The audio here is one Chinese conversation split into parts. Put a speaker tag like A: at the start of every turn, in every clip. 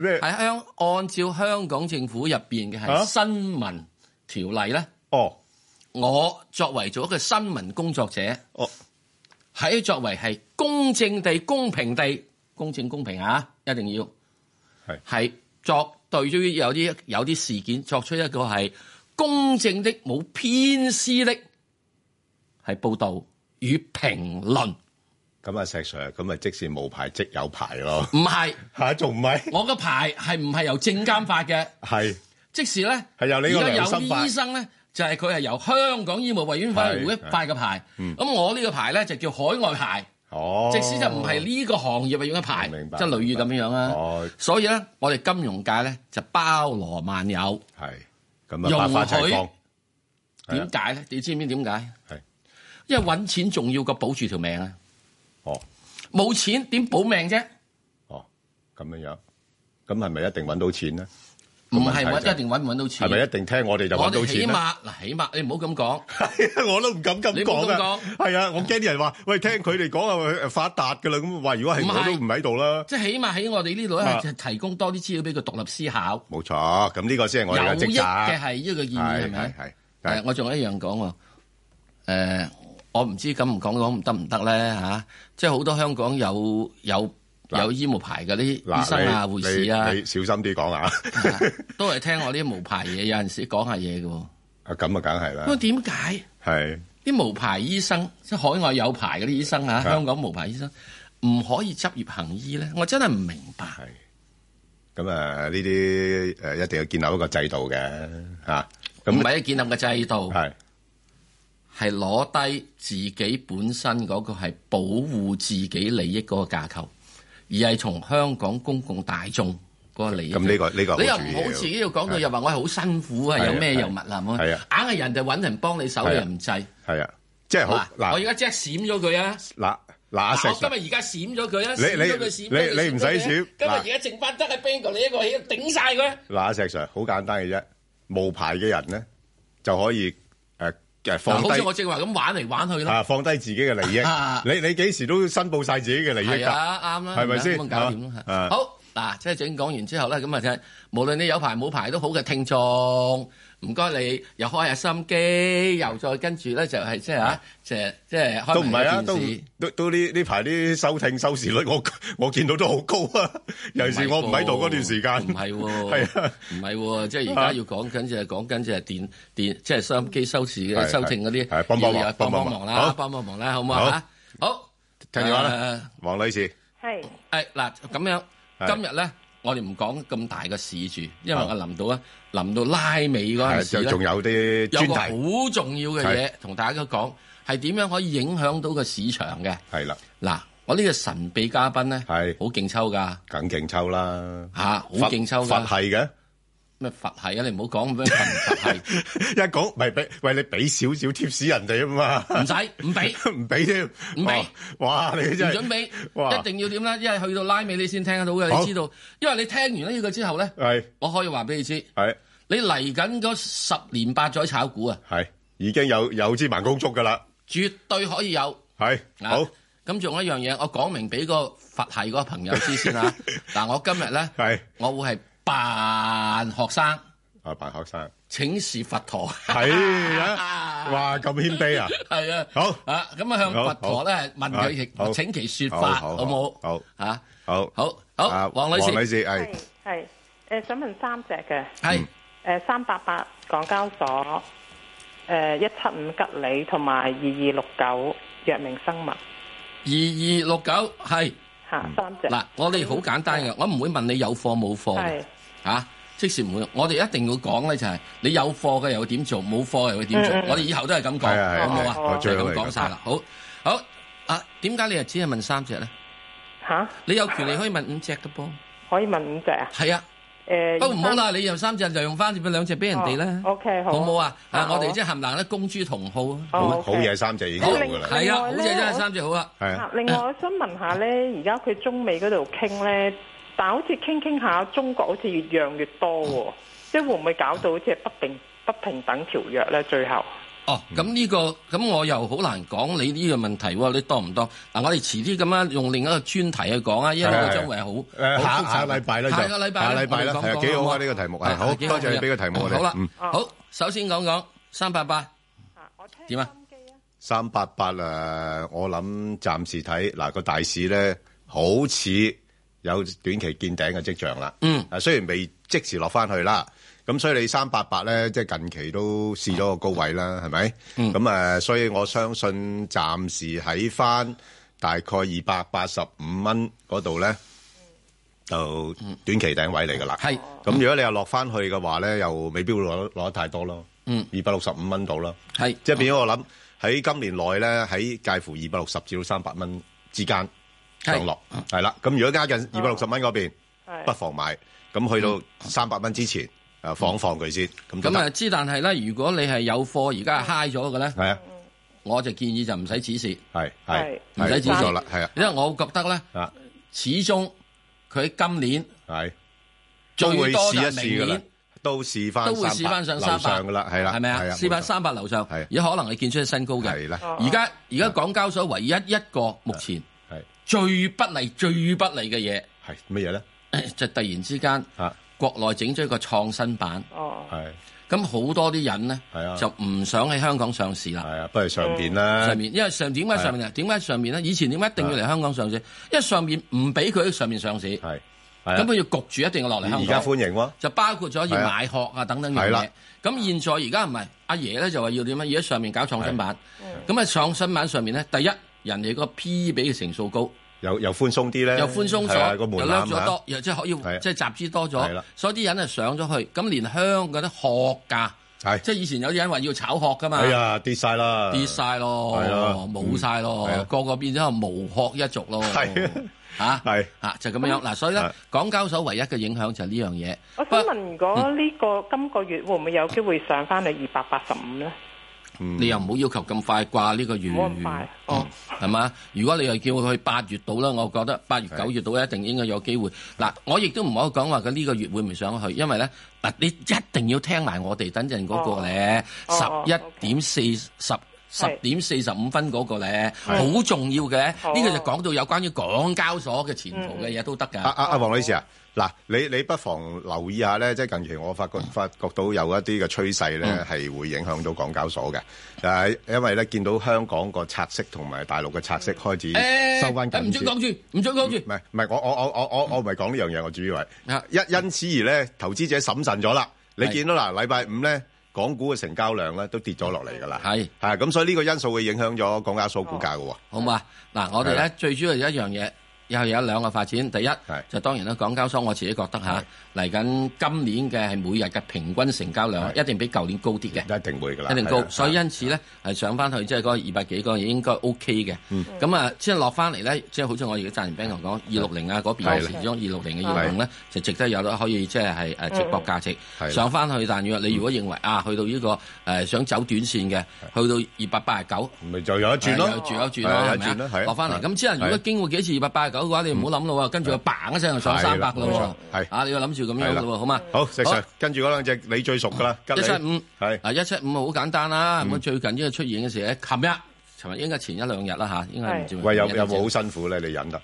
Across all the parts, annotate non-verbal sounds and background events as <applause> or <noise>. A: 咩
B: 喺香按照香港政府入邊嘅
A: 啊
B: 係新聞條例咧，
A: 哦
B: 我作為做一個新聞工作者，
A: 哦
B: 喺作為係公正地、公平地、公正公平啊，一定要
A: 係
B: 係作對於有啲有啲事件作出一個係公正的、冇偏私的係報導與評論，
A: 咁啊石 Sir，咁啊即是無牌即有牌咯，
B: 唔
A: <laughs>
B: 係
A: 吓仲唔係？
B: 我個牌係唔係由證監發嘅？
A: 係
B: 即使咧，
A: 係由你個
B: 而家有
A: 良心法
B: 啲醫生咧，就係佢係由香港醫務委員委員會
A: 係
B: 發嘅牌。咁我呢個牌咧就叫海外牌，
A: 嗯哦，
B: 即使就唔係呢個行業用嘅牌，
A: 明
B: 即
A: 白
B: 係類似咁樣樣
A: 哦
B: 啦。所以咧，我哋金融界咧就包羅萬有。
A: 係咁啊，百花齊
B: 容
A: 放啊
B: 許。點解咧？你知唔知點解？
A: 係
B: 因為揾錢重要過保住條命啊！
A: 哦
B: 冇錢點保命啫？
A: 哦，咁樣樣，咁係咪一定揾到錢咧？
B: 唔係
A: 個問題就係
B: 揾一定揾唔揾到錢。
A: 係咪一定聽我哋就揾
B: 我
A: 到錢
B: 哋起
A: 咧？
B: 碼嗱，起碼你唔好咁講。
A: 我都唔敢咁
B: 你唔好
A: 講
B: 咁
A: 啊！係啊，我驚啲人話：喂，聽佢哋講啊，誒發達噶啦！咁話如果係
B: 唔係
A: 我都唔喺度啦。
B: <laughs> 即係起碼喺我哋呢度
A: 啊
B: 咧，就提供多啲資料俾佢獨立思考，
A: 冇錯，咁呢個先係
B: 有
A: 我哋嘅職
B: 益嘅
A: 責。
B: 係呢個建議係
A: 係
B: 咪
A: 係？係
B: 誒，
A: 係
B: 我仲有一樣講喎，誒，我唔知咁唔講講唔得唔得咧嚇，即係好多香港有有
A: 嗱
B: 有醫務牌嘅啲醫生啊、
A: 嗱，
B: 護
A: 你
B: 士啊
A: 你，你小心啲講啊！
B: 啊 <laughs> 都係聽我啲無牌嘢，有陣時講下嘢嘅喎。
A: 啊咁啊，梗係
B: 咁
A: 啦，
B: 點解
A: 係
B: 啲無牌醫生，即係海外有牌嗰啲醫生啊，香港無牌醫生唔可以執業行醫咧？我真係唔明白。
A: 係。咁啊，呢啲誒一定要建立一個制度嘅嚇。
B: 唔
A: 咁
B: 係建立嘅制度。
A: 係
B: 係攞低自己本身嗰個係保護自己利益嗰個架構，而係從香港公共大眾嗰個利益。
A: 咁呢個呢個好
B: 你又
A: 重
B: 唔
A: 要
B: 好自己要講到又話我係好辛苦啊，
A: 係啊
B: 有咩
A: 係啊
B: 又物啦，咁
A: 係
B: 硬
A: 啊
B: 係人哋揾人幫你手，
A: 係啊
B: 你又唔制。
A: 係啊，即係好
B: 嗱，我而
A: 嗱
B: 家即刻閃咗佢啊！
A: 嗱嗱，阿石 Sir
B: 嗱我今日而家閃咗佢啊！
A: 你
B: 閃咗
A: 你
B: 佢閃咗佢
A: 你你唔使
B: 咗佢啊
A: 閃
B: 今日
A: 嗱
B: 而家剩翻得係 Bingo 你一個喺度頂晒佢啊。
A: 嗱，石 Sir 好簡單嘅啫，無牌嘅人咧就可以誒誒
B: 嗱
A: 放
B: 好似我
A: 低
B: 正話咁玩嚟玩去啦。
A: 啊放低自己嘅利
B: <laughs> 啊
A: 益。你你幾時都申報晒自己嘅利益
B: 係
A: 㗎？
B: 啊，啱啦，
A: 係咪先
B: 咁樣搞掂
A: 啊啊
B: 啦。好嗱，即係整講完之後咧，咁啊，即係無論你有牌冇牌都好嘅聽眾，唔該你又開下心機，又再跟住咧就係即係嚇，即係即係開
A: 啊都唔係啊，
B: 埋個
A: 都
B: 電視。
A: 都都呢呢排啲收聽收視率，我 <laughs> 我見到都好高啊！尤其是我唔喺度嗰段時間，
B: 唔係喎，
A: <laughs> 係啊，
B: 唔係喎，即係而家要講緊就係講緊就係電電，即係收音機收視
A: 係
B: 嘅
A: 係
B: 收聽嗰啲，
A: 係幫幫忙
B: 要有幫
A: 幫幫
B: 幫
A: 忙
B: 忙啦
A: 好，
B: 幫幫忙啦，好唔好
A: 好
B: 啊？好，
A: 聽電話啦，
B: 誒
A: 黃女士，
C: 係
B: 誒嗱，咁
A: 係
B: 樣今日咧，我哋唔講咁大嘅市住，因為
A: 好
B: 我臨到啊，臨到拉尾嗰陣
A: 係
B: 時
A: 就仲
B: 咧，
A: 有啲
B: 有
A: 專
B: 個
A: 題
B: 好重要嘅嘢同大家講，係點樣可以影響到個市場嘅。
A: 係啦，
B: 嗱，我呢個神秘嘉賓咧，
A: 係
B: 好勁抽㗎
A: 梗勁抽啦，
B: 嚇，好勁抽
A: 佛
B: 㗎。
A: 係嘅，
B: 咩佛系啊？你唔好講咩佛唔佛系，
A: <laughs> 一講咪俾喂你俾少少 tips 人哋啊
B: 唔
A: 嘛，
B: 使唔俾，
A: <laughs> 唔俾添，
B: 唔俾
A: 哦，哇！ <laughs> 你
B: 唔
A: 真係
B: 準備，
A: 哇
B: 一定要點咧？因為去到拉尾你先聽得到嘅，
A: 好
B: 你知道。因為你聽完呢個之後咧，
A: 係
B: 我可以話俾你知，
A: 係
B: 你嚟緊嗰十年八載炒股啊！
A: 係已經有有支盲公竹噶啦，
B: 絕對可以有。
A: 係
B: 啊
A: 好，
B: 咁仲有一樣嘢，我講明俾個佛系嗰個朋友知
A: <laughs>
B: 先啦。嗱，我今日咧，
A: 係
B: 我會係扮學生，
A: 啊，扮學生
B: 請示佛陀。
A: 係
B: <laughs>
A: 啊，哇咁謙卑啊，
B: 係啊，
A: 好
B: 啊，咁啊向佛陀咧問
A: 好啊好
B: 佢請其説法，
A: 好好
B: 好冇？
A: 好
B: 啊，
A: 好
B: 好好
A: 啊，
B: 黃女
A: 黃女
B: 士
A: 士係
C: 係係誒，想問三隻嘅
B: 係
C: 誒，三八八港交所誒，一七五吉利同埋二二六九藥明生物
B: 二二六九係
C: 嚇三隻。
B: 嗱，我哋好簡單嘅，我唔會問你有貨冇貨嘅
C: 係
B: 啊，即時唔會。我哋一定要講咧，就係你有貨嘅又會點做，冇貨又會點做。
C: 嗯嗯
B: 我哋以後都係咁
A: 係係
B: 講，好冇
C: 係
B: 啊？
C: 我
B: 就
A: 最
B: 係
A: 好
B: 咁
A: 係咁
B: 講晒啦。好，好啊，點解你又只係問三隻咧？
C: 嚇，
B: 你有權利可以問五隻嘅噃。
C: 可以問五隻啊？
B: 係啊，
C: 誒，
B: 不過唔好啦，你有三隻就用翻兩隻俾人哋啦，
C: O K，好哦
B: 好冇啊？啊，
C: 好
B: 我哋即係冚唪唥咧公諸同好啊。
C: 哦
A: 好
C: OK
A: 好嘢三隻已經
C: 好
A: 有噶啦，
B: 係啊，
C: 另外
B: 好
C: 呢
B: 似真係
C: 我
B: 三隻好啊。
A: 係
C: 啊
A: 啊，
C: 另外，我想問下咧，而家佢中美嗰度傾咧，但好似傾傾下，中國好似越讓越多喎，即係會唔會搞到好似係不平不平等條約咧？最後
B: 哦，咁呢、個咁我又好難講你呢個問題喎，你多唔多？嗱，我哋遲啲咁樣用另一個專題去講啊，因為
A: 係
B: 嗰
A: 係
B: 張會係
A: 誒
B: 好好
A: 下
B: 複雜
A: 下禮拜啦，就
B: 下個禮拜
A: 下
B: 呢
A: 禮拜啦，
B: 我
A: 係
B: 哋講
A: 啊幾好
B: 講
A: 啊
B: 啊
A: 呢個題目係好，
B: 係幾好
A: 多謝你俾個題目我哋。
B: 好啦
A: 嗯，
B: 好，首先講講三八八，
C: 啊，我聽
B: 點啊
C: 心機啊，
A: 三八八誒，我諗暫時睇嗱個大市咧，好似有短期見頂嘅跡象啦。
B: 嗯，
A: 啊雖然未即時落翻去啦，咁所以你三八八咧，即係近期都試咗個高位啦，係咪？
B: 嗯
A: 咁誒，所以我相信暫時喺翻大概二百八十五蚊嗰度咧，就短期頂位嚟㗎啦。
B: 嗯係
A: 咁如果你又落翻去嘅話咧，又未必會攞攞得太多咯。
B: 嗯，
A: 二百六十五蚊到啦。
B: 係
A: 即係變咗我諗喺今年內咧，喺介乎二百六十至到三百蚊之間上落，係啦。咁如果加近
B: 嗯
A: 二百六十蚊嗰邊，
C: 係
A: 不妨買。咁去到三百蚊之前，誒放一放佢先，咁就
B: 嗯咁啊，
A: 得。嗯
B: 之但係咧，如果你係有貨而家係 high 咗嘅咧，
A: 係啊，
B: 我就建議就唔使指示，
A: 係係
B: 唔使
A: 係
B: 指
A: 冇
B: 示
A: 錯啦，係啊，
B: 因為我覺得咧，
A: 啊
B: 始終佢今年
A: 係都
B: 最
A: 會
B: 多
A: 試
B: 就
A: 一
B: 係
A: 試
B: 明
A: 㗎啦
B: 年。，
A: 都試翻
B: 都會試翻上
A: 樓
B: 三百
A: 上㗎啦，係啦，
B: 係咪啊？
A: 係
B: 試翻
A: 冇錯
B: 三百樓上，
A: 係
B: 而可能係見出新高嘅。
A: 係啦，啊
C: 哦
B: 而家而家港交所唯一一個目前
A: 係
B: 最不利、最不利嘅
A: 係乜嘢咧？
B: 嘢， <coughs> 就突然之間
A: 啊
B: 國內整咗一個創新版，
C: 哦，
A: 係
B: 咁好多啲人呢
A: 係啊
B: 就唔想喺香港上市啦。
A: 係啊，不如上邊啦，
B: 上面因為上點解
A: 係啊
B: 上面啊？點解上面呢？以前點解一定要嚟香港上市？因為上面唔俾佢喺上面上市，咁
A: 係係啊
B: 佢要焗住一定要落嚟香
A: 而
B: 港
A: 家。歡迎喎，
B: 就包括咗要
A: 係啊
B: 買殼啊等等
A: 係
B: 樣
A: 啦
B: 嘢。咁現在而家唔係阿爺咧就話要點啊？而家上面搞創新版，
C: 嗯
B: 咁啊創新版上面咧，第一人哋個 P E 比嘅成數高，
A: 又又寬鬆啲咧，
B: 又寬鬆
A: 係啊
B: 咗，
A: 個門
B: 又
A: 檻
B: 掠
A: 啊
B: 咗多，又即係可以
A: 係啊
B: 即係集資多
A: 係
B: 咗
A: 啦，
B: 所以啲人啊上咗去，咁連香嗰啲殼價，
A: 係
B: 即係以前有啲人話要炒殼噶嘛
A: 哎。呀，跌晒啦，
B: 啊跌晒咯
A: 係啊，
B: 冇晒咯
A: 嗯係啊，
B: 個個變咗無殼一族咯，
A: 係
B: 嚇
A: 係
B: 嚇就咁樣嗱，所以
A: 係
B: 咧，港交所唯一嘅影響就係呢樣嘢。
C: 我
B: 不嗯
C: 想問，如果呢個今個月會唔會有機會上翻去二百八十五咧？
A: 嗯
B: 你又唔好要求咁快掛呢個月，
C: 唔好咁快哦
B: 係嘛？如果你又叫佢去八月到啦，我覺得八月
A: 係
B: 九月到一定應該有機會。嗱，我亦都唔可以講話佢呢個月會唔會上去，因為咧嗱，你一定要聽埋我哋等陣嗰個咧，
C: 哦
B: 十
C: 哦
B: 一
C: 哦
B: 點四十。十
C: 係
B: 點四十五分嗰個咧，好
C: 係
B: 重要嘅，
C: 哦
B: 呢個就講到有關於港交所嘅前途嘅嘢都得
A: 啊
B: 㗎。
A: 啊啊，黃女士啊，嗱，你你不妨留意下咧，即係近期我發覺發覺到有一啲嘅趨勢咧，
B: 嗯
A: 係會影響到港交所嘅。誒，因為咧見到香港個拆息同埋大陸嘅拆息開始
B: 嗯誒
A: 收翻緊
B: 唔准
A: 住。
B: 講住，唔准講
A: 唔
B: 住。
A: 係唔係，我我我我我我唔係講呢樣嘢，我主要係
B: 啊
A: 一因此而咧，投資者審慎咗啦。你
B: 係
A: 見到嗱，禮拜五咧，港股嘅成交量咧都跌咗落嚟㗎啦。
B: 係
A: 係咁，所以呢個因素會影響咗港交所股價嘅喎。
B: 好啊嘛？嗱，我
A: 係
B: 哋
A: 啊
B: 咧最主要有一樣嘢，又有兩個發展。第一就當然啦，港交所我自己覺得吓嚟緊今年嘅係每日嘅平均成交量
A: 係
B: 一定比舊年高啲嘅。
A: 一定會㗎啦，
B: 一定
A: 係
B: 高，
A: 啊
B: 所以因此咧係上翻去即係嗰二百幾個應該 OK 嘅。
A: 嗯
B: 咁啊，即係落翻嚟咧，即係好似我而家贊完 b a 講二六零啊嗰邊
A: 係
B: 始
A: 啦
B: 終二六零嘅二六零咧，就值得有得可以即係係誒值博價
A: 嗯係
B: 值。
A: 啦
B: 上翻去，但若你如果認為啊去到呢個誒想走短線嘅，去到二百八十九。
A: 咪就有一轉咯，
B: 住有住
A: 係
B: 咯，
A: 啊
B: 係咪
A: 有一轉啦係
B: 啊
A: 啊
B: 落翻嚟，
A: 係
B: 咁之後如果
A: 係
B: 經過幾次二百八十九嘅話，你唔好諗咯喎，跟住佢嘭一聲就上三百咯
A: 係啦冇
B: 喎
A: 錯，係
B: 啊，你要諗住咁
A: 係
B: 樣
A: 啦
B: 咯喎，好嘛？
A: 好，石 Sir，跟住嗰兩隻你最熟㗎啦，吉利
B: 一七五
A: 係嗯
B: 啊，一七五好簡單啦，咁啊最近呢個出現嘅時咧，琴日。琴日應該前一兩日啦吓，應該唔知。
A: 喂，有有冇好辛苦咧？你忍得，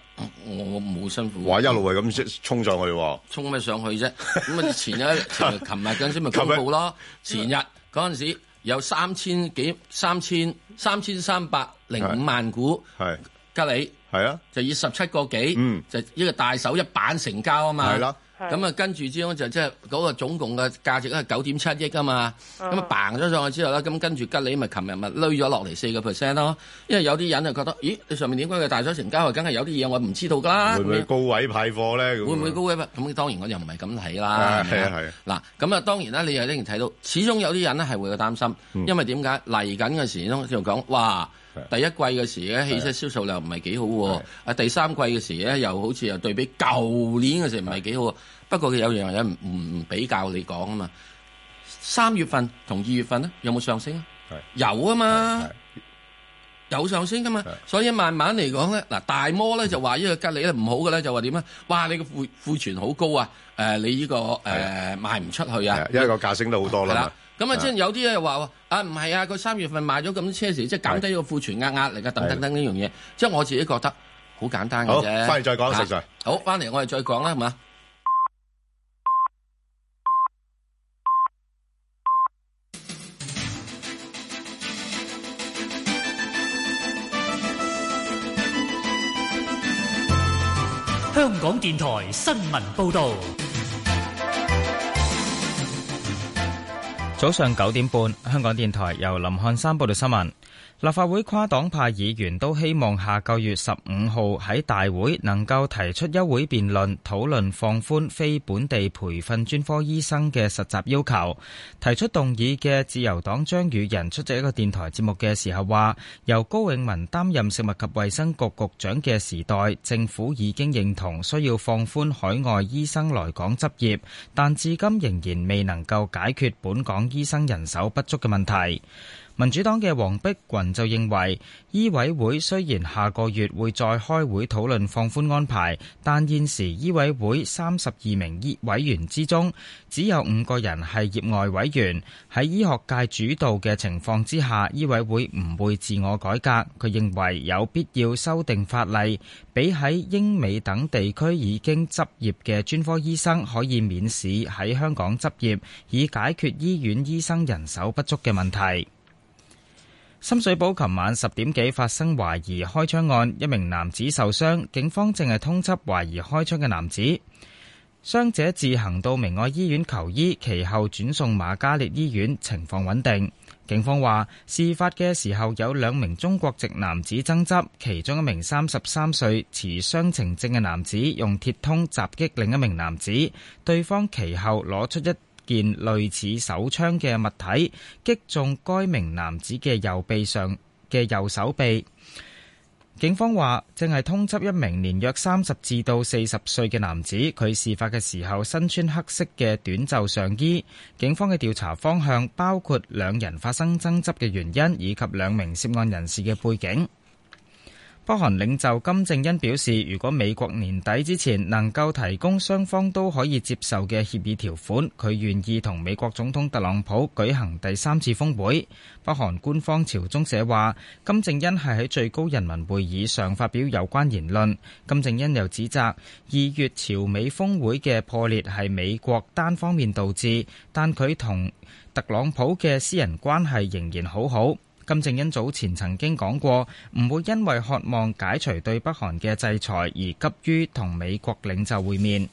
B: 我我冇辛苦。
A: 哇！一路係咁衝上去喎，
B: 衝咩上去
A: <laughs>
B: 啫？咁啊，前一前日琴日嗰陣時咪公佈咯。前日嗰陣時有三千幾、三千、三千三百零五萬股
A: 係
B: 吉利。
A: 係啊，
B: 就以十七個幾，
A: 嗯
B: 就呢個大手一板成交啊嘛。
A: 係啦
C: 係
B: 咁啊跟住之後就即係嗰個總共嘅價值咧九點七億啊嘛。咁啊嘭咗上去之後咧，咁跟住吉利咪琴日咪累咗落嚟四個 percent 咯。因為有啲人就覺得，咦，你上面點解嘅大手成交啊？梗係有啲嘢我唔知道㗎啦。
A: 會唔
B: 啊咁
A: 會
B: 樣
A: 高位派貨咧？咁
B: 會唔會高位不？咁當然我又唔係咁睇
A: 啊
B: 啦。係
A: 係
B: 咪
A: 啊係
B: 嗱，咁啊當然啦，你又一定睇到，始終有啲人咧係會有擔心，
A: 嗯
B: 因為點解嚟緊嘅時鐘就講哇，第一季嘅時咧汽車銷售量唔係幾好喎，啊第三季嘅時咧又好似又對比舊年嘅時唔係幾好喎。不過佢有樣嘢唔唔唔比較你講啊嘛，三月份同二月份咧有冇上升啊？
A: 係
B: 有啊嘛
A: 係，
B: 有上升噶嘛，所以慢慢嚟講咧，嗱大摩咧就話哎呢個吉利咧唔好嘅咧，就話點啊？哇！你個庫庫存好高啊！誒、你呢、個誒、賣唔出去啊！
A: 因為個價升得好多
B: 係
A: 啦嘛
B: 啦。，咁啊，即係有啲咧話喎啊，唔係啊，佢三月份賣咗咁多車時，即係減低個庫存壓壓力啊，等等等呢樣嘢，即係我自己覺得好簡單嘅
A: 好
B: 啫。
A: 返嚟再講石
B: 啊
A: Sir
B: 好，翻嚟我哋再講啦，係嘛？
D: 香港電台新聞報道，
E: 早上九點半，香港電台由林漢山報道新聞。立法會跨黨派議員都希望下個月十五號喺大會能夠提出休會辯論，討論放寬非本地培訓專科醫生嘅實習要求。提出動議嘅自由黨張宇人出席一個電台節目嘅時候話，由高永文擔任食物及衛生局局長嘅時代，政府已經認同需要放寬海外醫生來港執業，但至今仍然未能夠解決本港醫生人手不足嘅問題。民主黨嘅黃碧雲就認為，醫委會雖然下個月會再開會討論放寬安排，但現時醫委會三十二名醫委員之中，只有五個人係業外委員。喺醫學界主導嘅情況之下，醫委會唔會自我改革。佢認為有必要修訂法例，俾喺英美等地區已經執業嘅專科醫生可以免試喺香港執業，以解決醫院醫生人手不足嘅問題。深水埗琴晚十點幾發生懷疑開槍案，一名男子受傷，警方正係通緝懷疑開槍嘅男子。傷者自行到明愛醫院求醫，其後轉送瑪嘉烈醫院，情況穩定。警方話，事發嘅時候有兩名中國籍男子爭執，其中一名三十三歲持傷情證嘅男子用鐵通襲擊另一名男子，對方其後攞出一件類似手槍嘅物體，擊中該名男子嘅右臂上嘅右手臂。警方話，正係通緝一名年約三十至到四十歲嘅男子，佢事發嘅時候身穿黑色嘅短袖上衣。警方嘅調查方向包括兩人發生爭執嘅原因，以及兩名涉案人士嘅背景。北韓領袖金正恩表示，如果美國年底之前能夠提供雙方都可以接受嘅協議條款，佢願意同美國總統特朗普舉行第三次峰會。北韓官方朝中社話，金正恩係喺最高人民會議上發表有關言論。金正恩又指責二月朝美峰會嘅破裂係美國單方面導致，但佢同特朗普嘅私人關係仍然好好。金正恩早前曾經講過，唔會因為渴望解除對北韓嘅制裁而急於同美國領袖會面。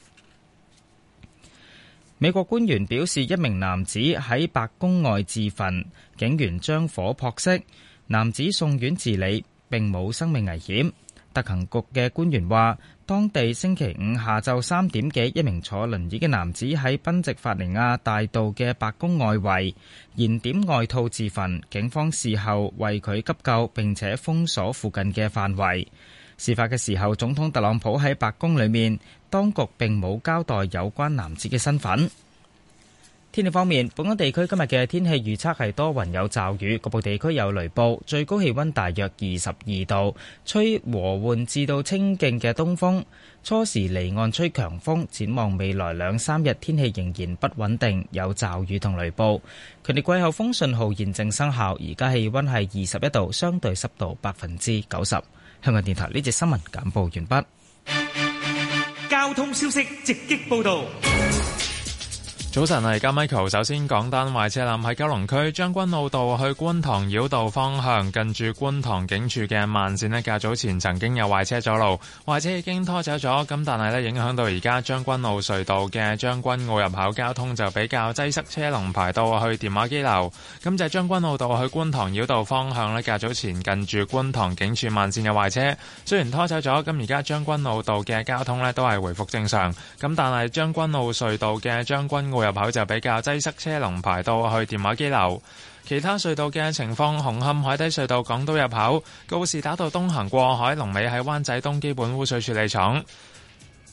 E: 美國官員表示，一名男子喺白宮外自焚，警員將火撲熄，男子送院治理，並冇生命危險。特勤局嘅官員話，當地星期五下晝三點幾，一名坐輪椅嘅男子喺賓夕法尼亞大道嘅白宮外圍燃點外套自焚，警方事後為佢急救並且封鎖附近嘅範圍。事發嘅時候，總統特朗普喺白宮裏面，當局並冇交代有關男子嘅身份。天氣方面，本港地區今日嘅天氣預測係多雲有驟雨，局部地區有雷暴，最高氣温大約二十二度，吹和緩至到清勁嘅東風，初時離岸吹強風。展望未來兩三日天氣仍然不穩定，有驟雨同雷暴。強烈季候風信號現正生效，而家氣温係二十一度，相對濕度百分之九十。香港電台呢節新聞簡報完畢。
D: 交通消息直擊報道。
F: 早晨，而家 Michael。首先講單壞車冧喺九龍區將軍澳道去觀塘繞道方向，近住觀塘警署嘅慢線呢，較早前曾經有壞車阻路，壞車已經拖走咗。咁但係呢，影響到而家將軍澳隧道嘅將軍澳入口交通就比較擠塞，車龍排到去電話機樓。咁就係將軍澳道去觀塘繞道方向呢，較早前近住觀塘警署慢線嘅壞車，雖然拖走咗，咁而家將軍澳道嘅交通呢，都係回復正常。咁但係將軍澳隧道嘅將軍澳入口就比較擠塞，車龍排到去電話機樓。其他隧道嘅情況，紅磡海底隧道港島入口告士打道東行過海，龍尾喺灣仔東基本污水處理廠。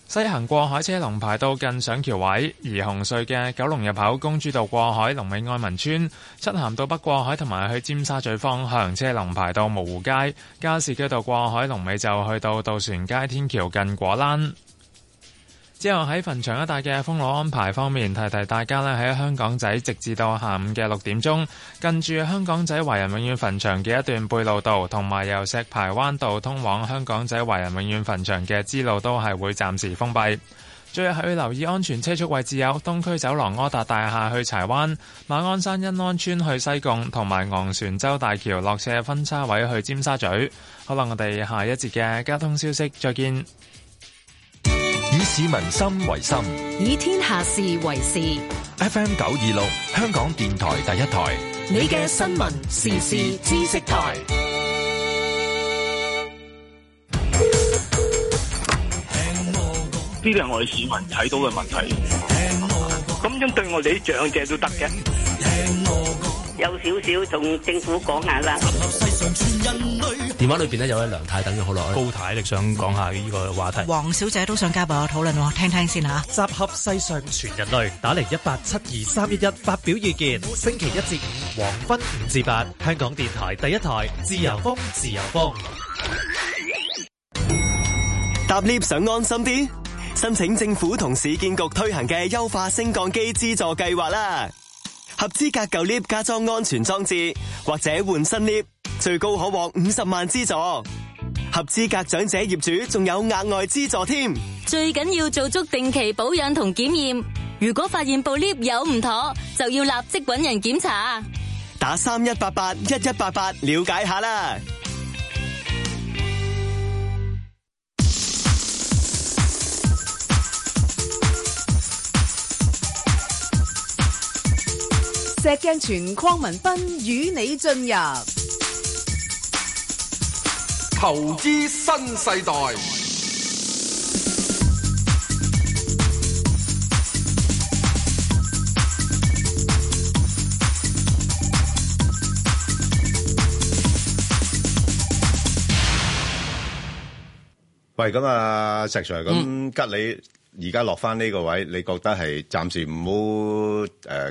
F: 西行過海車龍排到近上橋位，而紅隧嘅九龍入口公主道過海、龍尾愛民村、漆咸道北過海同埋去尖沙咀方向車龍排到蕪湖街，加士居道過海龍尾就去到渡船街天橋近果欄。之後喺墳場一帶嘅封路安排方面，提提大家呢喺香港仔直至到下午嘅六點鐘，近住香港仔華人永遠墳場嘅一段貝路道，同埋由石排灣道通往香港仔華人永遠墳場嘅支路都係會暫時封閉。最後要留意安全車速位置有東區走廊柯達大廈去柴灣、馬鞍山欣安村去西貢，同埋昂船洲大橋落斜分叉位去尖沙咀。好啦，我哋下一節嘅交通消息再見。
G: 以市民心為心
H: 以天下事為事。
G: ，FM 九二六香港電台第一台，
H: 你嘅新聞時事知識台，
I: 呢啲係我哋市民睇到嘅問題。咁樣對我哋啲長者都得嘅。
J: 有少少同政府講下啦。
K: 電話裏邊咧有位梁太等咗好耐，高太力想講下呢個話題。
L: 黃小姐都想加入我討論喎，聽聽先吓。
M: 集合世上全人類，打嚟一八七二三一一發表意見。星期一至五黃昏五至八，香港電台第一台，自由風，自由風。
N: 搭 lift 想安心啲，申請政府同市建局推行嘅優化升降機資助計劃啦。合資格舊 lift 加裝安全裝置或者換新 lift，最高可獲五十萬資助。合資格長者業主仲有額外資助添。
O: 最緊要做足定期保養同檢驗。如果發現部 lift 有唔妥，就要立即揾人檢查。
N: 打三一八八一一八八了解下啦。
P: 石鏡泉鄺民彬與你進入
Q: 投資新世代，
A: 喂，咁啊，石 Sir，咁、
B: 嗯
A: 吉你而家落翻呢個位，你覺得係暫時唔好誒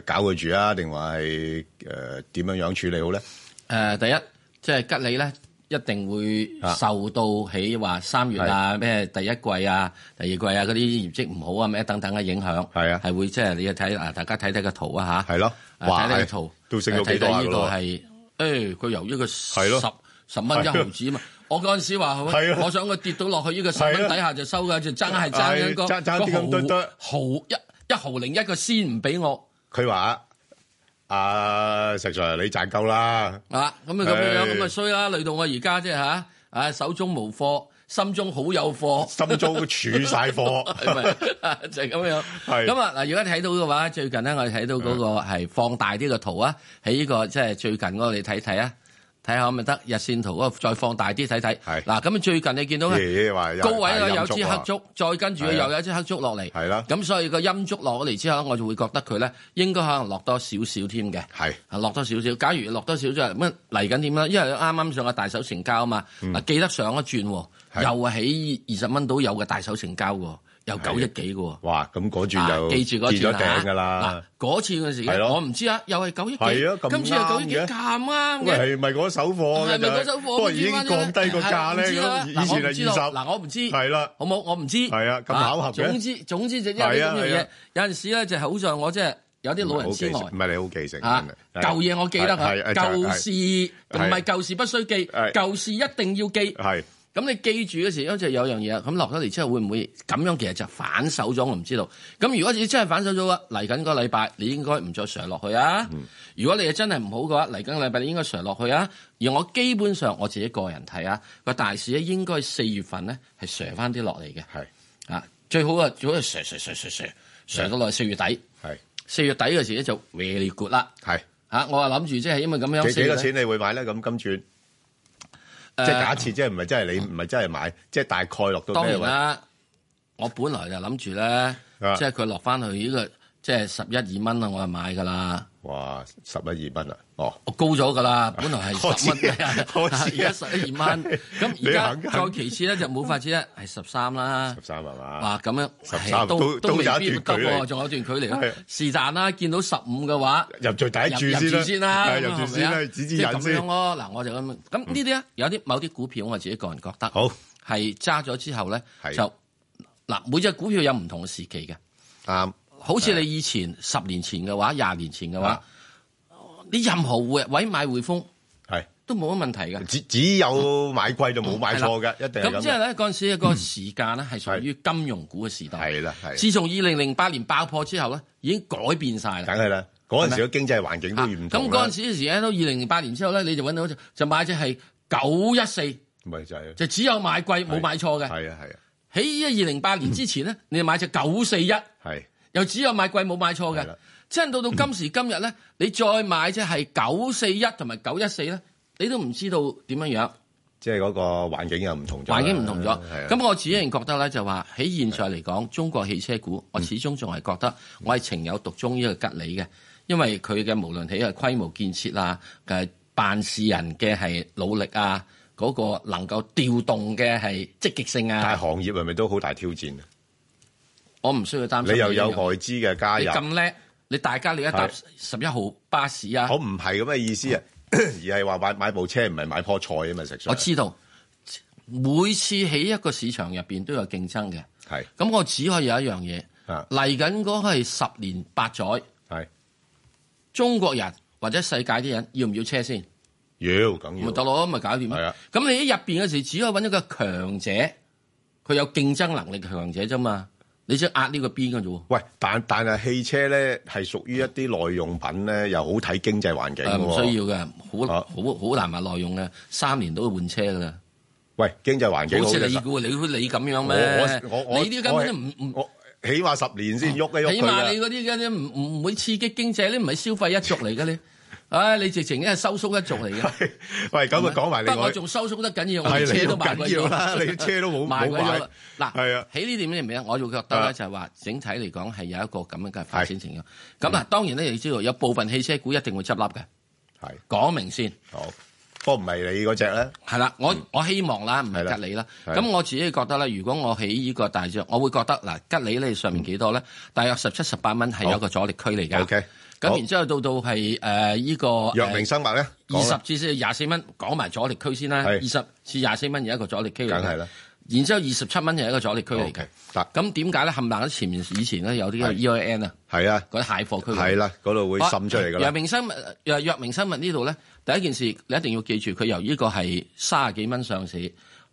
A: 搞佢住啊，定話係誒點樣樣處理好咧？
B: 誒，呃第一即係吉利咧，一定會
A: 啊
B: 受到起話三月啊、咩第一季啊、第二季啊嗰啲業績唔好啊、咩等等嘅影響，係啊，係會即係你睇啊，大家睇睇個圖啊吓，係咯，
A: 哇哎
B: 睇睇個圖
A: 都升到
B: 睇
A: 幾多
B: 睇
A: 下
B: 呢
A: 㗎
B: 個
A: 咯
B: 係誒，佢由於個十
A: 係咯
B: 十蚊一毫子啊嘛。我嗰陣時話，
A: 係啊
B: 我想佢跌到落去呢個十
A: 係
B: 蚊
A: 啊
B: 底下就收㗎，就爭係哎爭緊個
A: 係爭爭啲咁多多
B: 毫一一毫零一個先唔俾我。
A: 佢話啊，石 Sir，你賺夠啦。哎
B: 啊，咁啊咁樣樣，
A: 唉
B: 咁啊衰啦，累到我而家即係吓，啊手中無貨，心中好有貨，
A: 心中儲晒貨
B: <laughs> 係咪？ <laughs> 就係咁樣。
A: 係嗯
B: 咁啊嗱，如果睇到嘅話，最近咧我哋睇到嗰個係放大啲個圖啊，喺呢個即係最近嗰個你睇睇啊。睇下可唔可以得日線圖嗰個再放大啲睇睇，嗱咁啊最近你見到咧
A: 咦話有
B: 高位啊
A: 有
B: 有
A: 陰燭
B: 支黑
A: 喎
B: 竹，再跟住
A: 係啊
B: 又有支黑竹落嚟，
A: 係啦
B: 咁所以個陰燭落咗嚟之後，我就會覺得佢咧應該可能落多少少添嘅，
A: 係
B: 啊落多少少。假如落多少少咁嚟緊點啦？因為啱啱上個大手成交啊嘛，
A: 嗯
B: 嗱記得上一轉喎，又係喺二十蚊度有嘅大手成交喎，有九億幾嘅喎。
A: 哇，咁嗰轉就
B: 啊記住嗰
A: 跌咗
B: 轉
A: 頂㗎
B: 啊
A: 啦。
B: 嗱嗰次嗰陣時
A: 係
B: 咧，
A: 咯
B: 我唔知啊，又係九億幾，
A: 係啊咁
B: 今次係九億幾
A: 啱嘅
B: 咁啱
A: 喂，
B: 嘅。
A: 係咪嗰手貨㗎
B: 係咪
A: 就
B: 嗰手
A: 係
B: 貨
A: 不過已經降低個價咧，
B: 係
A: 咁
B: 啊唔知
A: 以
B: 啦
A: 前係
B: 嗱我
A: 二十。
B: 唔知道嗱我唔知
A: 係啦，
B: 好冇？我唔知。
A: 係啊，咁
B: 啊
A: 巧合嘅。
B: 總之總之就因為
A: 係
B: 呢
A: 啊
B: 咁樣
A: 係
B: 嘢
A: 啊，
B: 有陣時咧就好像我即係有啲老人痴
A: 唔係好記性唔係你好記性
B: 呆。啊！
A: 真係
B: 舊嘢我記
A: 係
B: 得嚇，
A: 係係
B: 舊
A: 係
B: 事唔係舊事不須記，舊事一定要記。
A: 係
B: 咁你記住嘅時候，就有樣嘢咁落咗嚟之後，會唔會咁樣其實就反手咗？我唔知道。咁如果你真係反手咗嘅話，嚟緊個禮拜你應該唔再上落去啊。
A: 嗯
B: 如果你係真係唔好嘅話，嚟緊個禮拜你應該上落去啊。而我基本上我自己個人睇啊，個大市咧應該四月份咧係上翻啲落嚟嘅。係啊，最好啊，最好係上上上上上上到落去四月底。係四月底嘅時咧就 very good 啦。
A: 係
B: 啊，我話諗住即係因為咁樣
A: 幾
B: 四
A: 幾
B: 月
A: 多
B: 底
A: 錢你會買咧？咁今轉
B: 誒
A: 即係假設，即係唔係真係你唔係真係買，即係大概落到
B: 呃當
A: 咩
B: 然
A: 位？啊
B: 啦，我本啊來就諗住咧，即係佢落翻去呢個即係十一二蚊啦，我就買噶啦。
A: 哇，十一二蚊啦，哦，
B: 我高咗噶啦，本
A: <laughs>
B: 來 <laughs> 係十蚊嘅，
A: 我知
B: 而家十一
A: <laughs>
B: 二蚊。咁而家再其次咧就冇法子咧，係十三啦。十
A: 三係嘛？
B: 哇，咁樣
A: 13
B: 係
A: 都都
B: 未
A: 有一
B: 必得
A: 段距離
B: 喎，仲有一段距離
A: 係啊
B: 啦。是但啦，見到十五嘅話，
A: 入最第一注先啦
B: 入住先啦，
A: 係入住
B: 咁係咪
A: 先啦
B: 啊
A: 指指
B: 即係
A: 引
B: 咁
A: 先
B: 樣咯。嗱，我就咁樣咁呢啲咧，有啲某啲股票我自己個人覺得
A: 嗯好
B: 係揸咗之後咧
A: 係
B: 就嗱，每隻股票有唔同嘅時期嘅。
A: 啱。
B: 好似你以前十年前嘅話，廿年前嘅
A: 啊
B: 話，你任何位位買匯豐
A: 係
B: 都冇乜問題嘅。啊
A: 只只有買貴就冇買錯嘅，一定係
B: 咁
A: 咁
B: 嗯即係
A: 嘅。
B: 咧嗰陣時個時間咧係屬於金融股嘅時代。
A: 係啦，係。
B: 自從二零零八年爆破之後咧，已經改變晒啦。
A: 梗係啦，嗰陣時嘅經濟環境都唔
B: 啊咁
A: 同
B: 嗰
A: 啦
B: 陣。時嘅時咧，到二零零八年之後咧，你就揾到就就買只係九一四，
A: 咪就係
B: 就只有買貴冇買錯嘅。
A: 係啊係啊，
B: 喺二零八年之前咧，你就買只九四一。
A: 係
B: 又只有買貴冇買錯嘅。即係到到今時今日咧，你再買即係九四一同埋九一四咧，你都唔知道點樣樣，
A: 即係嗰個環境又唔同咗啦，
B: 環境唔同咗
A: 係啊。
B: 咁我自己人覺得咧，就話喺現在嚟講，中國汽車股，
A: 嗯
B: 我始終仲係覺得我係情有獨鍾呢個吉利嘅，因為佢嘅無論喺個規模建設啊，誒辦事人嘅係努力啊，嗰、個能夠調動嘅係積極性啊。
A: 但係行業係咪都好大挑戰啊？
B: 我唔需要擔心
A: 你又有
B: 呢樣
A: 外資嘅加
B: 你
A: 入
B: 咁，叻，你大家你一搭
A: 係
B: 十一號巴士啊！
A: 我唔係咁嘅意
B: <coughs>
A: 思啊，而係話買買部車唔係買棵菜啊嘛，食
B: 我知道每次喺一個市場入邊都有競爭嘅。
A: 係
B: 咁，我只可以有一樣嘢
A: 啊
B: 嚟緊嗰係十年八載。
A: 係
B: 中國人或者世界啲人要唔要車先？
A: 要梗要啊
B: 咪。得咯，咪搞掂咯。咁你喺入邊嘅時，只可以揾一個強者，佢有競爭能力嘅強者啫嘛。你想壓呢個邊嘅啫喎？
A: 喂，但但係汽車咧係屬於一啲耐用品咧，又好睇經濟環境嘅
B: 誒呃唔
A: 喎啊
B: 需要嘅，好好好難話耐用嘅，三年都會換車㗎啦。
A: 喂，經濟環境
B: 好似
A: 就
B: 你
A: 實
B: 估你估你咁樣咩？
A: 我我我我
B: 你呢啲根本都唔唔
A: 我起碼十年先喐一喐
B: 起
A: 佢啊
B: 碼
A: 啦
B: 你嗰啲嗰啲唔唔會刺激經濟，你唔係消費一族嚟
A: <laughs>
B: 嘅你。唉，你直情咧係收縮一族嚟嘅。
A: 喂，咁啊講埋另
B: 不過
A: 外
B: 我仲收縮得緊要，我
A: 係
B: 連
A: 你
B: 車都
A: 好
B: 賣貴
A: 緊要
B: 咗
A: 啦你車都冇
B: <laughs> 賣貴咗
A: 冇
B: 啦。嗱，
A: 係啊
B: 喺呢點咧，明我就覺得
A: 啊
B: 咧就係話整體嚟講係有一個咁樣嘅發展情況。咁
A: 嗯
B: 啊，當然咧，你知道有部分汽車股一定會執笠嘅。
A: 係
B: 講明先。
A: 好，不過唔係你嗰只咧。
B: 係啦，我我希望啦，唔係吉利啦。
A: 係啦
B: 咁我自己覺得咧，如果我起呢個大隻，我會覺得嗱，吉利咧上面幾多咧？大約十七、十八蚊係有一個阻力區嚟㗎。
A: 嗯 OK，
B: 咁
A: 好
B: 然之後到到係誒呢個
A: 藥明生物咧
B: 二
A: 講
B: 十
A: 啦
B: 至先廿四蚊，講埋阻力區先啦。
A: 係
B: 二十至廿四蚊有一個阻力區嚟㗎。
A: 梗係啦。
B: 然之後二十七蚊係一個阻力區嚟嘅。咁點解咧？冚唪唥前面以前咧有啲 E I N 啊，
A: 係啊，
B: 嗰啲蟹貨區嚟㗎啊
A: 係啦，嗰度會滲出嚟㗎
B: 藥
A: 啦。
B: 明生物誒藥明生物呢度咧，第一件事你一定要記住，佢由呢個係三十幾蚊上市，去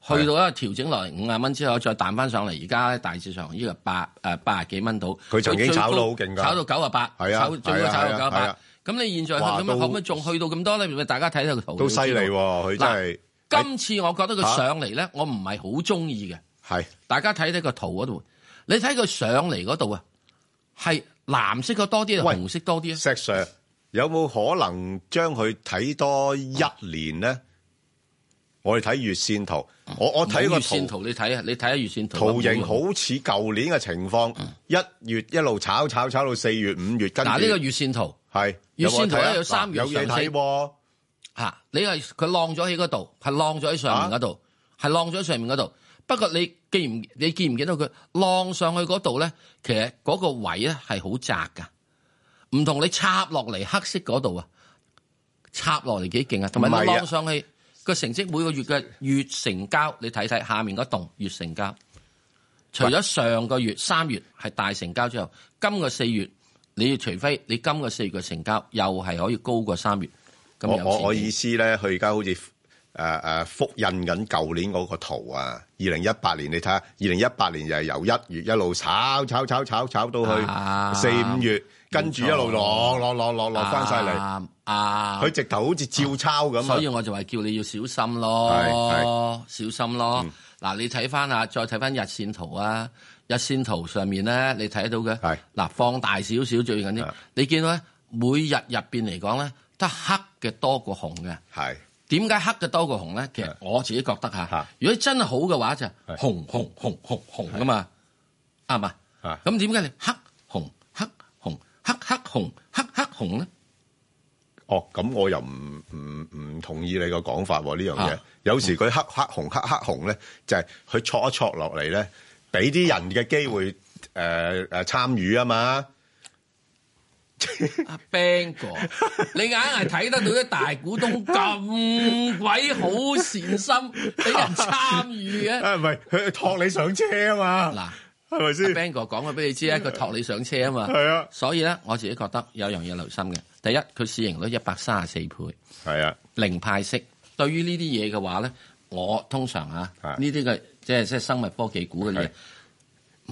B: 到一個調整落嚟五啊蚊之後，再彈翻上嚟，而家咧大致上呢個八誒八十幾蚊到。
A: 佢曾經
B: 最高
A: 炒到好勁㗎
B: 炒到九啊八，
A: 係啊
B: 炒最
A: 係
B: 高
A: 啊
B: 炒到九啊
A: 係啊
B: 八。咁你現在
A: 哇
B: 咁樣
A: 都
B: 可唔可以仲去到咁多咧？咪大家睇下個圖
A: 都犀利喎佢真係
B: 嗱今次我覺得
A: 嚇
B: 佢上嚟咧，我唔係好中意嘅。
A: 係
B: 大家睇睇個圖嗰度，你睇佢上嚟嗰度啊，係藍色嘅多啲定
A: 喂
B: 紅色多啲啊？
A: 石 Sir 有冇可能將佢睇多一年咧？我哋睇月線圖，我我睇個
B: 冇月線
A: 圖
B: 圖，你睇啊，你睇下月線圖啊。
A: 圖
B: 冇
A: 形
B: 用
A: 好似舊年嘅情況，一月一路炒炒炒到四月五月，跟住
B: 嗱，呢個月線圖，
A: 係
B: 月線
A: 冇得
B: 圖
A: 睇啊
B: 咧有三
A: 嗱
B: 月
A: 有嘢
B: 上
A: 睇
B: 升
A: 喎。
B: 嚇，你係佢浪咗喺嗰度，係浪咗喺上面嗰度，
A: 啊
B: 係浪咗喺上面嗰度。不過你記唔你見唔見到佢浪上去嗰度咧？其實嗰個位咧係好窄㗎，唔同你插落嚟黑色嗰度啊，插落嚟幾勁啊！同埋
A: 唔係啊
B: 你浪上去個成績每個月嘅月成交，你睇睇下面嗰棟月成交，除咗上個月三月係大成交之後，今個四月你要除非你今個四月嘅成交又係可以高過三月，咁
A: 我
B: 有
A: 我
B: 錢
A: 我
B: 嘅
A: 意思咧，佢而家好似誒誒複印緊舊年嗰個圖啊，二零一八年你睇下，二零一八年就係由一月一路炒炒炒炒炒到去
B: 啊
A: 四五月，跟住一路落落落落落翻晒嚟，
B: 啊！
A: 佢直頭好似照抄咁啊！
B: 所以我就話叫你要小心
A: 係
B: 咯
A: 係，嗯
B: 小心咯。嗱，你睇翻啊，再睇翻日線圖啊，日線圖上面咧，你睇到嘅，嗱放大少少最緊
A: 啊
B: 要，你見到咧每日入邊嚟講咧，得黑嘅多過紅嘅，
A: 係
B: 點解黑嘅多過紅咧？其實我自己覺得嚇，如果真係好嘅話就紅紅紅紅紅噶嘛，啱啊嘛？咁點解你黑紅黑紅黑黑紅黑黑紅咧？
A: 哦，咁我又唔唔唔同意你個講法喎呢樣嘢
R: 啊。
A: 有時佢黑黑紅黑黑紅咧，就係佢戳一戳落嚟咧，俾啲人嘅機會誒誒參與啊嘛。
B: Bang 哥，你硬係睇得到啲大股東咁鬼好善心，俾人參與嘅。
A: 啊，唔係佢托你上車啊
B: 嘛。嗱，係咪先？Bang 哥講咗俾你知咧，佢托你上車啊
A: <laughs>
B: 嘛。
A: 係啊。
B: 所以咧，我自己覺得有樣嘢留心嘅。第一，佢市盈率一百三十四倍。
A: 係啊。
B: 零派息。對於呢啲嘢嘅話咧，我通常啊，呢啲嘅即係即係生物科技股嘅嘢，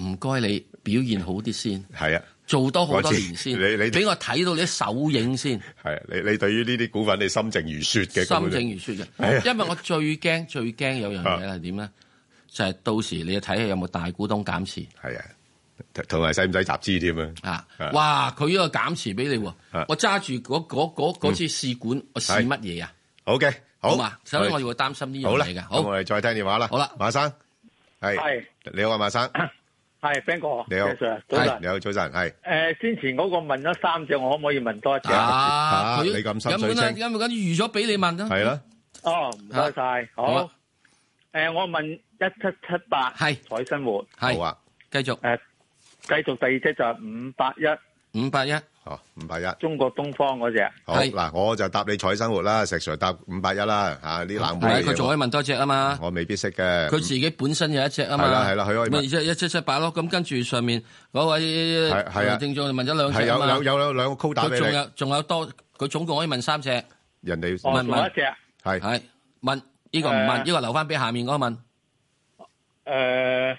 B: 唔該你表現好啲先。
A: 係啊，
B: 做多好多
A: 我知
B: 年先。
A: 你你
B: 俾我睇到你啲首映先。
A: 係啊你你對於呢啲股份你心靜如雪嘅。
B: 心靜如雪
A: 係啊
B: 嘅，因為我最驚最驚有樣嘢係點咧？就係到時你睇下有冇大股東減持。
A: 係啊，同埋使唔使集資添
B: 啊？
A: 啊
B: 哇！佢呢個減持俾你喎
A: 啊，
B: 我揸住嗰嗰嗰嗰支試管，我試乜嘢啊？
A: 好嘅，好
B: 好嘛，所以我要會擔心呢
A: 好
B: 樣
A: 啦，
B: 嘢嘅。好
A: 咁，我哋再聽電話啦。好啦，馬生，係
S: 係
A: 你好啊，馬
S: <coughs>
A: 生，
S: 系 Ben 哥，
A: 你好
S: Ben Sir，早晨
A: 係你好，早晨，係
S: 诶，先前嗰個問咗三隻，我可唔可以問多一隻？
A: 啊你咁心水清
B: 根本預咗俾你問啦。
A: 係啦。
S: 哦，唔該晒，
B: 好
S: 好
B: 啊。
S: 诶，我問一七七八，
B: 系
S: 彩生活，
B: 係
A: 好啊，
B: 繼續。
S: 诶，繼續第二隻就係五八一，
B: 五八一，
A: 哦，五八一，
S: 中國東方嗰隻，
A: 好嗱，我就答你彩生活啦，石 Sir 答五八一啦，嚇呢冷門
B: 係
A: 嘅
B: 啊
A: 嘢
B: 佢仲可以問多隻啊嘛。
A: 我未必識嘅，
B: 佢自己本身有一隻啊嘛。
A: 係啦係啦佢可以問
B: 咪而且一七七八咯，咁跟住上面嗰位
A: 係係啊
B: 聽眾就問咗兩隻
A: 係
B: 啊
A: 有
B: 嘛
A: 有有有兩個 quota
B: 佢
A: 俾
B: 仲有
A: 你，
B: 仲有多，佢總共可以問三隻。
A: 人哋
B: 哦仲有一隻
A: 係
B: 係問呢個唔問，
S: 誒
B: 呢個留翻俾下面嗰個問，
S: 诶，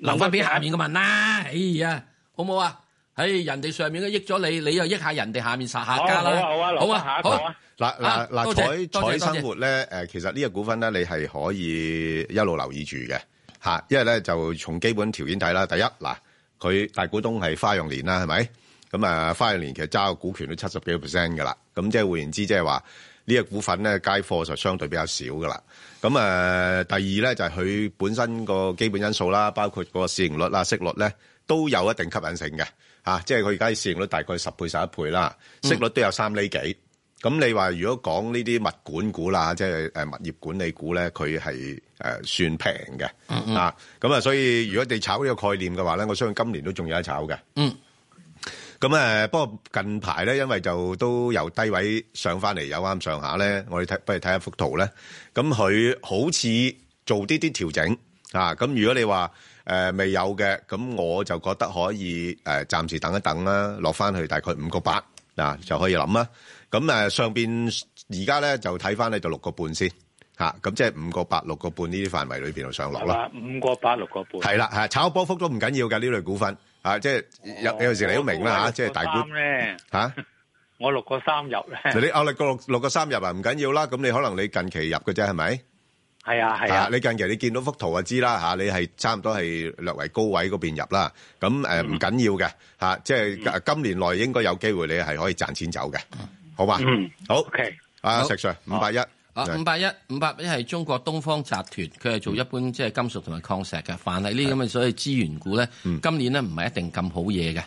B: 留翻俾下面嘅問啦。哎呀，好唔好啊？唉，人哋上面都益咗你，你又益下人哋下面殺下家啦。
S: 好啊好
A: à,
S: 啊
B: 好
S: 留翻下
B: 啊，
S: 一個
B: 好
S: 啊
B: 啊。
A: 嗱
B: 啊
A: 嗱嗱，
B: 多謝多
A: 彩彩
B: 謝多謝
A: 生活咧，誒，其實呢個股份咧，你係可以一路留意住嘅嚇，因為咧就從基本條件睇啦，第一嗱，佢大股東係花樣年啦，係咪？咁啊，花樣年其實揸個股權都七十幾個 percent 噶啦，咁即係換言之，即係話呢個股份咧，街貨就相對比較少噶啦。咁啊、呃第二咧就係、佢本身個基本因素啦，包括個市盈率啦、息率咧，都有一定吸引性嘅嚇、啊即係佢而家市盈率大概十倍、十一倍啦，息率都有三厘幾。咁你話如果講呢啲物管股啦，即係誒物業管理股咧，佢係誒算平嘅、
B: Ừ,
A: 啊。咁啊，所以如果你炒呢個概念嘅話咧，我相信今年都仲有得炒嘅。
B: 嗯。
A: 咁誒，不過近排咧，因為就都由低位上翻嚟，有啱上下咧，我哋睇不如睇一幅圖咧。咁佢好似做啲啲調整啊。咁如果你話誒、呃未有嘅，咁我就覺得可以誒、呃、暫時等一等啦，落翻去大概五個八嗱就可以諗啦。咁誒、呃上邊而家咧就睇翻咧就六個半先嚇，咁、即係五個八六個半呢啲範圍裏邊就上落
S: 係
A: 啦。
S: 嘛？五個八六個半，
A: 係啦，係炒波幅都唔緊要㗎，呢類股份啊，即係有有時你都明啦嚇，即係大股
S: 三咧， <laughs>
A: 嚇。
S: 我六個三入咧，
A: 你壓力個六六個三入啊，唔緊要啦。咁你可能你近期入嘅啫，係咪？
S: 係啊係啊
A: 啊，你近期你見到幅圖就知啦嚇，你係差唔多係略為高位嗰邊入啦。咁誒唔緊要嘅嚇，即係今年內應該有機會你係可以賺錢走嘅，好嘛？
B: 嗯
A: 好。
S: OK。
A: 啊，
B: 好
A: 石 Sir，五百一。
B: 啊，五百一五百一係中國東方集團，佢係做一般即係金屬同埋礦石嘅。凡係呢啲咁嘅所謂資源股咧，今年咧唔係一定咁好嘢嘅。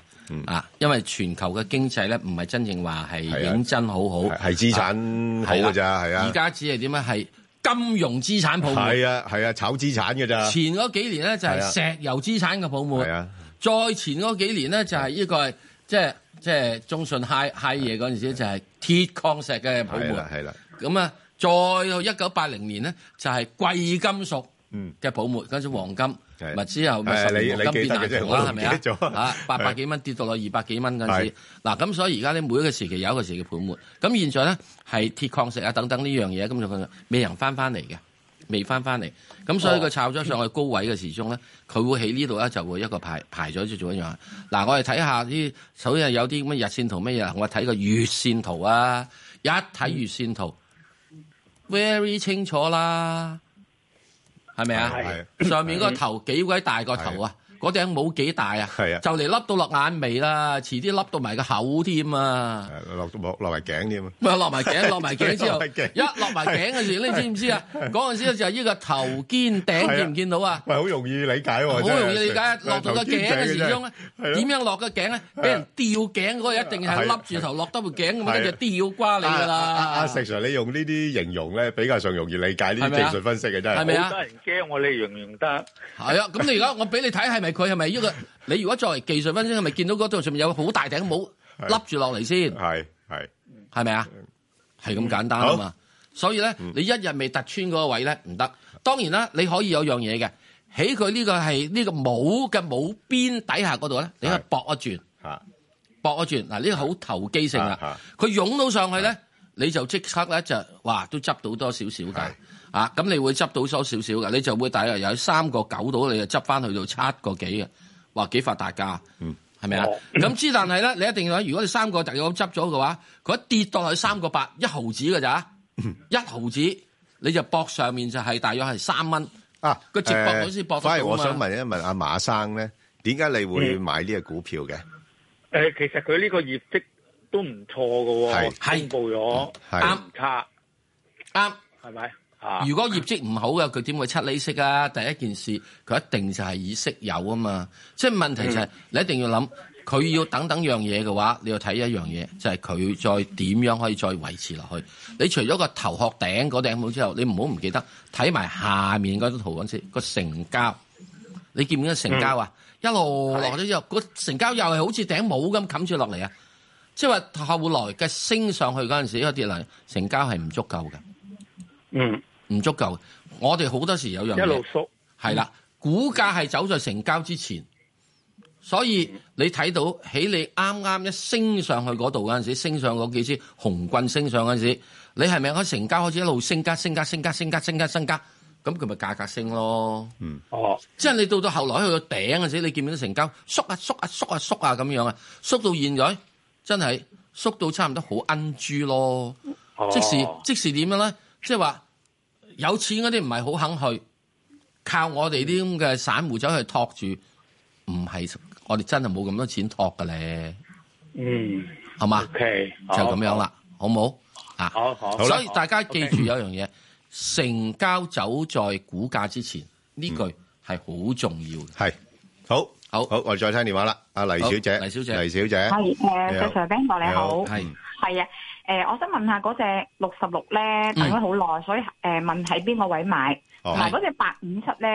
B: 啊，因為全球嘅經濟咧唔係真正話係
A: 係啊
B: 認真好好，
A: 係係資產好㗎咋係啊
B: 而家只係點咧？係金融資產泡沫。
A: 係啊係啊，炒資產嘅咋。
B: 前嗰幾年咧就係
A: 係啊
B: 石油資產嘅泡沫，
A: 係啊
B: 再前嗰幾年咧就係呢個係即係即係中信 high high 嘢嗰陣時就係鐵礦石嘅泡
A: 係
B: 沫
A: 啦，係啦。
B: 咁啊，再到一九八零年咧就係貴金屬嘅泡沫，跟住黃金。咪之後咪
A: 嗯誒
B: 十
A: 你
B: 年黃金
A: 你記
B: 變
A: 得嘅
B: 難
A: 啫
B: 銅
A: 我
B: 啦，
A: 都
B: 係
A: 唔
B: 咪啊
A: 記得？咗
B: 啊，八百幾蚊跌到落二百幾蚊嗰陣時
A: 係，
B: 嗱咁所以而家咧每一個時期有一個時期泡沫，咁現在咧係鐵礦石啊等等呢樣嘢，咁就佢未人翻翻嚟嘅，未翻翻嚟，咁所以佢炒咗上去高位嘅時鐘咧，佢會喺呢度咧就會一個排排咗做一樣。嗱，我哋睇下啲首先係有啲咁嘅日線圖乜嘢，我睇個月線圖啊，一睇月線圖 very 清
A: 嗯
B: 楚啦。係咪啊？上面嗰個頭幾鬼大個頭啊！嗰頂帽幾大啊？
A: 係啊
B: 就嚟笠到落眼眉啦，遲啲笠到埋個口添啊！
A: 落落落埋頸添啊！
B: 咪落
A: <laughs>
B: 埋頸，落埋頸之
A: 落
B: 後，
A: 埋頸
B: 一落埋頸嘅時候，你知唔知啊？嗰陣時就係呢個頭肩頂，見唔見到啊？
A: 喂，好容易理 <laughs> 解喎，
B: 好
A: 真係
B: 容易理解，落到個頸嘅時鐘
A: 頭
B: 咧，點樣落個頸咧？俾人吊頸嗰個一定係笠住頭落得個頸咁，跟住吊瓜你噶
A: 啊啊
B: 啦。
A: 啊！石 Sir，你用呢啲形容咧，比較上容易理解呢
B: 係
A: 啲
B: 咪啊
A: 技術分析嘅真係。
B: 係咪啊
A: 好
S: 人驚我哋形容得
B: 係啊，咁你而家我俾你睇係咪佢係咪
A: <laughs>
B: 呢個？你如果作為技術分析，係咪見到嗰度上面有好大頂帽笠住落嚟先？
A: 係係
B: 係咪啊？係咁簡單啊嘛。所以咧，你一日未突穿嗰個位咧唔得。當然啦，你可以有樣嘢嘅，喺佢呢個係呢個帽嘅帽邊底下嗰度咧，你可以搏一轉，搏一轉。嗱，呢個好投機性啦。佢湧到上去咧，你就即刻咧就哇都執到多少少㗎。啊，咁你會執到多少少㗎，你就會大約有三個九到，你就執翻去到七個幾嘅，哇幾發達㗎！係
A: 哦
B: 咪啊？咁之但係咧，你一定要，如果你三個特有咁執咗嘅話，佢一跌到去三個八一毫子嘅咋，
A: 嗯
B: 一毫子你就搏上面就係大約係三蚊
A: 啊，
B: 個直搏好似搏得
A: 反而
B: 到
A: 我
B: 啊
A: 想
B: 嘛。
A: 問一問阿馬生咧，點解你會買呢個股票嘅？
S: 诶，其實佢呢個業績都唔錯嘅喎，公布咗，
A: 係
S: 都唔差，
B: 啱
S: 係咪啊？
B: 如果業績唔好嘅，佢點會七厘息啊？第一件事佢一定就係以息有啊嘛。即係問題就係、
S: 嗯
B: 你一定要諗，佢要等等樣嘢嘅話，你要睇一樣嘢，就係、佢再點樣可以再維持落去。你除咗個頭殼頂嗰頂帽之後，你唔好唔記得睇埋下面嗰張圖嗰陣時個成交。你見唔見到成交
S: 嗯
B: 啊？一路落咗之後，個成交又係好似頂帽咁冚住落嚟啊！即係話後來嘅升上去嗰陣時，嗰跌嚟成交係唔足夠嘅。
S: 嗯，
B: 唔足夠。我哋好多時有樣嘢
S: 一路縮，
B: 係啦，股價係走在成交之前，所以你睇到喺你啱啱一升上去嗰度嗰陣時，升上嗰幾支紅棍升上嗰陣時，你係咪喺成交開始一路升加升加升加升加升加升加？咁佢咪價格升咯，
A: 嗯，
S: 哦，
B: 即係你到到後來去到頂嗰陣時，你見唔見到成交縮啊縮啊縮啊縮啊咁樣啊，縮到現在真係縮到差唔多好奀豬咯，
S: 哦
B: 即時即時點樣咧？即係話有錢嗰啲唔係好肯去，靠我哋啲咁嘅散户走去托住，唔係我哋真係冇咁多錢托嘅咧，
S: 嗯，
B: 係嘛
S: OK，
B: 就咁樣啦，好冇啊？
S: 好好
B: 所以大家記住有樣嘢，成交走在股價之前呢句係好重要嘅。
A: 係好
B: 好
A: 好，我哋再聽電話啦。阿黎小姐，
B: 好黎小姐
A: 黎小姐，
R: 係誒
A: 你
R: s
A: 好
R: i r Ben
A: Dạ.
R: 哥你好，
A: 你
R: 係啊，誒我想問下嗰只六十六咧等咗好耐，所以誒問喺邊個位買，
A: 哦
R: 同埋嗰只八五七咧，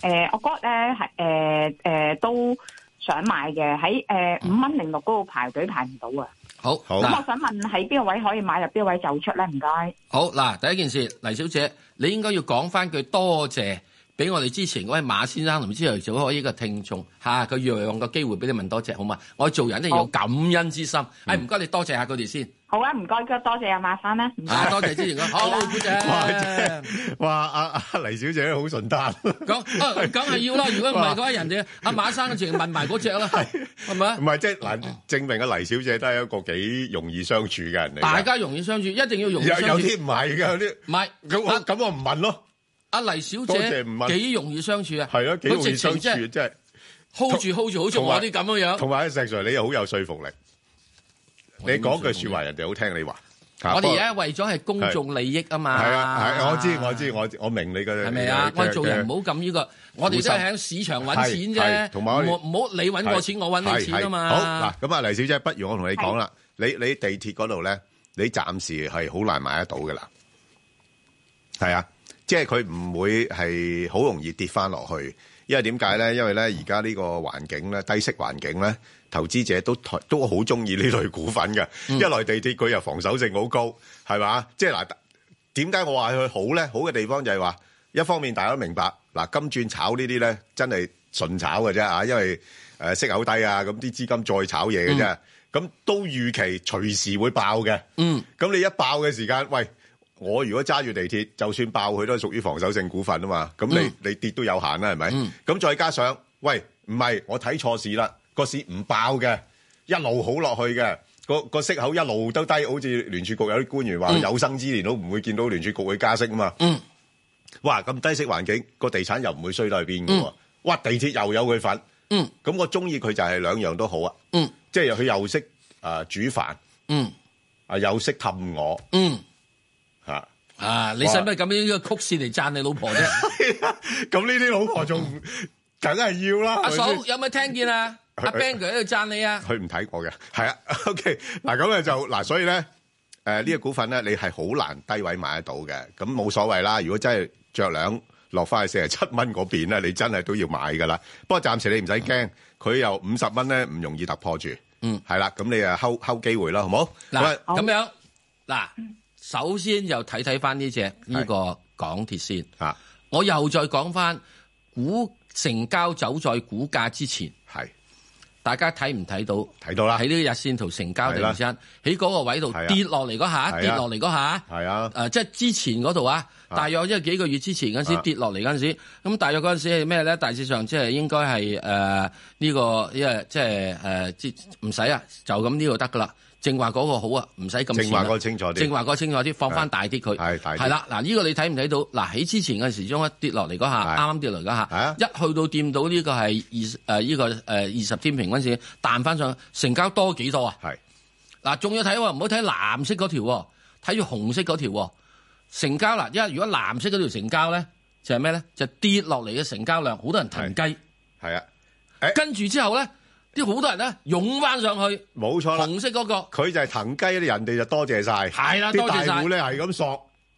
R: 誒我覺得咧係誒誒都想買嘅，喺誒五蚊零六嗰度排隊排唔到啊，
B: 好，
R: 咁
B: 嗱
R: 我想問喺邊個位可以買入，邊個位走出咧？唔該。
B: 好嗱，第一件事，黎小姐，你應該要講翻句多謝俾我哋之前嗰位馬先生同之後做開呢個聽眾嚇，佢、讓個機會俾你問多謝好嘛？我做人一定要有感恩之心，誒唔該你多謝下佢哋先，
R: 好啊，唔該，多謝阿馬生啦，唔
B: 啊
R: 該。
B: 多謝之前嗰好，多謝。
A: 哇！阿阿黎小姐好順單，
B: 講啊梗係要啦，如果唔係嘅話，人哋阿馬生淨問埋嗰只啦，係咪啊
A: 唔？係即係嗱，證明阿黎小姐都係一個幾容易相處嘅人嚟㗎。
B: 大家容易相處，一定要容易
A: 有
B: 相處。
A: 有啲唔係㗎，有啲
B: 唔係
A: 咁我咁我唔問咯。
B: 阿黎小
A: 多謝
B: 姐
A: 唔問
B: 幾容易相處啊？
A: 係啊，幾容易相處，
B: 佢直
A: 真
B: 情即係
A: 係
B: hold 住 hold 住，好似我啲咁樣樣。
A: 同埋阿石 Sir，你又好有說服力，你講句説話，人哋好聽你話。嚇
B: 我
A: 不
B: 哋
A: 過
B: 而家為咗係公眾利益啊嘛，
A: 係啊，係我知我知我我明你嘅
B: 係咪啊？我哋做人唔好咁呢個，我哋都係喺市場揾錢啫，
A: 同埋我哋
B: 唔好唔好你揾我錢，我揾你錢啊嘛。
A: 係係好嗱，咁啊，黎小姐，不如我同你講啦，你你地鐵嗰度咧，你暫時係好難買得到噶啦，係啊，即係佢唔會係好容易跌翻落去，因為點解咧？因為咧而家呢個環境咧，低息環境咧，投資者都都好中意呢類股份嘅，一來地鐵佢又防守性好高，係嘛？即係嗱。點解我話佢好咧？好嘅地方就係話，一方面大家都明白，嗱金鑽炒呢啲咧，真係純炒嘅啫啊，因為誒息口低啊，咁啲資金再炒嘢嘅啫，咁、都預期隨時會爆嘅。
B: 嗯，
A: 咁你一爆嘅時間，喂，我如果揸住地鐵，就算爆佢都係屬於防守性股份啊嘛，咁你、
B: 嗯
A: 你跌都有限啦，係咪？咁、再加上，喂，唔係我睇錯市啦，個市唔爆嘅，一路好落去嘅，個個息口一路都低，好似聯儲局有啲官員話、
B: 嗯
A: 有生之年都唔會見到聯儲局會加息啊嘛。
B: 嗯，
A: 哇，咁低息環境，個地產又唔會衰到去邊嘅喎。
B: 嗯
A: 哇，地鐵又有佢份，
B: 嗯，
A: 咁我中意佢就係兩樣都好啊。
B: 嗯，
A: 即係佢又識啊煮飯，
B: 嗯，
A: 啊又識氹我
B: 嗯，
A: 嚇。
B: 啊，你使唔使咁樣呢個曲線嚟讚你老
A: <laughs>
B: 婆啫？
A: 咁呢啲老婆仲唔梗係要啦。
B: 阿嫂
A: 係咪先
B: 有冇聽見啊？
A: <laughs>
B: 阿 Ben 哥喺度讚你啊！
A: 佢唔睇過嘅，係啊 <laughs> ，OK，嗱咁咧就嗱，所以咧誒呢個股份咧，你係好難低位買得到嘅，咁冇所謂啦。如果真係着兩落翻去四十七蚊嗰邊咧，你真係都要買噶啦。不過暫時你唔使驚，佢由五十蚊咧唔容易突破住，
B: 嗯，
A: 係啦，咁你啊睺睺機會啦，好冇？
B: 嗱
A: 好啦
B: 咁樣嗱，首先又睇睇翻呢只呢個港鐵先。
A: 啊，
B: 我又再講翻股成交走在股價之前。
A: 係，
B: 大家睇唔睇到？
A: 睇到啦，
B: 喺呢個日線圖成交突然之間喺嗰個位度
A: 啊
B: 跌落嚟嗰
A: 係
B: 下，
A: 啊
B: 跌落嚟嗰下。
A: 係啊，
B: 誒，即係之前嗰度啊，
A: 啊
B: 大約因為幾個月之前嗰陣
A: 啊
B: 時跌落嚟嗰陣時，咁大約嗰陣時係咩咧？大致上即係應該係誒呢個，因為即係誒，即唔使啊，就咁呢度得噶啦。正話嗰個好啊，唔使咁
A: 正
B: 淺
A: 話
B: 啊
A: 嗰個清楚啲啊
B: 正話嗰個清楚啲，放翻大啲佢。
A: 係大啲
B: 係啦，嗱呢個你睇唔睇到？嗱喺之前嘅時鐘一跌落嚟嗰下，啱啱跌落嚟嗰
A: 啊
B: 下，一去到掂到呢個係二誒呢個誒二十天平均線彈翻上，成交多幾多啊？
A: 係
B: 嗱，仲要睇喎，唔好睇藍色嗰條喎，睇住紅色嗰條喎。成交嗱，因為如果藍色嗰條成交咧，就係咩咧？就跌落嚟嘅成交量，好多人騰雞。
A: 係啊，
B: 跟住之後咧，啲好多人咧湧翻上去。
A: 冇錯啦，
B: 紅色嗰個
A: 佢就係騰雞，人哋就多謝晒，
B: 係啦
A: 啲
B: 多謝晒
A: 大戶咧係咁索，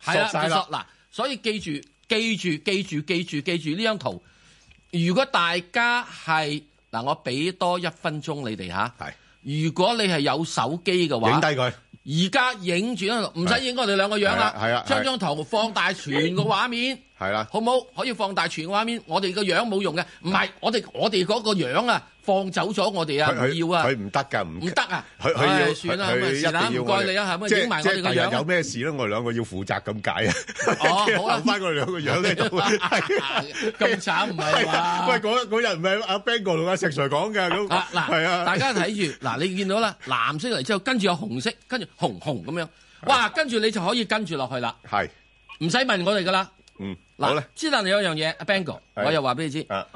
A: 索
B: 係啦，
A: 晒
B: 冇
A: 啦
B: 錯，嗱，所以記住，記住，記住，記住，記住呢張圖。如果大家係嗱，我俾多一分鐘你哋吓。係。如果你係有手機嘅話，
A: 影低佢。
B: 而家影住喺度，唔使影我哋兩個樣啦。
A: 係啊係啊係
B: 將張圖放大全個畫面，
A: 係啦，
B: 好冇？可以放大全個畫面。我哋個樣冇用嘅，唔係我哋我哋嗰個樣啊，放走咗我哋啊，唔
A: 佢
B: 要啊，
A: 佢唔得㗎，唔
B: 唔得啊，
A: 佢佢
B: 唉
A: 要
B: 算啦，
A: 佢
B: 咁啊
A: 佢
B: 是啦，
A: 一定要
B: 唔
A: 我
B: 該
A: 哋
B: 你啊，係咪
A: 即係
B: 影埋我哋個
A: 即係第日有
B: 樣？
A: 咩事咧，我哋兩個要負責咁解啊！ <laughs>
B: 哦好啦
A: 留翻我哋兩個樣
B: <laughs>
A: 喺度，
B: 咁慘唔係嘛？
A: <laughs> 喂，嗰嗰日唔係阿 Ben 哥同阿石 Sir 講嘅咁，
B: 啊嗱，
A: 係啊，
B: 大家睇
A: <laughs>
B: 住嗱，你見到啦，藍色嚟之後，跟住有紅色，跟住紅紅咁樣，哇，跟住你就可以跟住落去啦，
A: 係
B: 唔使問我哋噶啦。
A: 嗯好
B: 嗱
A: 啦，，
B: 之但有一樣嘢，阿 Bang 哥，
A: 係
B: 我又話俾你知
A: 啊，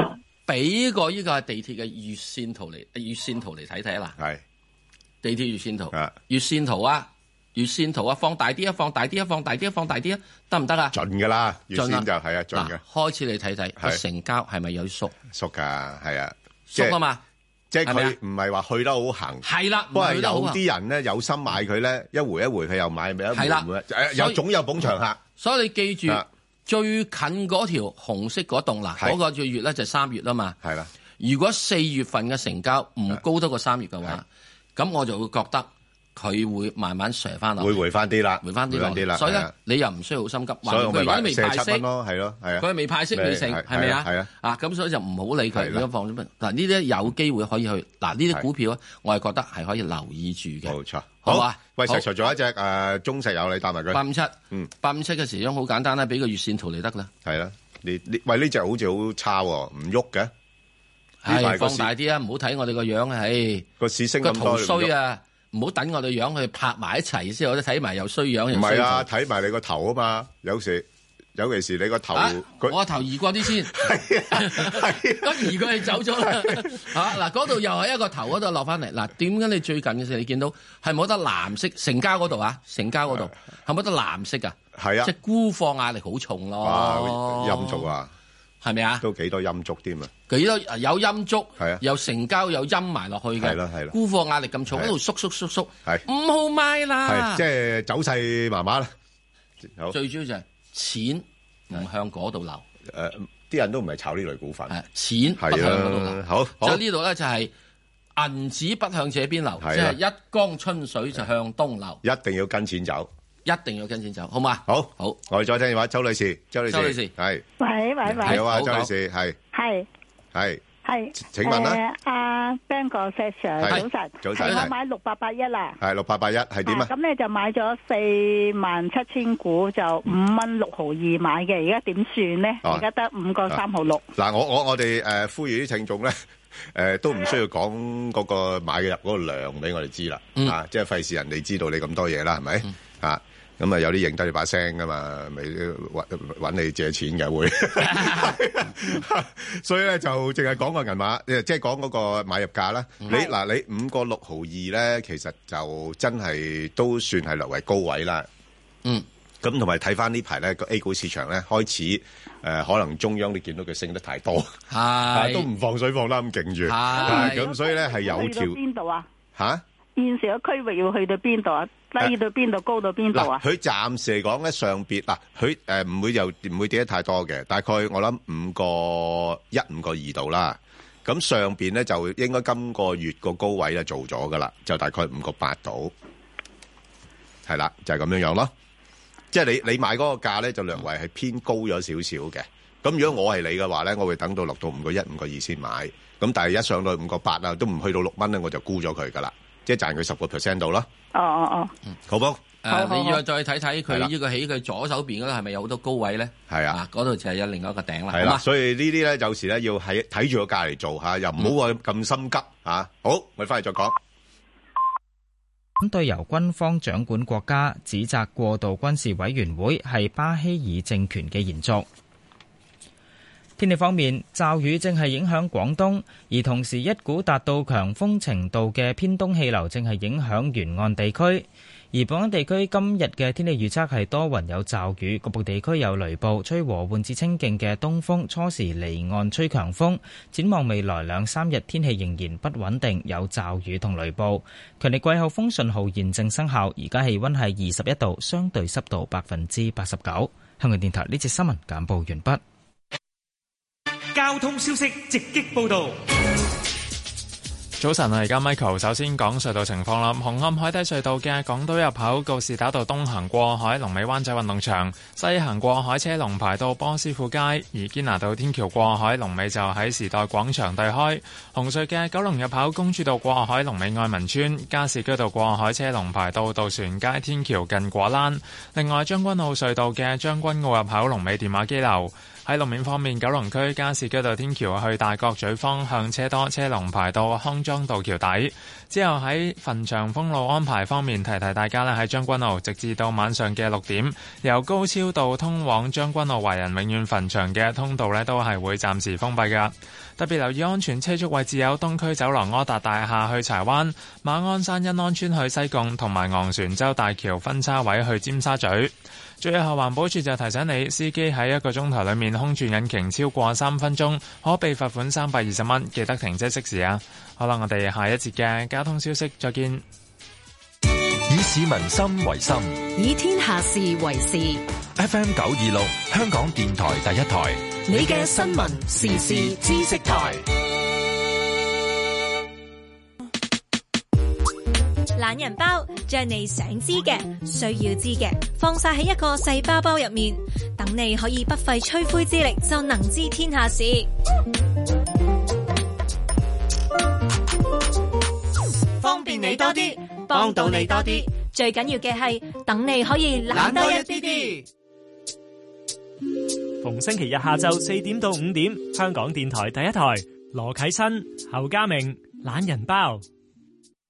B: 俾個呢個係地鐵嘅月線圖嚟，月線圖嚟睇睇啦。
A: 係
B: 地鐵月線圖
A: 啊，
B: 月線圖啊，月線圖啊，放大啲啊，放大啲啊，放大啲啊，放大啲啊，得唔得啊？
A: 盡㗎啦，預
B: 盡啦
A: 先就係啊，盡嘅
B: 嗱，開始你睇睇個
A: 係
B: 成交係咪有縮
A: 縮㗎，係啊，即係
B: 縮啊嘛？
A: 即係
B: 係咪啊
A: 佢唔係話去得好行，
B: 係啦
A: 不過
B: 唔係
A: 有
B: 去得好行
A: 啲人咧有心買佢咧，一回一回佢又買，咪一回
B: 係啦
A: 一回誒
B: 所
A: 有
B: 以
A: 總有捧場客，
B: 所以你記住
A: 啊
B: 最近嗰條紅色嗰棟嗱，
A: 係
B: 嗰個最月咧就係三月啦嘛。
A: 係啦。
B: 如果四月份嘅成交唔高得過三月嘅話，咁我就會覺得佢會慢慢上翻落嚟，
A: 會回翻啲啦，
B: 回翻啲落
A: 回啲啦
B: 嚟。所以
A: 係
B: 咧
A: 啊，
B: 你又唔需要好心急。
A: 所以我咪
B: 話佢而家
A: 話
B: 未
A: 四
B: 派
A: 七
B: 息
A: 蚊。咯，係咯，係啊，
B: 佢未派息未成，係咪啊？
A: 係啊，
B: 啊咁所以就唔好理佢，
A: 係啦
B: 如果放咗乜嗱呢啲有機會可以去嗱呢啲
A: 係
B: 股票咧，我係覺得係可以留意住嘅。
A: 冇錯。
B: 好
A: 好
B: 啊，
A: 喂，
B: 好
A: 石 Sir 仲有一隻誒中石油，你答埋佢。
B: 八五七，
A: 嗯，
B: 八五七嘅時鐘好簡單啦，俾個月線圖你得啦。
A: 係啦，你你喂呢隻好似好差喎，唔喐嘅。呢排
B: 係
A: 個
B: 放
A: 市
B: 大啲啊！唔好睇我哋個樣啊，唉，
A: 個市升
B: 個
A: 咁
B: 圖
A: 多，
B: 衰啊！唔好等我哋樣去拍埋一齊先，我都睇埋又衰樣
A: 你唔喐！
B: 又
A: 唔
B: 衰
A: 係啊， <laughs>
B: 圖。
A: 睇埋你個頭啊嘛，有時尤其是你個頭
B: 啊
A: 佢
B: 我頭移過啲先，咁移過去走
A: <laughs>
B: 咗啦。嚇嗱，嗰度又係一個頭嗰度落翻嚟。嗱，點解你最近嘅時候你見到係冇得藍色成交嗰度啊？成交嗰度係冇得藍色啊？
A: 係啊
B: 即係沽貨壓力好重
A: 哇
B: 咯。
A: 陰燭！啊，
B: 係咪啊？
A: 都幾多陰燭添啊！
B: 幾多有陰燭，
A: 係啊
B: 有成交有陰埋落去嘅，
A: 係啦係啦
B: 沽貨壓力咁重，
A: 係啊
B: 一路縮縮縮縮，
A: 係
B: 五號賣啦，
A: 係即係 <laughs> 走勢麻麻啦。好
B: 最主要就係錢唔向嗰度流，
A: 誒，啲人都唔係炒呢類股份，
B: 錢不向嗰度
A: 係
B: 流
A: 啦，。好
B: 就
A: 好
B: 呢度咧就係銀紙不向這邊流，
A: 係啊
B: 即係一江春水就向東流，
A: 一定要跟錢走。
B: 一定要跟錢走，好嘛？
A: 好，
B: 好，
A: 我哋再聽電話，周女士，周女士，
B: 周女士
A: 係，
T: 喂喂喂，
A: 你好啊，
B: 好
A: 周女士，係
T: 系
A: 係
T: 系，
A: 請問啦
T: 誒，阿 Ben 哥 Sir
A: 係
T: 早晨，
A: 早晨
T: 係
A: 係
T: 我買六八八一啦，
A: 係六八八一係點
T: 啊
A: 啊？
T: 咁咧就買咗四萬七千股，就五蚊六毫二買嘅，而家點算咧？
A: 哦
T: 而家得五個三毫六，
A: 嗱，我我我哋誒呼籲啲聽 <laughs> 眾咧，誒都唔需要講嗰個買嘅入嗰個量俾我哋知啦，啊，即係費事人哋知道你咁多嘢啦，係咪？啊，咁啊有啲認得你把聲噶嘛，咪揾揾你借錢嘅會。 <laughs> 所以咧就淨係講個銀碼，誒即係講嗰個買入價啦。你嗱你五個六毫二咧，其實就真係都算係略為高位啦。
B: 嗯。
A: 咁同埋睇翻呢排咧個 A 股市場咧開始誒、呃可能中央你見到佢升得太多，啊 <laughs> 都唔放水放得咁勁住，啊咁所以咧係有條
T: 去到邊度啊？
A: 嚇。
T: 現時嘅區域要去到邊度啊？低到邊度？高到邊度
A: 嗱，
T: 啊？
A: 佢暫時嚟講咧，上邊嗱，佢誒唔會又唔會跌得太多嘅，大概我諗五個一五個二度啦。咁上邊咧就應該今個月個高位咧做咗噶啦，就大概五個八度，係啦，就係、咁樣樣咯。即係你你買嗰個價咧，就略為係偏高咗少少嘅。咁如果我係你嘅話咧，我會等到落到五個一、五個二先買。咁但係一上到五個八啊，都唔去到六蚊咧，我就沽咗佢噶啦，即係賺佢十個 percent 到啦，
T: 哦哦
A: 好冇？
B: 誒，你
A: 好
B: 要再睇睇
A: 係啦
B: 佢呢個喺佢左手邊嗰度係咪有好多高位咧？
A: 係啊，
B: 嗰度就係有另外一個頂啦。
A: 係
B: 好
A: 啦，
B: 嘛
A: 所以呢啲咧有時咧要喺睇住個價嚟做吓，又唔好話咁心急吓。好，我哋翻嚟再講。
E: 反對由軍方掌管國家，指責過渡軍事委員會係巴希爾政權嘅延續。天氣方面，驟雨正係影響廣東，而同時一股達到強風程度嘅偏東氣流正係影響沿岸地區。而本港地區今日嘅天氣預測係多雲有驟雨，局部地區有雷暴，吹和緩至清勁嘅東風，初時離岸吹強風。展望未來兩三日天氣仍然不穩定，有驟雨同雷暴。強烈季候風信號現正生效，而家氣温係二十一度，相對濕度百分之八十九。香港電台呢節新聞簡報完畢。
D: 交通消息直擊報道。
F: 早晨啊，而家 Michael 首先講隧道情況啦。紅磡海底隧道嘅港島入口告士打道東行過海，龍尾灣仔運動場；西行過海車龍排到波斯富街，而堅拿道天橋過海龍尾就喺時代廣場對開。紅隧嘅九龍入口公主道過海龍尾愛民村，加士居道過海車龍排到渡船街天橋近果欄。另外將軍澳隧道嘅將軍澳入口龍尾電話機樓。喺路面方面，九龍區加士居道天橋去大角咀方向車多，車龍排到康莊道橋底。之後喺墳場封路安排方面，提提大家咧喺將軍澳，直至到晚上嘅六點，由高超道通往將軍澳華人永遠墳場嘅通道咧，都係會暫時封閉㗎。特別留意安全車速位置有東區走廊柯達大廈去柴灣、馬鞍山欣安村去西貢，同埋昂船洲大橋分叉位去尖沙咀。最後，環保署就提醒你，司機喺一個鐘頭裏面空轉引擎超過三分鐘，可被罰款三百二十蚊。記得停車熄匙啊！好啦，我哋下一節嘅交通消息再見。
G: 以市民心為心
H: 以天下事為事。
G: ，FM 九二六香港電台第一台，
H: 你嘅新聞時事知識台，
U: 懶人包將你想知嘅、需要知嘅放晒喺一個細包包入面，等你可以不費吹灰之力就能知天下事。方便你多啲，幫到你多啲。最緊要嘅係等你可以懶多一啲啲。
M: 逢星期日下晝四點到五點，香港電台第一台，羅啟新、侯家明，懶人包。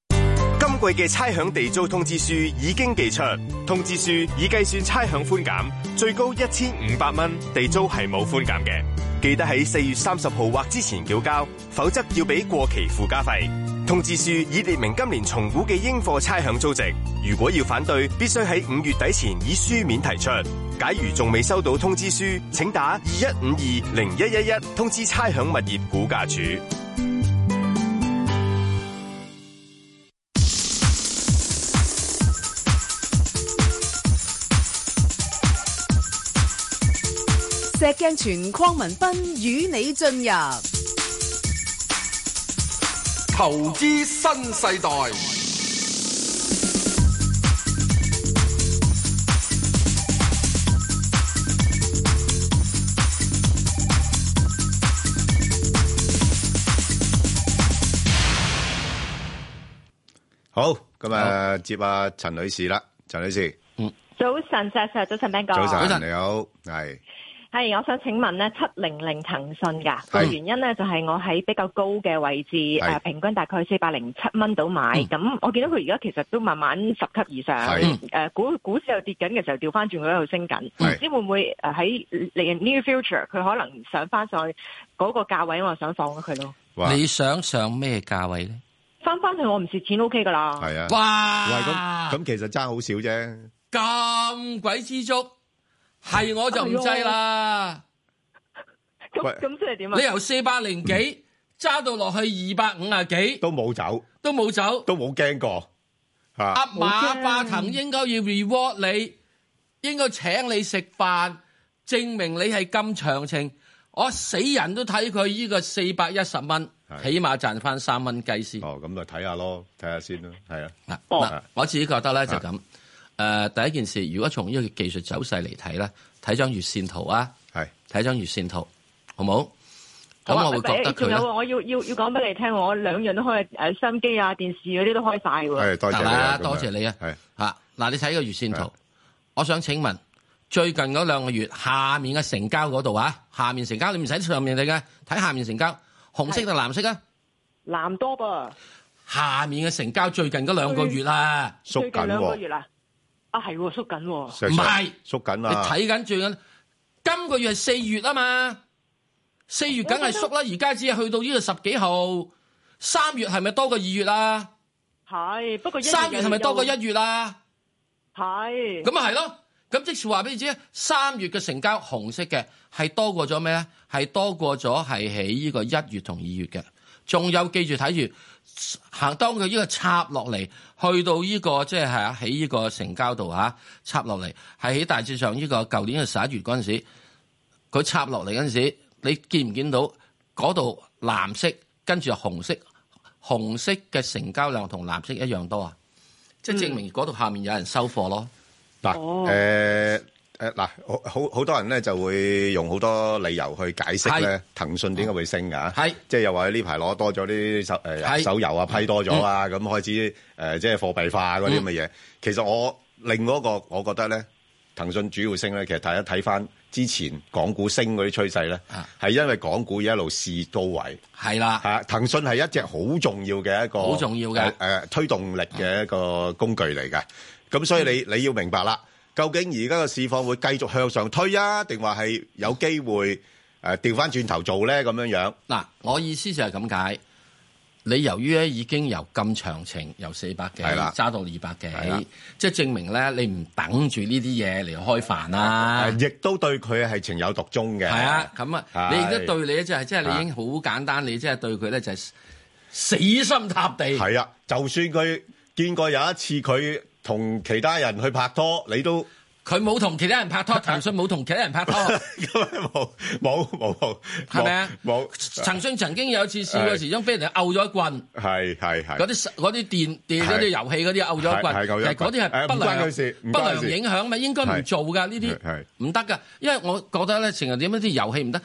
V: 今季嘅差餉地租通知書已經寄出，通知書已計算差餉寬減，最高一千五百蚊，地租係冇寬減嘅。記得喺四月三十號或之前繳交，否則要俾過期附加費。通知書已列明今年重估嘅應課差餉租值，如果要反對，必須喺五月底前以書面提出。假如仲未收到通知書，請打二一五二零一一一通知差餉物業估價署。
P: 石鏡泉邝文斌與你進入
Q: 投資新世代，
A: 好，咁啊接阿陳女士啦，陳女士，
W: 早晨，石 Sir，早晨，Ben 哥。
A: 早晨，你好，係
C: 係，我想請問咧，七零零騰訊㗎個
I: 係
C: 原因咧，就係、我喺比較高嘅位置，誒、
I: 係
C: 平均大概四百零七蚊度買，咁、我見到佢而家其實都慢慢十級以上，
I: 係
W: 嗯
C: 誒、股股市又跌緊嘅時候，調翻轉佢喺度升緊，唔知會唔會誒喺嚟 near future 佢可能上翻上去嗰個價位，我就想放咗佢咯，
B: 你想上咩價位咧？
C: 翻翻去我唔蝕錢 OK 㗎啦，
A: 係啊，
B: 哇！
A: 喂，咁咁其實爭好少啫，
B: 咁鬼知足，係我就唔制啦。
C: 咁
A: 喂
C: 咁即係點啊？
B: 你由四百零幾揸到落去二百五啊幾，
A: 都冇走，
B: 都冇走，
A: 都冇驚過嚇。
B: 阿馬化騰應該要 reward 你，應該請你食飯，證明你係咁長情。我死人都睇佢呢個四百一十蚊，起碼賺翻三蚊雞先。
A: 哦，咁就睇下咯，睇下先咯，啊係
B: 啊。
C: 哦
B: 嗱，我自己覺得咧就咁。誒，第一件事，如果從呢個技術走勢嚟睇咧，睇張月線圖啊，
A: 係
B: 睇張月線圖，好冇？
C: 好啊
B: 咁我會覺
C: 誒
B: 得佢
C: 仲
B: 咧
C: 有。喎我要要要講俾你聽喎，我兩樣都開，誒收音機啊、電視嗰啲都開晒喎。
B: 啊得啦，哎多謝你啊。嚇嗱，你睇個月線圖，我想請問最近嗰兩個月下面嘅成交嗰度啊，下面成交你唔使上面嚟嘅，睇下面成交，紅色定藍色啊？
C: 藍多噃，
B: 下面嘅成交最近嗰兩個月啊，
C: 最近兩個月啦，啊係喎，縮緊喎。
B: 唔係
A: 縮緊
B: 你睇緊最緊，今個月係四月啊嘛，四月梗係縮啦，而家只係去到呢個十幾號，三月係咪多過二月啊？
C: 係，不過一
B: 三月係咪多過一月啊？
C: 係。
B: 咁啊係咯，咁即是話俾你知，三月嘅成交紅色嘅係多過咗咩咧？係多過咗係喺呢個一月同二月嘅，仲有記住睇住行，當佢呢個插落嚟，去到呢、個即係係喺呢個成交度嚇插落嚟，係喺大致上呢個舊年嘅十一月嗰陣時，佢插落嚟嗰陣時，你見唔見到嗰度藍色跟住紅色，紅色嘅成交量同藍色一樣多啊？即係證明嗰度下面有人收貨咯。
A: 嗱，
B: 哦
A: 誒誒嗱，好好好多人咧就會用好多理由去解釋咧
B: 係
A: 騰訊點解會升㗎？
B: 係
A: 即係又話呢排攞多咗啲手誒
B: 係嗯
A: 手遊啊，批多咗啊，咁開始誒即係貨幣化嗰啲咁嘅嘢。其實我另外一個我覺得咧，騰訊主要升咧，其實大家睇翻之前港股升嗰啲趨勢咧，係因為港股一路試高位。
B: 啊係啦，
A: 係啊，騰訊係一隻好重要嘅一個
B: 好重要嘅
A: 誒誒推動力嘅一個工具嚟嘅。咁所以你你要明白啦，究竟而家個市況會繼續向上推啊，定話係有機會誒調翻轉頭做咧咁樣樣？
B: 嗱，我意思就係咁解。你由於咧已經由咁長情，由四百幾
A: 係啦
B: 揸到二
A: 係啦
B: 百幾，即係證明咧你唔等住呢啲嘢嚟開飯啦。
A: 誒亦都對佢係情有獨鍾嘅。
B: 係啊，咁啊，
A: 係
B: 你亦都對你咧，就係即係你已
A: 啊
B: 經好簡單，你即係對佢咧就係死心塌地。
A: 係啊，就算佢見過有一次佢同其他人去拍拖，你都
B: 佢冇同其他人拍拖，騰訊冇同其他人
A: 啊 <laughs>
B: 拍拖，
A: 冇冇冇，
B: 係咪啊？
A: 冇
B: 騰訊曾經有一次試過
A: 係
B: 時鐘俾人哋摳咗一棍，
A: 係係係
B: 嗰啲嗰啲電電嗰啲
A: 係
B: 遊戲嗰啲摳咗一棍，
A: 係係摳咗一
B: 但係嗰
A: 棍
B: 啲係
A: 誒
B: 不
A: 唔關
B: 良
A: 佢事唔關
B: 不
A: 佢
B: 良
A: 事
B: 影響嘛，應該唔
A: 係
B: 做㗎呢啲。
A: 係
B: 唔得噶，因為我覺得咧，成日點樣啲遊戲唔得，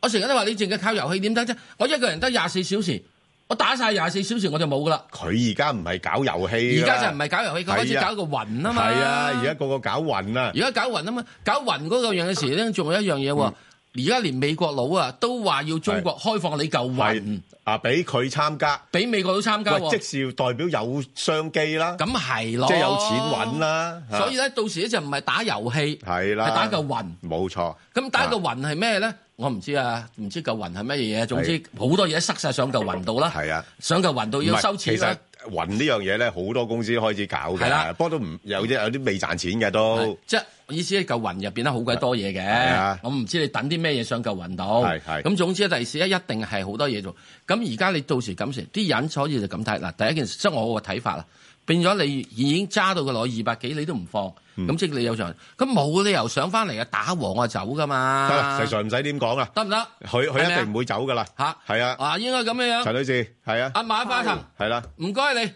B: 我成日都話你淨係靠遊戲點得啫？我一個人得廿四小時，我打晒廿四小時我就冇噶啦。
A: 佢而家唔係搞遊戲
B: 而
A: 啦，
B: 家就唔係搞遊戲，佢開始
A: 啊係
B: 搞個雲啊嘛。
A: 係啊，而家個個搞雲啊
B: 而。家搞雲啊嘛，搞雲嗰個樣嘅時咧，仲有一樣嘢
A: 嗯
B: 喎。而家連美國佬啊都話要中國開放你嚿雲
A: 啊，俾佢參加，
B: 俾美國佬參加
A: 喂，
B: 喎。
A: 即是要代表有商機啦，
B: 咁係咯
A: 即係有錢揾啦，
B: 所以咧，到時咧就唔係打遊戲，
A: 係啦
B: 係打嚿雲。
A: 冇錯，
B: 咁打嚿雲係咩咧？我唔知啊，唔知嚿雲係乜嘢嘢。總之好多嘢塞晒上嚿雲度啦。
A: 係啊，
B: 上嚿雲度要收錢
A: 唔係
B: 啦。
A: 其實雲呢樣嘢咧，好多公司開始搞
B: 係
A: 嘅
B: 啦，
A: 不過都唔有啲有啲未賺錢嘅都，
B: 即係意思咧，嚿雲入邊咧好鬼多嘢嘅
A: 啊。
B: 我唔知你等啲咩嘢上嚿雲度。
A: 係係
B: 咁總之咧，第時咧一定係好多嘢做。咁而家你到時咁時，啲人所以就咁睇嗱。第一件事，即係我個睇法啦，變咗你已經揸到佢攞二百幾，你都唔放。
A: 嗯
B: 咁即係你有上，咁冇理由上翻嚟啊！打和我就走噶嘛。
A: 得啦，實在唔使點講啦，啊
B: 得唔得？
A: 佢佢
B: 係咪啊
A: 一定唔會走噶啦，
B: 嚇
A: 係啊，
B: 啊，應該咁樣樣。
A: 陳女士係啊，
B: 阿馬化騰，
A: 係啦，
B: 唔該你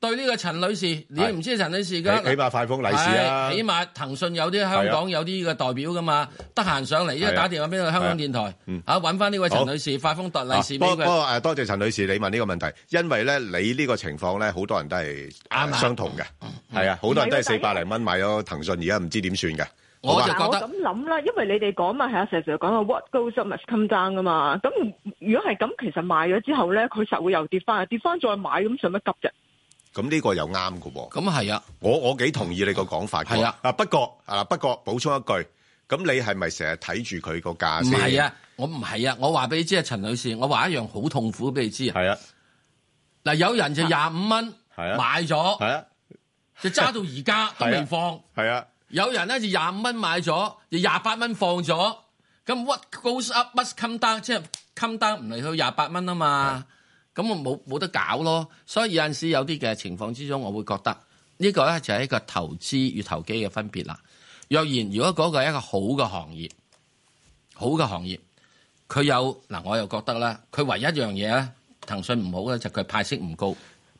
B: 對呢個陳女士，你唔知陳女士
A: 起
B: 噶，
A: 起碼快封利是啊
B: 係，起碼騰訊有啲香港有啲嘅代表噶嘛，得閒上嚟，因
A: 係
B: 為
A: 啊
B: 打電話俾佢香港電台
A: 嗯，
B: 啊揾翻呢位陳
A: 好
B: 女士，快封特利是
A: 啊
B: 俾
A: 不過不過
B: 佢。
A: 誒，多謝陳女士你問呢個問題，因為咧你呢個情況咧，好多人都係
B: 啱啊
A: 相同嘅，係啊，好多人都係
C: 唔係
A: 四
C: 喎但係
A: 百零蚊買咗騰訊，而家唔知點算嘅，
B: 我
A: 好吧
B: 就覺得
C: 嗱咁諗啦，因為你哋講嘛，係阿石 Sir 講啊，what goes up must come down 噶嘛。咁如果係咁，其實賣咗之後咧，佢實會又跌翻，跌翻再買，咁使乜急啫？
A: 咁呢個又啱嘅喎。
B: 咁係啊，
A: 我我幾同意你個講法嘅。
B: 係啊，
A: 啊不過啊不過補充一句，咁你係咪成日睇住佢個價
B: 唔
A: 先？
B: 係啊，我唔係啊，我話俾你知啊，陳女士，我話一樣好痛苦俾你知啊。
A: 係啊，
B: 嗱，有人就廿五蚊
A: 係啊
B: 買咗，
A: 係啊，
B: 就揸到而家都未放。
A: 係啊，
B: 有人咧就廿五蚊買咗，就廿八蚊放咗。咁 what goes up must come down，即係 come down 唔嚟去廿八蚊啊嘛。咁我冇冇得搞咯。所以有陣時有啲嘅情況之中，我會覺得呢個咧就係一個投資與投機嘅分別啦。若然如果嗰個係一個好嘅行業，好嘅行業，佢有嗱，我又覺得啦，佢唯一一樣嘢咧，騰訊唔好咧就佢派息唔高，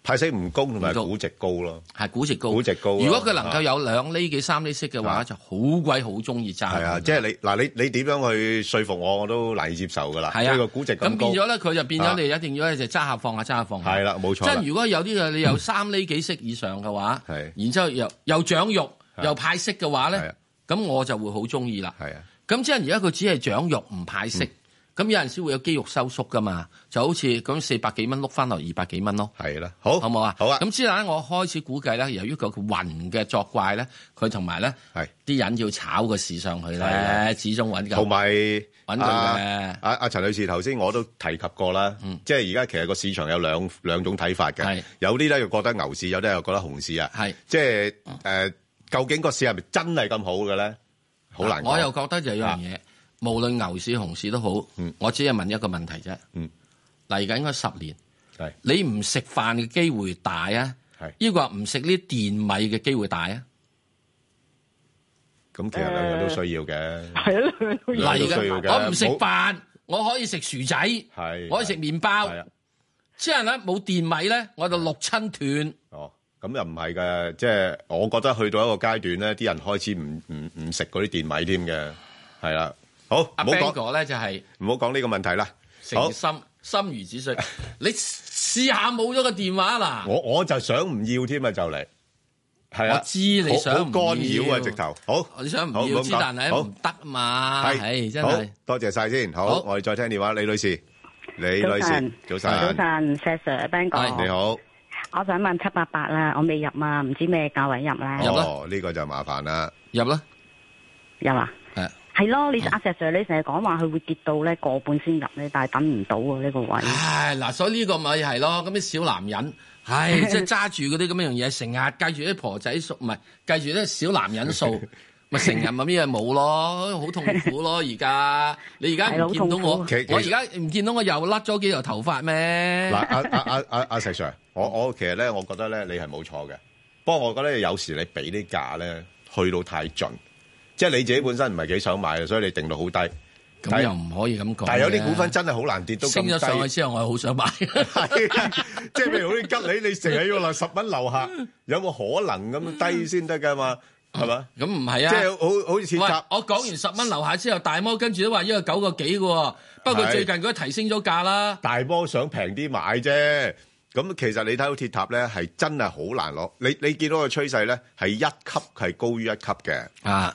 A: 派息唔高同埋估值高咯，
B: 係估值高，
A: 估值高咯。
B: 如果佢能夠
A: 啊
B: 有兩厘幾三厘息嘅話，就好鬼好中意揸。
A: 係啊，即係你嗱，你你點樣去說服我，我都難以接受㗎啦。
B: 係
A: 即
B: 啊，
A: 係個估值
B: 咁
A: 高
B: 變咗咧，佢就變
A: 啊
B: 咗你一定要咧就揸下放下，揸下放下。
A: 係啦啊冇錯
B: 即
A: 啦
B: 係如果有啲嘅你
A: <laughs>
B: 有三厘幾息以上嘅話，
A: 係
B: 然之後又又長肉
A: 係啊
B: 又派息嘅話咧，咁我就會好中意啦。係啊，咁即係而家佢只係長肉唔派
A: 嗯
B: 息，咁有陣時會有肌肉收縮噶嘛，就好似咁四百幾蚊碌翻落二百幾蚊咯。
A: 係啦，好
B: 好冇啊？
A: 好啊
B: 咁之後咧，我開始估計咧，由於佢個雲嘅作怪咧，佢同埋咧啲人要炒個市上去
A: 係啊
B: 咧，始終揾
A: 同埋
B: 揾佢嘅
A: 啊。阿阿陳女士頭先我都提及過啦，即係而家其實個市場有兩兩種睇法嘅，有啲咧又覺得牛市，有啲又覺得熊市啊。
B: 係
A: 即係誒，究竟個市係咪真係咁好嘅咧？好嗯難講。
B: 我又覺得就有樣嘢，無論牛市熊市都好，
A: 嗯
B: 我只係問一個問題啫。嚟緊嗰十年，你唔食飯嘅機會大啊？呢個唔食呢啲電米嘅機會大啊？
A: 咁其實兩樣都需要嘅。
C: 係啊，兩樣都
A: 兩
B: 嚟
A: 樣都需要
B: 緊，
A: 嘅
B: 我唔食飯，我可以食薯仔，我可以食麵包。
A: 啊
B: 之後咧冇電米咧，我就六親斷。
A: 哦，咁又唔係嘅，即係我覺得去到一個階段咧，啲人開始唔唔唔食嗰啲電米添嘅，係啦。好，唔
B: 阿
A: 好
B: b a n
A: 講，
B: 哥咧就係
A: 唔好講呢個問題啦。好
B: 誠，心心如
A: <laughs>
B: 止水。你試下冇咗個電話嗱。
A: 我我就想唔要添啊，就嚟。係啊，
B: 我知你
A: 好
B: 想
A: 好
B: 唔
A: 干擾啊，
B: 要
A: 直頭。好，
B: 你想唔
A: 好
B: 要
A: 好
B: 之
A: 講
B: 但係
A: 好
B: 唔得嘛
A: 係，
B: 唉真
A: 好
B: 係
A: 多謝晒先。好
B: 好，
A: 我哋再聽電話，李女士，李女士，早
I: 早
A: 晨，哦
I: 晨，Sir Sir Ben 哥，
A: 你。好。
I: 我想問七八八啦，我未入啊，唔知咩價位入咧？
A: 哦，呢個就麻煩啦。
B: 入啦，
I: 入啊。
B: 係
I: 係咯，你阿 Sir Sir，你成日講話佢會跌到咧個半先入咧，但係等唔到啊呢個位。
B: 唉，嗱，所以呢個咪係咯，咁啲小男人，
A: <laughs>
B: 唉，即係揸住嗰啲咁樣嘢，成日計住啲婆仔數，唔係計住啲小男人數，咪成日咪咩冇咯，好痛苦咯而家。你而家唔見到我，我
A: 其其
B: 而家唔見到我又甩咗幾條頭髮咩？ <laughs>
A: 嗱，啊阿阿阿阿阿石 Sir，我我其實咧，我覺得咧，你係冇錯嘅。不過我覺得有時你俾啲價咧，去到太盡，即係你自己本身唔係幾想買嘅，所以你定到好低。
B: 咁又唔可以咁講。
A: 但係有啲股份真係好難跌到咁
B: 升
A: 低。
B: 咗上去之後，我係好想買。
A: <laughs> 即係譬如好似吉利，你成日要落十蚊樓
B: <laughs>
A: 下，有冇可能咁低先得㗎嘛？係嘛？
B: 咁唔係啊，
A: 即係好好似鐵
B: 喂
A: 塔，
B: 我講完十蚊樓下之後，大摩跟住都話一個九個幾嘅喎，不過
A: 係
B: 最近佢提升咗價啦。
A: 大波想平啲買啫。咁其實你睇到鐵塔咧，係真係好難攞。你你見到個趨勢咧，係一級係高於一級嘅。
B: 啊，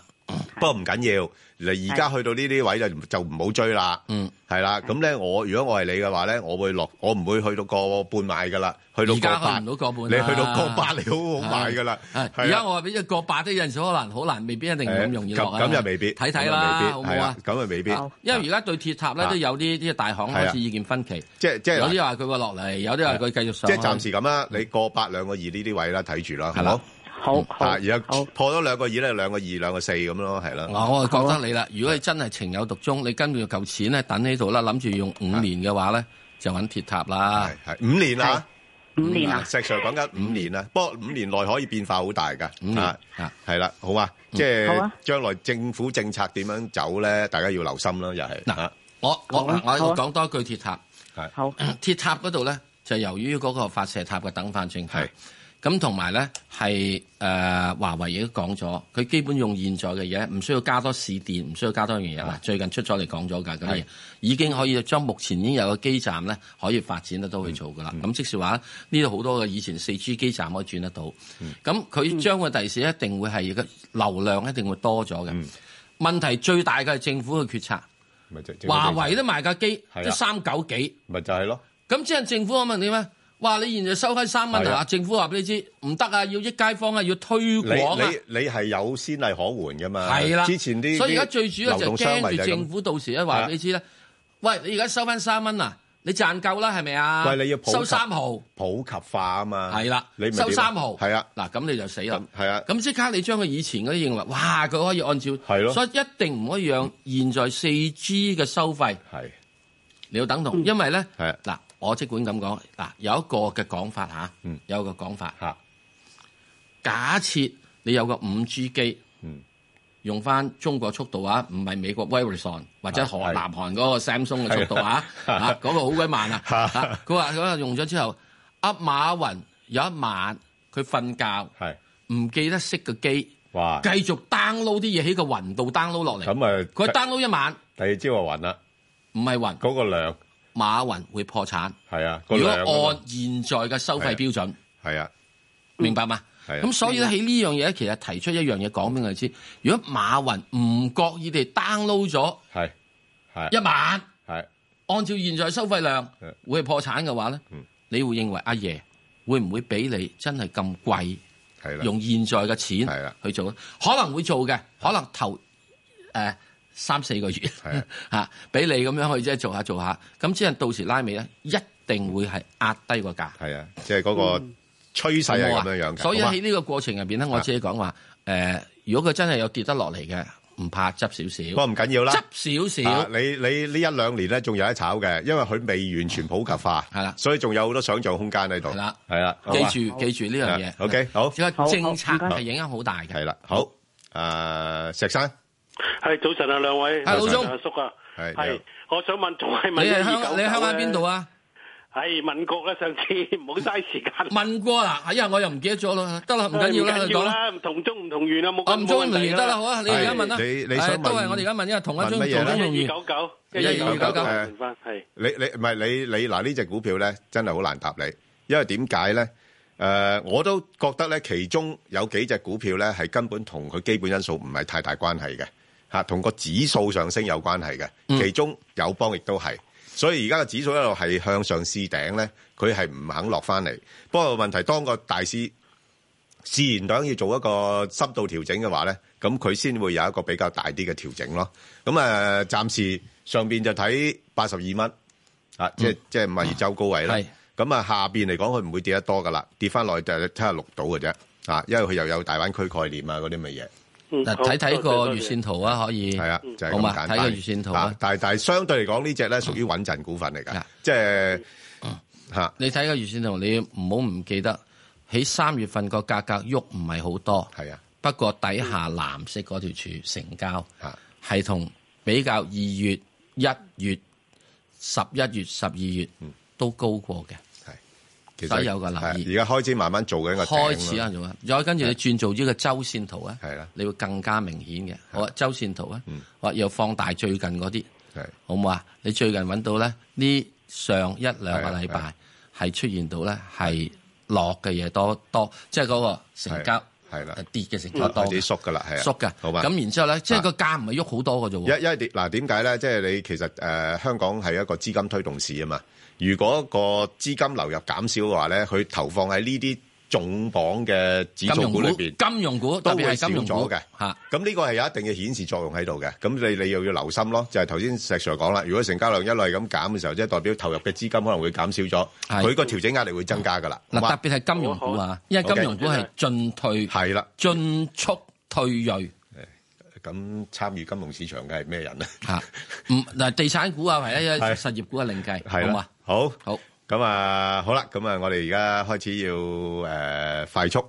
A: 不過唔緊要。你而家去到呢啲位就就唔好追啦。
B: 嗯，
A: 係啦。咁咧，我如果我係你嘅話咧，我會落，我唔會去到個半買㗎啦。去到
B: 而
A: 個
B: 家
A: 八，
B: 去唔到個半啦，
A: 你去到個八，你好好買㗎啦。啊係
B: 係而
A: 啦
B: 家我話俾你個八都有陣時可能好難，未必一定咁容易落啊
A: 咁咁又未必，
B: 睇睇
A: 咁又
B: 啦，
A: 未必
B: 好唔
A: 係
B: 好啊？
A: 咁又未必。
B: 因為而家對鐵塔咧
A: 啊
B: 都有啲啲大行
A: 係
B: 開
A: 啊
B: 始意見分歧，
A: 即係即係
B: 有
A: 嗱
B: 啲話佢會落嚟，有啲話佢繼續上
A: 即
B: 去。
A: 係暫時咁啦，你過八兩個二呢啲位啦，睇住啦，好
B: 啦
A: 冇？
I: 好
A: 啊，而家破咗兩個二咧，兩個二兩個四咁咯，係啦。
B: 嗱，我就
A: 啊
B: 覺得你啦，如果你真係情有獨鍾，你跟住嚿錢咧等喺度啦，諗住用五年嘅話咧，就揾鐵塔啦。
A: 係五年啊，
I: 五
B: 年啊
A: 石 Sir 講緊五年啊，不過五年內可以變化好大㗎。
B: 五年
A: 啊
B: 啊，
A: 係啦，好啊，
B: 嗯
A: 即
B: 好
A: 係
B: 啊
A: 將來政府政策點樣走咧，大家要留心啦，又係嗱，
B: 我我
A: 好啊
B: 我
A: 好啊
B: 我講多一 <clears throat> 句鐵塔，
A: 係
I: 好
B: 鐵塔嗰度咧就由於嗰個發射塔嘅等翻轉頭，咁同埋咧係誒華為亦都講咗，佢基本用現在嘅嘢，唔需要加多試電，唔需要加多樣嘢。嗱，最近出咗嚟講咗㗎，咁嘢已經可以將目前已經有嘅基站咧，可以發展得到去做㗎啦。咁即是話呢度好多嘅以前四 G 基站可以轉得到，咁
A: 嗯
B: 佢將個第時一定會係個流量一定會多咗嘅。問題最大嘅係政府嘅決策。
A: 咪就
B: 華為都賣架機
A: 係啊
B: 都三九幾，
A: 咪就係咯。
B: 咁即係政府可問點啊？哇！你現在收開三蚊
A: 係
B: 啊
A: 啊！
B: 政府話俾你知唔得啊，要益街坊啊，要推
A: 你
B: 廣啊。
A: 你你係有先例可援噶嘛？
B: 係啦，
A: 之前啲
B: 所以而家最主要
A: 流
B: 就
A: 動
B: 係
A: 商咪
B: 驚
A: 就
B: 住
A: 係咁
B: 政府到時咧話俾你知咧，喂，你而家收翻三蚊啊，你賺夠啦係咪啊？
A: 喂，你要普及
B: 收三毫，
A: 普及化啊嘛。
B: 係啦
A: 你咪
B: 收三毫
A: 係啊，
B: 嗱咁你就死啦。
A: 係啊，
B: 咁即刻你將佢以前嗰啲認為，哇！佢可以按照係
A: 咯
B: 所以一定唔可以讓現在四 G 嘅收費
A: 係
B: 你要等同，因為咧
A: 係
B: 嗱，我即管咁講嗱，有一個嘅講法嚇，有一個講法
A: 嗯嚇，
B: 假設你有個五 G 機
A: 嗯。
B: 用翻中國速度啊，唔係美國 Verizon 或者
A: 啊係
B: 韓
A: 係
B: 南韓嗰個 Samsung 嘅速度
A: <laughs>
B: 啊，
A: 係
B: 啊嗰個好
A: <laughs>
B: 鬼慢啊！
A: 係
B: 啊佢話佢話用咗之後，阿馬雲有一晚佢瞓覺，唔記得熄個機，
A: 哇！
B: 繼續 download 啲嘢喺個雲度 download 落嚟，
A: 咁啊，
B: 佢 download 一晚，
A: 第二朝就暈啦。
B: 唔係暈，
A: 嗰個量
B: 馬雲會破產。
A: 係啊，個
B: 如果
A: 量啊嘛
B: 按現在嘅收費標準，
A: 係啊，
B: 明白嘛？
A: 係啊
B: 咁所以咧喺呢樣嘢，其實提出一樣嘢講俾我哋知，如果馬雲唔覺意地 download 咗
A: 係係
B: 一晚，
A: 係嗯
B: 按照現在收費量會係破產嘅話咧，你會認為阿爺會唔會俾你真係咁貴？
A: 係
B: 用現在嘅錢去做，可能會做嘅，可能頭誒、呃三四個月
A: 啊
B: <laughs> 嚇，俾你咁樣去即係做下做下，咁只係到時拉尾咧，一定會係壓低個價。嗯
A: 係啊，即係嗰個趨勢係啊咁樣樣嘅。
B: 啊所以
A: 好啊嘛
B: 喺呢個過程入邊咧，我自己講話誒，如果佢真係有跌得落嚟嘅，唔怕執少少。
A: 不過唔緊要啦，
B: 執少
A: 啊
B: 少。
A: 你你呢一兩年咧仲有得炒嘅，因為佢未完全普及化，係啦，所以仲有好多想像空間喺度。係
B: 啦，
A: 係啊啦，
B: 記住記住呢樣嘢
A: O K，好。
B: 個政策係影響好大嘅。
A: 係啦，好。誒，石生，
J: 系早晨啊，兩位，
A: 係老
J: 早晨
A: 鍾
J: 阿叔啊，
A: 係你
J: 係，我想問仲係問
B: 你係
J: 一二九
B: 鄉
J: 九
B: 你鄉下邊度
J: 啊？
B: 啊？
J: 係問過啦，上次 <laughs> 唔好嘥時間。
B: 問過啦，哎呀，我又唔記得咗啦，得啦，唔緊要啦，
J: 唔緊要
B: 你講啦。
J: 啦，唔同宗唔同源啊，冇
B: 我唔中意明言得啦，好啊，你而家問啦。
A: 你你
B: 誒
A: 想問
B: 都係我哋而家問，因為同一張同一張同
J: 一
B: 源
J: 二九九，
B: 1299
J: 問翻係
A: 你你唔係你你嗱呢只股票咧，真係好難答你，因為點解咧？誒、我都覺得咧，其中有幾隻股票咧，係根本同佢基本因素唔係太大關係嘅，嚇、同個指數上升有關係嘅。其中友邦亦都係，所以而家個指數一路係向上試頂咧，佢係唔肯落翻嚟。不過問題當個大市自然黨要做一個深度調整嘅話咧，咁佢先會有一個比較大啲嘅調整咯。咁誒、呃，暫時上邊就睇八十二蚊啊，
B: 嗯
A: 即係即係五十二周高位啦。咁啊，下邊嚟講佢唔會跌得多噶啦，跌翻落去就係睇下六到嘅啫啊，因為佢又有大灣區概念啊嗰啲乜嘢。
B: 嗱，睇睇個月線圖啊，可以。係
A: 啊，就係
B: 好
A: 咁
B: 嘛，
A: 簡單。
B: 睇個月線圖啊嗯
A: 啊。但係但係相對嚟講呢只咧屬於穩陣股份嚟㗎，即係嚇。
B: 你睇個月線圖，你唔好唔記得喺三月份個價格喐唔係好多。
A: 係啊，
B: 不過底下藍色嗰條柱成交係同比較二月、一月、十一月、十二月都高過嘅。
A: 嗯其
B: 所以有個留意。
A: 係而家開始慢慢做緊個頂啊啦
B: 開始有人做啦，再跟住你轉做呢個周線圖啊，你會更加明顯嘅。好啊，周線圖啊，
A: 嗯
B: 好啊又放大最近嗰啲，好唔好啊？你最近揾到咧呢上一兩
A: 啊
B: 個禮拜係出現到咧係落嘅嘢多多，即係嗰個成交
A: 係啊啦，嗯
B: 跌嘅成交多
A: 開始縮㗎啦，係啊，
B: 縮嘅。
A: 好嘛。啊
B: 咁然之後咧，即係個價唔係喐好多嘅啫喎。
A: 因因為點嗱點解咧？即係你其實誒、呃香港係一個資金推動市啊嘛。如果個資金流入減少嘅話咧，佢投放喺呢啲重磅嘅指數股裏邊，
B: 金融股
A: 都
B: 特
A: 會
B: 別係
A: 少
B: 金融
A: 咗
B: 股
A: 嘅。
B: 嚇，
A: 咁呢個係有一定嘅顯示作用喺度嘅。咁你你又要留心咯。就係頭先石 Sir 講啦，如果成交量一類咁減嘅時候，即係代表投入嘅資金可能會減少咗，
B: 係
A: 佢個調整壓力會增加㗎啦。
B: 嗱，
A: 好嘛
B: 特別係金融股啊，因為金融股係
A: OK
B: 進退
A: 係啦，
B: 進速退鋭。
A: 咁參與金融市場嘅係咩人咧？
B: 嚇，唔嗱地產股啊，或者
A: 係
B: 實業股啊，另計，
A: 係
B: 好嘛
A: 啦？，好，
B: 好，
A: 咁啊，好啦，咁啊，à, ờ, 我哋而家開始要誒快速，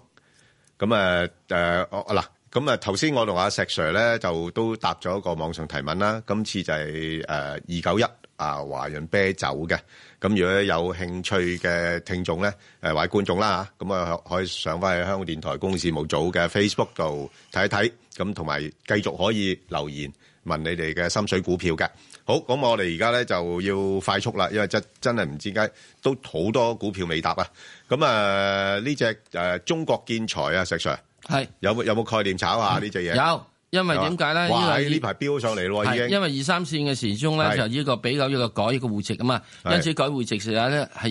A: 咁啊誒，我嗱，咁啊，頭先我同阿石 Sir 咧就都答咗一個網上提問啦。今次就係誒二九一啊華潤啤酒嘅。咁如果有興趣嘅聽眾咧，誒或者觀眾啦嚇，咁啊可以上翻去香港電台公共事務組嘅 Facebook 度睇一睇，咁同埋繼續可以留言問你哋嘅心水股票嘅。好，咁我哋而家咧就要快速啦，因為真真係唔知點解都好多股票未答啊。咁啊呢只誒中國建材啊，石 Sir。
B: 係
A: 有冇有冇概念炒下呢只嘢？
B: 有，因為點解咧？
A: 哇！
B: 因為
A: 呢排飆上嚟咯，已
B: 係
A: 經。
B: 因為二三線嘅時鐘咧，
A: 係
B: 就呢個比較呢個改呢個戶籍啊嘛，
A: 係
B: 因此改戶籍時間咧係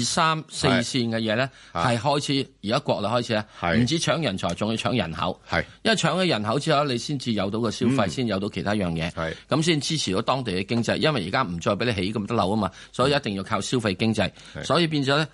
B: 二三四線嘅嘢咧係開始，而家國內開始啊，唔止搶人才，仲要搶人口。
A: 係，
B: 因為搶咗人口之後，你先至有到個消費，
A: 嗯
B: 先有到其他樣嘢。
A: 係，
B: 咁先支持到當地嘅經濟，因為而家唔再俾你起咁多樓啊嘛，所
A: 嗯
B: 以一定要靠消費經濟，
A: 係
B: 所以變咗咧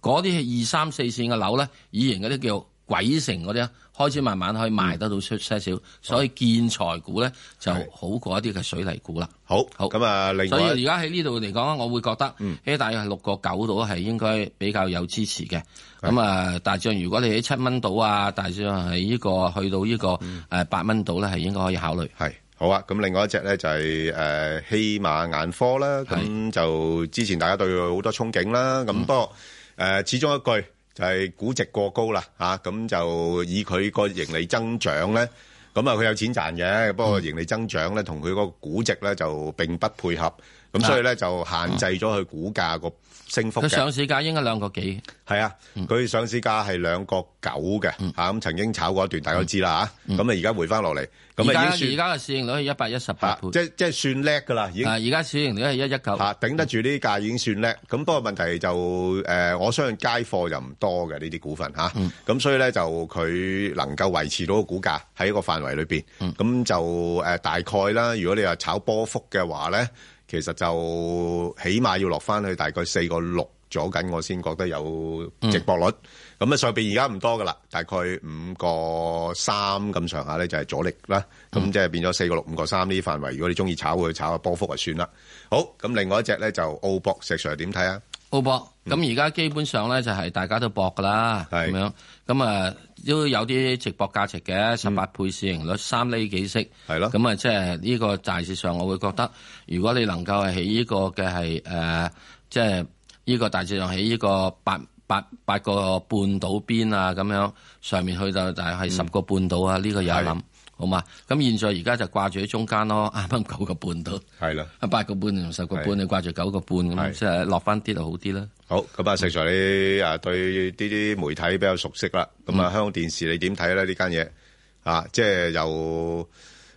B: 嗰啲二三四線嘅樓咧，以前嗰啲叫鬼城嗰啲啊，開始慢慢可以賣得到
A: 嗯
B: 出些少，所以建材股咧就好過一啲嘅水泥股啦。
A: 好，好咁啊，另
B: 所
A: 外嗯
B: 以而家喺呢度嚟講，我會覺得喺大約係六個九度係應該比較有支持嘅。咁啊，大致上如果你喺七蚊度啊，大致上係呢個去到呢個誒八蚊度咧，係應該可以考慮。
A: 嗯係好啊，咁另外一隻咧就係誒希瑪眼科啦，咁就之前大家對佢好多憧憬啦，咁不過誒始終一句就係估值過高啦嚇，咁就以佢個盈利增長咧，咁啊佢有錢賺嘅，不過盈利增長咧同佢嗰個估值咧就並不配合，咁所以咧就限制咗佢股價個升幅
B: 佢
A: 嘅。
B: 上市價應該兩個幾。
A: 係啊，佢上市價係兩個九嘅嚇，咁曾經炒過一段，大家都知啦嚇。咁啊，而家回翻落嚟，
B: 而
A: 咁
B: 家
A: 啊
B: 而
A: 已經
B: 家嘅市盈率係一百一十八倍
A: 算，即即係算叻噶啦，已經。
B: 啊而家市盈率係一一九
A: 嚇，頂得住呢啲價已經算叻。咁不過問題就誒，我相信街貨就唔多嘅呢啲股份嚇。
B: 嗯
A: 咁所以咧就佢能夠維持到個股價喺一個範圍裏邊。
B: 嗯
A: 咁就誒大概啦。如果你話炒波幅嘅話咧，其實就起碼要落翻去大概四個六。咗緊，我先覺得有直播率。咁啊，上邊而家唔多噶啦，大概五個三咁上下咧就係阻力啦。咁即係變咗四個六、五個三呢啲範圍。如果你中意炒佢炒下波幅就算啦。好，咁另外一隻咧就澳博石 Sir 點睇啊？
B: 澳博咁而家基本上咧就係大家都搏噶啦，咁樣咁啊都有啲直播價值嘅，十八倍市盈率，三厘幾息，
A: 嗯係咯。
B: 咁啊，即係呢個大市上，我會覺得如果你能夠係喺呢個嘅係誒，即係呢個大致上喺呢個八八八個半島邊啊咁樣上面去到大概係十個半島啊，呢、個有得諗。好嘛？咁現在而家就掛住喺中間咯， <laughs> 啱啱九個半到，
A: 係啦，
B: 八個半同十個
A: 係
B: 半，你掛住九個半咁，即係落翻啲就好啲啦。
A: 好，咁啊石 Sir 你啊對呢啲媒體比較熟悉啦。咁啊香港電視你點睇咧呢間嘢啊？即係又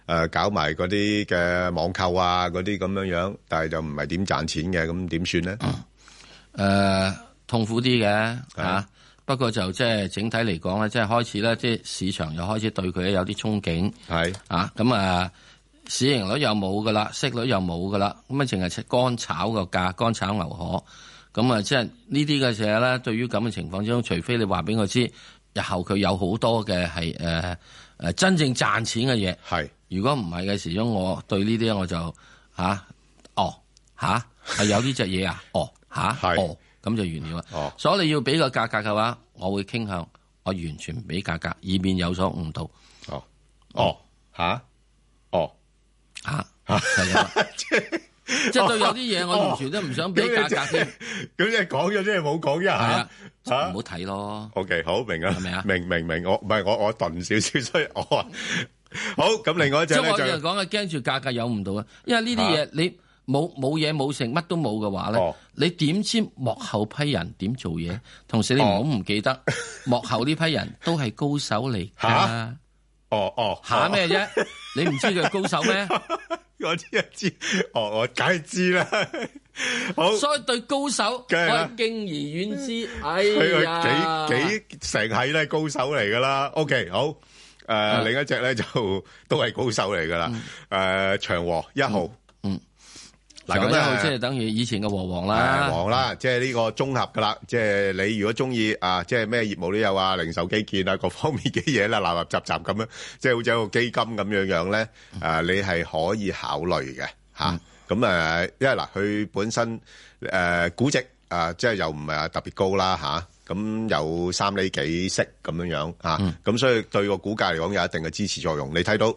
A: 誒搞埋嗰啲嘅網購啊嗰啲咁樣樣，但係就唔係點賺錢嘅，咁點算咧？
B: 誒、痛苦啲嘅嚇，不過就即係整體嚟講咧，即係開始咧，即係市場又開始對佢有啲憧憬，
A: 係
B: 啊，咁啊市盈率又冇噶啦，息率又冇噶啦，咁啊淨係乾炒個價，乾炒牛河，咁啊即係呢啲嘅嘢咧，對於咁嘅情況之中，除非你話俾我知，日後佢有好多嘅係誒誒真正賺錢嘅嘢，
A: 係
B: 如果唔係嘅時鐘，我對呢啲我就嚇、啊哦嚇係有呢只嘢啊，哦嚇哦咁就完了啦。
A: 哦，
B: 所以你要俾個價格嘅話，我會傾向我完全唔俾價格，以免有所誤導。
A: 哦哦嚇哦
B: 嚇就係咁啦即係對有啲嘢我完全都唔想俾價格添。
A: <laughs> 咁即係講咗，即係冇講一
B: 係
A: 下
B: 啊，
A: 嚇唔
B: 好睇咯。
A: OK，好明啊，明啊，明明明，我唔係我我頓少少，所以我話好咁。另外一
B: 即
A: 隻
B: 係
A: 咧
B: 我
A: 就
B: 就講啊，驚住價格有唔到啊，因為呢啲嘢你冇冇嘢冇剩，乜都冇嘅話
A: 哦
B: 咧，你點知幕後批人點做嘢？同時你唔
A: 哦
B: 好唔
A: <laughs>
B: 記得，幕後呢批人都係高手嚟㗎
A: 嚇。哦哦
B: 嚇咩啫？
A: <laughs>
B: 你唔知佢高手咩？
A: 我知啊知，哦我梗係知啦。 <laughs> 好，
B: 所以對高手，我
A: <laughs> 梗係啦
B: 係敬而遠之。哎
A: 佢
B: 呀，
A: 佢幾幾成係咧高手嚟噶啦。OK，好。誒、
B: 嗯
A: 另一隻咧就 <laughs> 都係高手嚟噶啦。誒、長和一號，
B: 嗯，
A: 嗱
B: 長
A: 咁
B: 和一號
A: 啊
B: 即係等於以前嘅和黃啦，
A: 誒黃啦，即係呢個綜合噶啦，即係你如果中意啊，即係咩業務都有啊，零售基建啊，各方面嘅嘢啦，立立雜雜咁樣，即係好似一個基金咁樣樣咧，誒你係可以考慮嘅
B: 嗯
A: 嚇。咁呃啊誒，因為嗱，佢本身誒估值啊，即係又唔係特別高啦咁有三厘幾息咁樣樣啊，
B: 嗯
A: 咁、所以對個股價嚟講有一定嘅支持作用。你睇到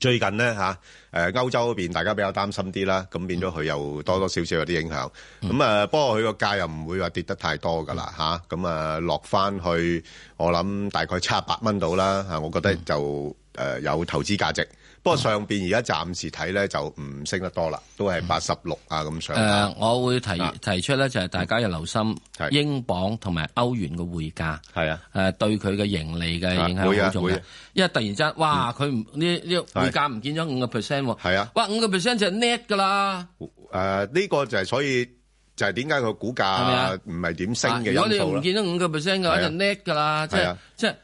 A: 最近咧嚇，誒、歐洲嗰邊大家比較擔心啲啦，咁變
B: 嗯
A: 咗佢又多多少少有啲影響。咁、啊，不過佢個價又唔會話跌得太多㗎
B: 嗯
A: 啦嚇，咁啊落翻去我諗大概七十八蚊到啦嚇，我覺
B: 嗯
A: 得就誒、有投資價值。不過上邊而家暫時睇咧就唔升得多啦，都係八十六啊咁上
B: 嗯誒、
A: 下。
B: 呃我會提
A: 啊
B: 提出咧，就係大家要留心英鎊同埋歐元嘅匯價，
A: 嗯係啊，
B: 誒對佢嘅盈利嘅影
A: 啊會
B: 響
A: 啊
B: 好重
A: 會
B: 嘅
A: 啊。嗯
B: 因為突然之間，哇！佢唔呢呢個匯價唔見咗五個 percent 喎，係啊，哇！五個 percent 就係 net 㗎啦。
A: 誒呃呢個就係所以就係點解個股
B: 咪啊
A: 價唔係點升嘅
B: 如果你
A: 因素
B: 唔
A: 啦。
B: 見到五個 percent 嘅話，
A: 係
B: 就
A: 啊
B: net 㗎啦，即
A: 係
B: 係
A: 啊
B: 即係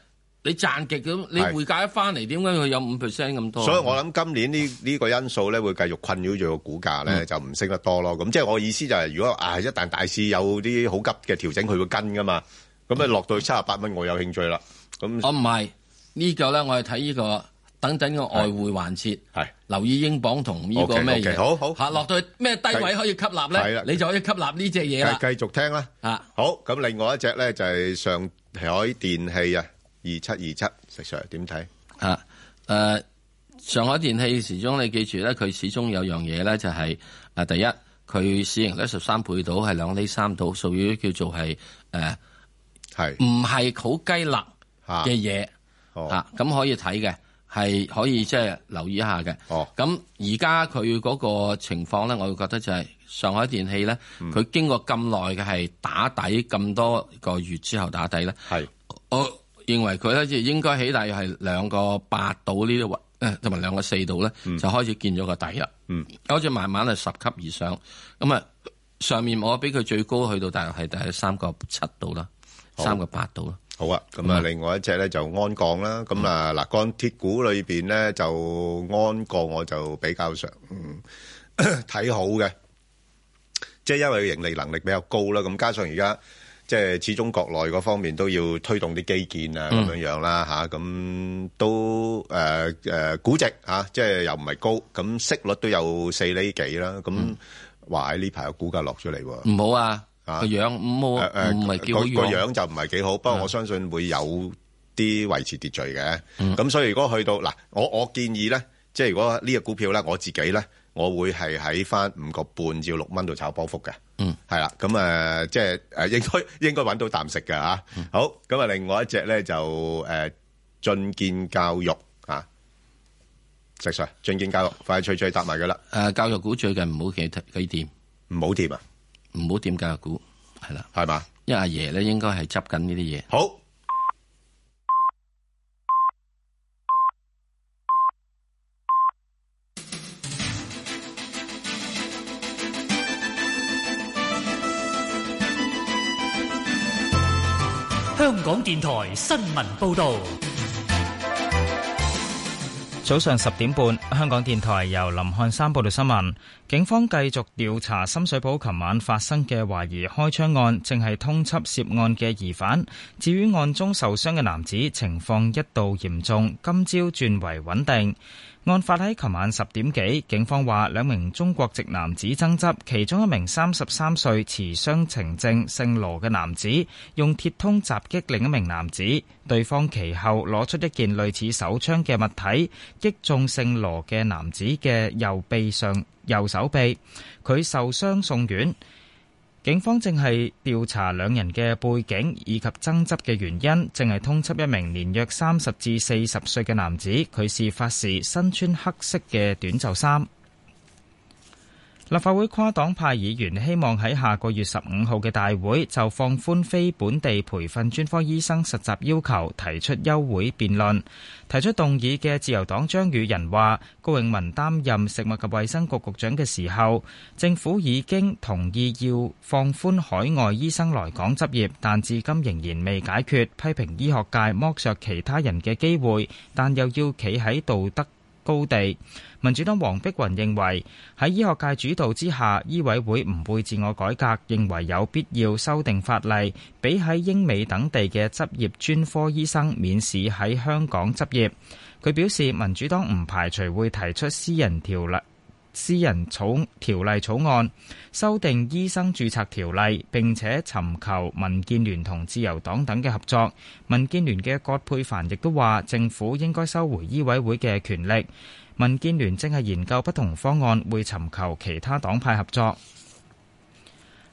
B: 你賺極咁，你
A: 係
B: 匯價一翻嚟，點解佢有五 percent 咁多？
A: 所以我諗今年呢呢個因素咧會繼續困擾住個股價咧，就唔升得多咯。咁即係我意思就係，如果啊一旦大市有啲好急嘅調整，佢會跟噶嘛。咁啊落到七十八蚊，我有興趣啦。咁
B: 我唔係呢個咧，我係睇呢個等等嘅外匯環節，
A: 係
B: 留意英鎊同呢個咩嘢
A: OK，OK，好好
B: 嚇落到去咩低位可以吸
A: 係
B: 納
A: 啦
B: 咧？你就可以吸納呢只嘢啦
A: 繼。繼續聽啦。
B: 啊，
A: 好。咁另外一隻咧就係上海電器啊，二七二七，石 Sir 點睇？
B: 啊，誒、上海電器始終你記住咧，佢始終有樣嘢咧，就係、啊第一，佢市盈率十三倍到係兩厘三到，屬於叫做呃係誒
A: 係
B: 唔係好雞肋嘅嘢
A: 嚇，
B: 咁、可以睇嘅。係可以即係留意一下嘅。
A: 哦，
B: 咁而家佢嗰個情況咧，我會覺得就係上海電器咧，
K: 嗯
B: 佢、經過咁耐嘅係打底咁多個月之後打底咧，
A: 係
B: 我認為佢咧即係應該起大約係兩個八度呢啲位，誒同埋兩個四度咧，就開始見咗個底啦。
A: 嗯，
B: 好似慢慢係十級以上，咁啊上面我俾佢最高去到大約係大約三個七度啦，
A: 好
B: 三個八度啦。
A: 好啊，咁啊，
B: 嗯
A: 另外一隻咧就安鋼啦，咁啊嗱，鋼鐵股裏邊咧就安鋼我就比較上嗯 <coughs> 睇好嘅，即係因為佢盈利能力比較高啦，咁加上而家即係始終國內嗰方面都要推動啲基建啊咁
K: 嗯
A: 樣樣啦吓，咁都誒誒估值嚇，即係又唔係高，咁息率都有四厘幾啦，咁話喺呢排個股價落咗嚟喎。
B: 嗯唔好啊，
A: 啊
B: 個樣唔好
A: 誒
B: 啊，
A: 誒
B: 唔係叫
A: 個
B: 好
A: 個樣就唔係幾好，不過我相信會有啲維持秩序嘅。咁所以如果去到嗱，我我建議咧，即係如果呢只股票咧，我自己咧，我會係喺翻五個半至六蚊度炒波幅嘅。
B: 嗯，
A: 係啦，咁誒即係誒應該 <laughs> 應該揾到啖食嘅嚇。好，咁啊另外一隻咧就誒進建教育啊，石 Sir，進建教育快脆脆答埋佢啦。
B: 誒教育股最近唔好幾幾掂，
A: 唔好掂啊，
B: 唔好掂教育股，係啦，
A: 係嘛？
B: 因為阿爺咧應該係執緊呢啲嘢。
A: 好。
D: 香港電台新聞報道，
E: 早上十點半，香港電台由林漢山報道新聞。警方繼續調查深水埗琴晚發生嘅懷疑開槍案，正係通緝涉案嘅疑犯。至於案中受傷嘅男子，情況一度嚴重，今朝轉為穩定。案發喺琴晚十點幾，警方話兩名中國籍男子爭執，其中一名三十三歲持雙程證姓羅嘅男子用鐵通襲擊另一名男子，對方其後攞出一件類似手槍嘅物體擊中姓羅嘅男子嘅右臂上右手臂，佢受傷送院。警方正係調查兩人嘅背景以及爭執嘅原因，正係通緝一名年約三十至四十歲嘅男子，佢事發時身穿黑色嘅短袖衫。立法會跨黨派議員希望喺下個月十五號嘅大會就放寬非本地培訓專科醫生實習要求提出休會辯論。提出動議嘅自由黨張宇人話：高永文擔任食物及衛生局局長嘅時候，政府已經同意要放寬海外醫生來港執業，但至今仍然未解決，批評醫學界剝削其他人嘅機會，但又要企喺道德高地。民主黨黃碧雲認為喺醫學界主導之下，醫委會唔會自我改革，認為有必要修訂法例，俾喺英美等地嘅執業專科醫生免試喺香港執業。佢表示，民主黨唔排除會提出私人條例。私人草條例草案，修訂醫生註冊條例，並且尋求民建聯同自由黨等嘅合作。民建聯嘅葛珮帆亦都話，政府應該收回醫委會嘅權力。民建聯正係研究不同方案，會尋求其他黨派合作。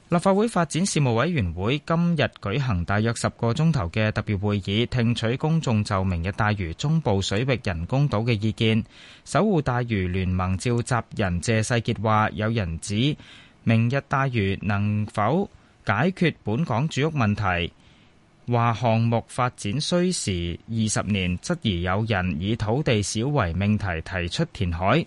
E: 立法會發展事務委員會今日舉行大約十個鐘頭嘅特別會議，聽取公眾就明日大嶼中部水域人工島嘅意見。守護大嶼聯盟召集人謝世傑話：有人指明日大嶼能否解決本港住屋問題，話項目發展需時二十年，質疑有人以土地少為命題提出填海。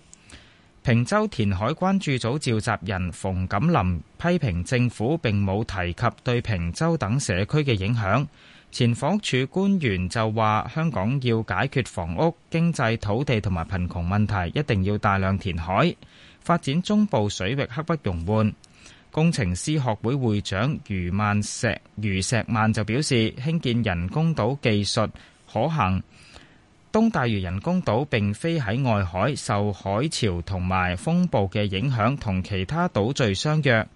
E: 平洲填海關注組召集人馮錦林批評政府並冇提及對平洲等社區嘅影響。前房署官員就話：香港要解決房屋、經濟、土地同埋貧窮問題，一定要大量填海，發展中部水域刻不容緩。工程師學會會長余萬石余石萬就表示，興建人工島技術可行。東大嶼人工島並非喺外海，受海潮同埋風暴嘅影響，同其他島嶼相若，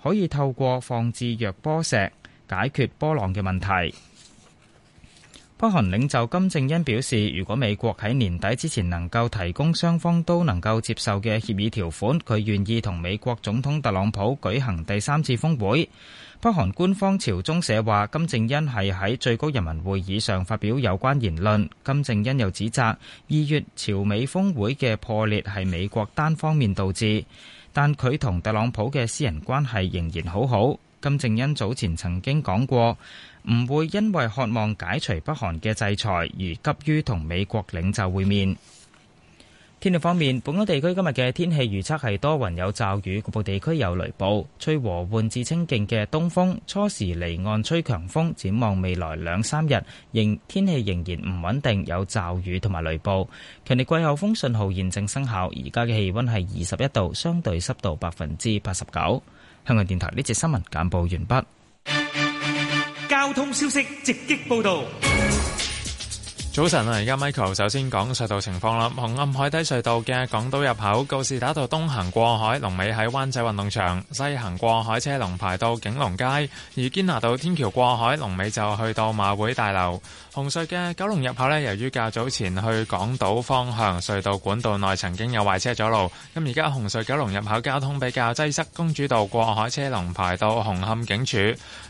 E: 可以透過放置弱波石解決波浪嘅問題。北韓領袖金正恩表示，如果美國喺年底之前能夠提供雙方都能夠接受嘅協議條款，佢願意同美國總統特朗普舉行第三次峰會。北韓官方朝中社話，金正恩係喺最高人民會議上發表有關言論。金正恩又指責二月朝美峰會嘅破裂係美國單方面導致，但佢同特朗普嘅私人關係仍然好好。金正恩早前曾經講過，唔會因為渴望解除北韓嘅制裁而急於同美國領袖會面。天氣方面，本港地區今日嘅天氣預測係多雲有驟雨，局部地區有雷暴，吹和緩至清勁嘅東風，初時離岸吹強風。展望未來兩三日，仍天氣仍然唔穩定，有驟雨同埋雷暴。強烈季候風信號現正生效，而家嘅氣溫係二十一度，相對濕度百分之八十九。香港電台呢節新聞簡報完
D: 畢。交通消息直擊報道。
F: 早晨啊！而家 Michael 首先講隧道情況啦。紅磡海底隧道嘅港島入口告士打道東行過海，龍尾喺灣仔運動場；西行過海車龍排到景隆街。而堅拿道天橋過海，龍尾就去到馬會大樓。紅隧嘅九龍入口呢，由於較早前去港島方向隧道管道內曾經有壞車阻路，咁而家紅隧九龍入口交通比較擠塞。公主道過海車龍排到紅磡警署。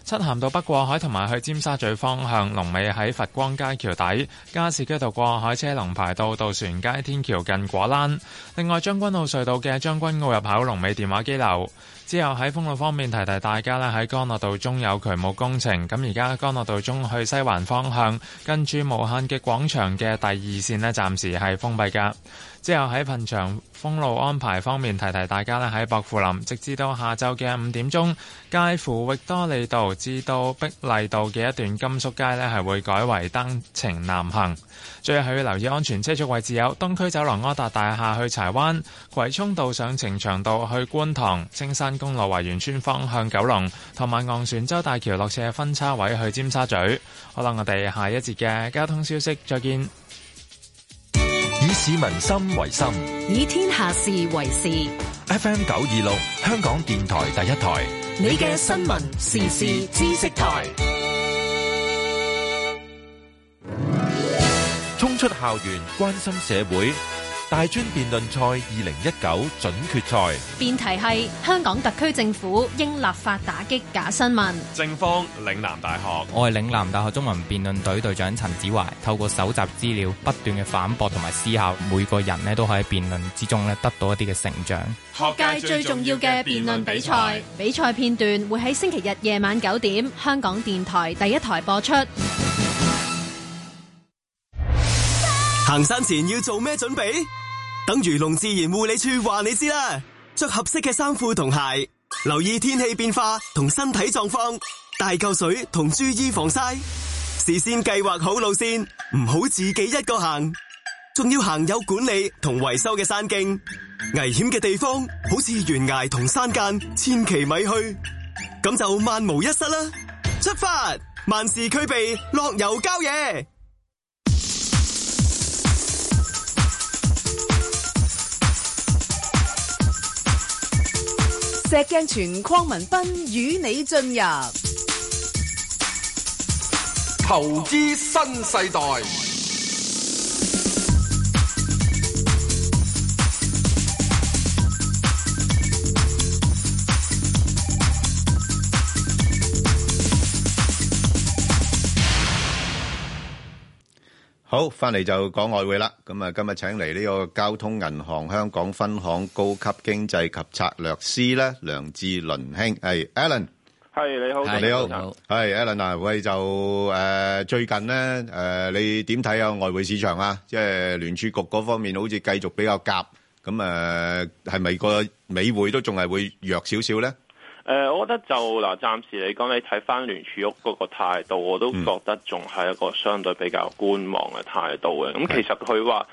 F: 漆咸道北過海同埋去尖沙咀方向，龍尾喺佛光街橋底。加士居道過海車龍排到渡船街天橋近果欄。另外，將軍澳隧道嘅將軍澳入口龍尾電啊話機樓。之後喺封路方面提提大家咧，喺干諾道中有渠務工程，咁而家干諾道中去西環方向，近住無限極廣場嘅第二線咧，暫時係封閉㗎。之後喺墳場封路安排方面，提提大家咧，喺薄扶林，直至到下晝嘅五點鐘，介乎域多利道至到碧麗道嘅一段甘肅街咧，係會改為單程南行。最後要留意安全車速位置有東區走廊柯達大廈去柴灣、葵涌道上呈祥道去觀塘、青山公路維園村方向九龍，同埋昂船洲大橋落斜分叉位去尖沙咀。好啦，我哋下一節嘅交通消息再見。
G: 以市民心為心，
H: 以天下事為事。
G: FM 九二六，香港電台第一台，
H: 你嘅新聞時事知識台，
G: 衝出校園，關心社會。大專辯論賽二零一九準決賽，
K: 辯題係香港特區政府應立法打擊假新聞。
L: 正方嶺南大學，
W: 我係嶺南大學中文辯論隊隊長陳子懷，透過搜集資料，不斷嘅反駁同埋思考，每個人呢都喺辯論之中呢得到一啲嘅成長。
L: 學界最重要嘅辯論比賽，
K: 比賽片段會喺星期日夜晚九點，香港電台第一台播出。
N: 行山前要做咩準備？等漁農自然護理處話你知啦，着合適嘅衫褲同鞋，留意天氣變化同身體狀況，帶夠水同注意防曬。事先計劃好路線，唔好自己一個行，仲要行有管理同維修嘅山徑。危險嘅地方，好似懸崖同山間，千祈咪去，咁就萬無一失啦。出發，萬事俱備，樂遊郊野。
P: 石鏡泉邝文斌與你進入
Q: 投資新世代，
A: 好，翻嚟就講外匯啦。咁啊，今日請嚟呢個交通銀行香港分行高級經濟及策略師咧，梁志麟兄，係 Alan。
O: 係你好，
A: 你好，係 Alan 啊，喂就誒最近咧誒，你點睇啊外匯市場啊？即係聯儲局嗰方面好似繼續比較夾，咁誒係咪個美匯都仲係會弱少少咧？
O: 誒、我覺得就嗱，暫時嚟講，你睇翻聯儲局嗰個態度，我都
A: 嗯
O: 覺得仲係一個相對比較觀望嘅態度嘅。咁、其實佢話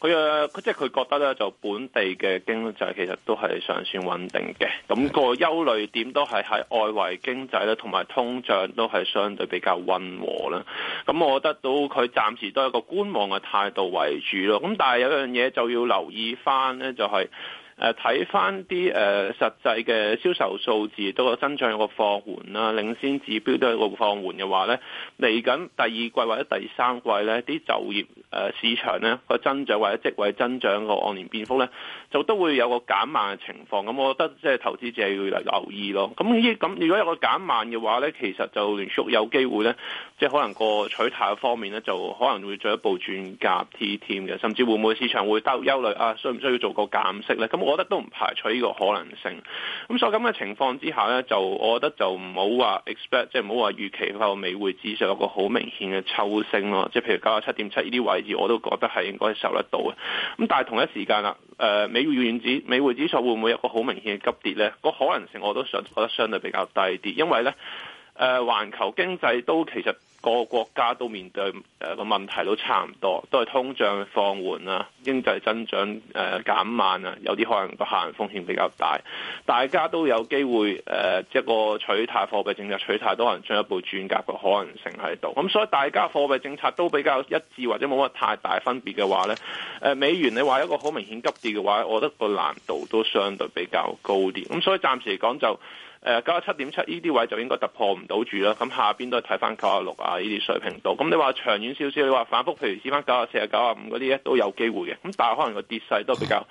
O: 佢誒，佢即係佢覺得咧，就本地嘅經濟其實都係尚算穩定嘅。咁、個憂慮點都係喺外圍經濟咧，同埋通脹都係相對比較溫和啦。咁我覺得到佢暫時都係一個觀望嘅態度為主咯。咁但係有樣嘢就要留意翻咧，就係、誒睇翻啲誒實際嘅銷售數字，都有增長有個放緩啦，領先指標都有個放緩嘅話咧，嚟緊第二季或者第三季咧，啲就業誒、呃市場咧個增長或者職位增長個按年變幅咧，就都會有個減慢嘅情況。咁我覺得即係投資者要留意咯。咁呢咁如果有個減慢嘅話咧，其實就聯儲局有機會咧，即係可能個取態方面咧，就可能會進一步轉鴿 T 添嘅，甚至會唔會市場會擔憂慮啊，需唔需要做個減息咧？咁我覺得都唔排除呢個可能性。咁所以咁嘅情況之下咧，就我覺得就唔好話 expect，即係唔好話預期個美匯指數有個好明顯嘅抽升咯。即係譬如九十七點七呢啲位置，我都覺得係應該受得到嘅。咁但係同一時間啊啦，誒、美匯指美匯指數會唔會有個好明顯嘅急跌咧？個可能性我都想覺得相對比較低啲，因為咧。誒、呃環球經濟都其實個國家都面對誒呃個、問題都差唔多，都係通脹放緩啦，經濟增長誒、減慢啊，有啲可能個下行風險比較大，大家都有機會誒、呃即係個取態貨幣政策取態都可能進一步轉鴿嘅可能性喺度。咁所以大家貨幣政策都比較一致或者冇乜太大分別嘅話咧，誒、呃美元你話一個好明顯急跌嘅話，我覺得個難度都相對比較高啲。咁所以暫時嚟講就。誒九十七點七呢啲位就應該突破唔到住啦，咁下邊都係睇翻九啊六啊呢啲水平度。咁你話長遠少少，你話反覆，譬如試翻九啊四啊九啊五嗰啲咧都有機會嘅。咁但係可能個跌勢都比較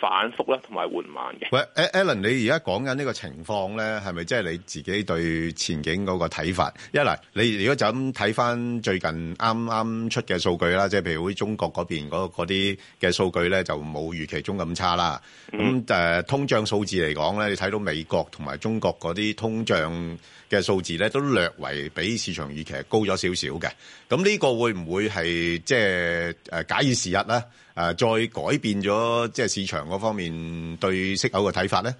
O: 反覆啦，同埋緩慢嘅。
A: 喂，A- Alan，你而家講緊呢個情況咧，係咪即係你自己對前景嗰個睇法？一嗱，你如果就咁睇翻最近啱啱出嘅數據啦，即係譬如好似中國嗰邊嗰嗰啲嘅數據咧，就冇預期中咁差啦。咁誒、呃通脹數字嚟講咧，你睇到美國同埋中國嗰啲通脹嘅數字咧，都略為比市場預期係高咗少少嘅。咁呢個會唔會係即係誒假以時日咧？誒、再改變咗即係市場嗰方面對息口嘅睇法咧？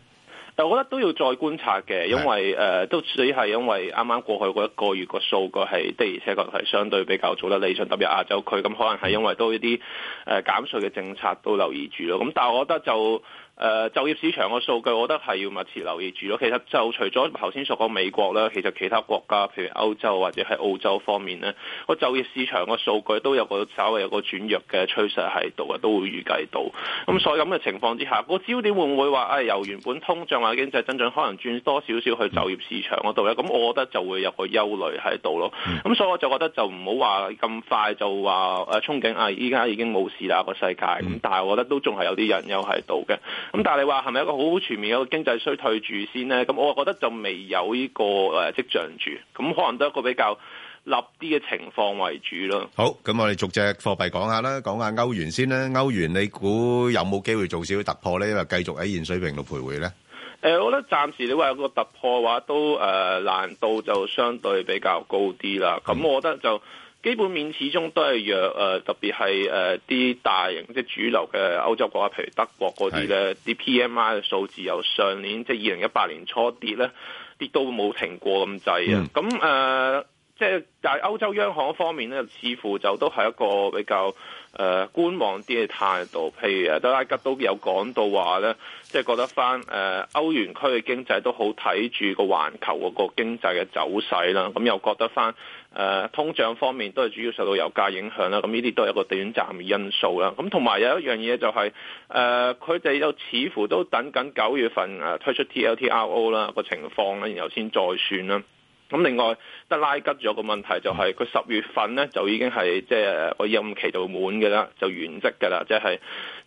O: 但我覺得都要再觀察嘅，因為誒、呃都只係因為啱啱過去嗰一個月個數據係的而且確係相對比較做得理想，特別亞洲區咁，可能係因為都一啲誒、呃減稅嘅政策都留意住咯。咁但係我覺得就。誒、呃就業市場個數據，我覺得係要密切留意住咯。其實就除咗頭先所講美國啦，其實其他國家譬如歐洲或者係澳洲方面咧，個就業市場個數據都有個稍微有個轉弱嘅趨勢喺度啊，都會預計到。咁所以咁嘅情況之下，個焦點會唔會話誒、哎由原本通脹啊或者經濟增長可能轉多少少去就業市場嗰度咧？咁我覺得就會有個憂慮喺度咯。咁所以我就覺得就唔好話咁快就話誒憧憬啊，依家已經冇事啦個世界。咁但係我覺得都仲係有啲隱憂喺度嘅。咁但係你話係咪一個好全面嘅經濟衰退住先呢？咁我覺得就未有呢個誒跡象住，咁可能都一個比較立啲嘅情況為主咯。
A: 好，咁我哋逐隻貨幣講下啦，講下歐元先啦。歐元你估有冇機會做少少突破咧？因為繼續喺現水平度徘徊咧。
O: 誒、呃我覺得暫時你話有個突破嘅話，都誒、難度就相對比較高啲啦。咁我覺得就基本面始終都係弱誒、呃特別係誒啲大型即係主流嘅歐洲國家，譬如德國嗰啲咧，啲 PMI 嘅數字由上年即係二零一八年初跌咧，跌到冇停過咁滯啊。咁誒、即係但係歐洲央行方面咧，似乎就都係一個比較誒、呃、觀望啲嘅態度。譬如誒德拉吉都有講到話咧，啊即係覺得翻誒、呃、歐元區嘅經濟都好睇住個環球嗰個經濟嘅走勢啦。咁又覺得翻誒、呃通脹方面都係主要受到油價影響啦。咁呢啲都係一個短暫嘅因素啦。咁同埋有一樣嘢就係、誒佢哋又似乎都等緊九月份誒、呃推出 TLTRO 啦個情況啦，然後先再算啦。咁另外，得拉吉咗個問題就係佢十月份咧就已經係即係個任期就滿嘅啦，就完職嘅啦，即係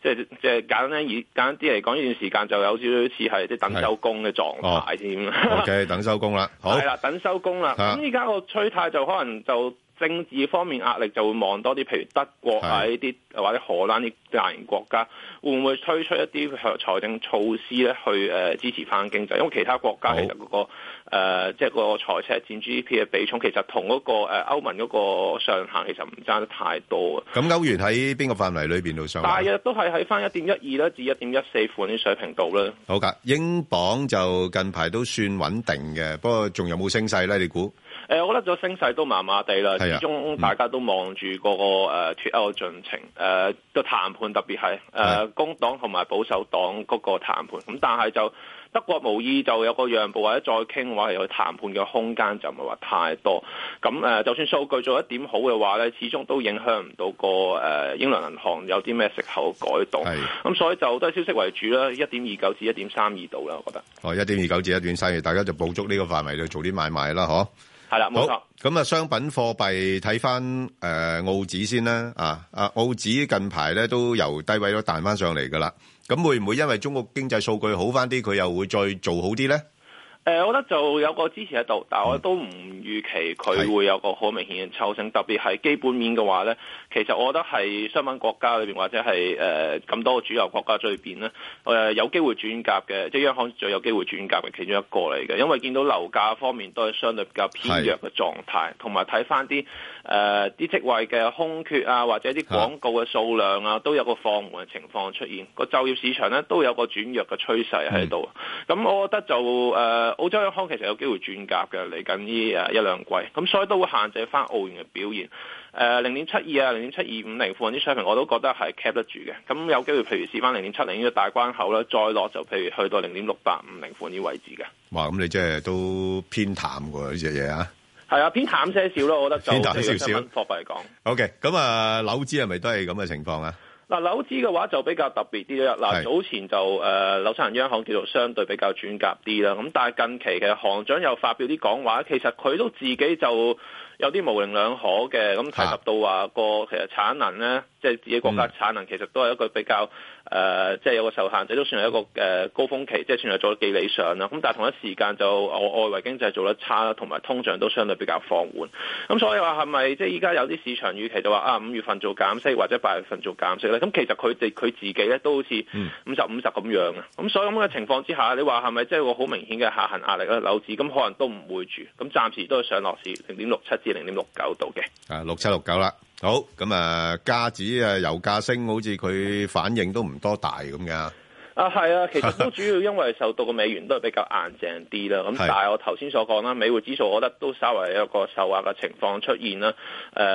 O: 即係即係簡單以簡單啲嚟講，呢段時間就有少少似係即係等收工嘅狀態添啦。
A: OK，等收工啦，好
O: 係，啦，等收工啦。
A: 啊
O: 咁依家個趨態就可能就政治方面壓力就會望多啲，譬如德國啊呢啲，或者荷蘭啲大型國家，會唔會推出一啲財政措施咧去誒、呃支持翻經濟？因為其他國家其實嗰、個、呃、即係個財赤佔 GDP 嘅比重，其實同嗰、個誒、呃、歐盟嗰個上限其實唔爭得太多啊。
A: 咁歐元喺邊個範圍裏邊度上落？
O: 大約都係喺翻一點一二啦至一點一四款啲水平度啦。
A: 好噶，英鎊就近排都算穩定嘅，不過仲有冇升勢咧？你估？
O: 誒、呃我覺得咗升勢都麻麻地啦，
A: 係
O: 始
A: 啊
O: 終大家都望住嗰個誒脱歐嘅進程，誒個談判特別係誒工黨同埋保守黨嗰個談判，咁但係就德國無意就有個讓步或者再傾嘅話，係有談判嘅空間就唔係話太多。咁誒、呃就算數據做一點好嘅話咧，始終都影響唔到個誒、英倫銀行有啲咩息口改動。咁所以就都係消息為主啦，一點二九至一點三二度啦，我覺得
A: 哦，一點二九至一點三二，大家就捕捉呢個範圍度做啲買賣啦，嗬。
O: 係啦，冇錯
A: 好。，咁啊，商品貨幣睇翻誒澳紙先啦，啊啊澳紙近排咧都由低位都彈翻上嚟噶啦，咁會唔會因為中國經濟數據好翻啲，佢又會再做好啲咧？
O: 誒、呃我覺得就有個支持喺度，但係我都唔預期佢會有個好明顯嘅抽升，特別係基本面嘅話咧，其實我覺得係商品國家裏邊或者係誒咁多個主流國家裏邊咧，誒、有機會轉鴿嘅，即係央行最有機會轉鴿嘅其中一個嚟嘅，因為見到樓價方面都係相對比較偏弱嘅狀態，同埋睇翻啲誒啲職位嘅空缺啊，或者啲廣告嘅數量啊，都有個放緩嘅情況出現，個就業市場咧都有個轉弱嘅趨勢喺度。咁我覺得就誒、呃澳洲央行其實有機會轉鴿嘅，嚟緊呢呃誒一兩季，咁所以都會限制翻澳元嘅表現。誒零點七二啊，零點七二五零附近啲水平我都覺得係 cap 得住嘅。咁有機會譬如試翻零點七零呢個大關口啦，再落就譬如去到零點六八五零附近啲位置嘅。
A: 哇，咁你即係都偏淡喎呢只嘢啊。
O: 係啊，偏淡些少咯，我覺得就
A: 偏淡
O: 對於
A: 少
O: 新
A: 少
O: 聞貨幣嚟講。
A: OK，咁啊，樓指係咪都係咁嘅情況啊？
O: 嗱，樓指嘅話就比較特別啲啦。嗱，早前就誒、呃、紐西蘭央行叫做相對比較轉鴿啲啦。咁但係近期嘅行長又發表啲講話，其實佢都自己就有啲模棱兩可嘅。咁提及到話個其實產能咧，即係自己國家產能其實都係一個比較誒、呃即係有個受限制，都算係一個誒、呃高峰期，即係算係做得幾理想啦。咁但係同一時間就我外圍經濟做得差啦，同埋通脹都相對比較放緩。咁所以話係咪即係依家有啲市場預期就話啊五月份做減息或者八月份做減息咧？咁其實佢哋佢自己咧都好似五十五十咁樣啊。咁所以咁嘅情況之下，你話係咪即係個好明顯嘅下行壓力咧？樓市咁可能都唔會住，咁暫時都係上落市零點六七至零點六九度嘅。
A: 啊，六七六九啦。好，咁啊，加指啊，油價升，好似佢反應都唔多大咁噶。
O: 啊，係啊，其實都主要因為受到個美元都係比較硬淨啲啦。咁
A: 係
O: 但係我頭先所講啦，美匯指數我覺得都稍為有一個受壓嘅情況出現啦。誒、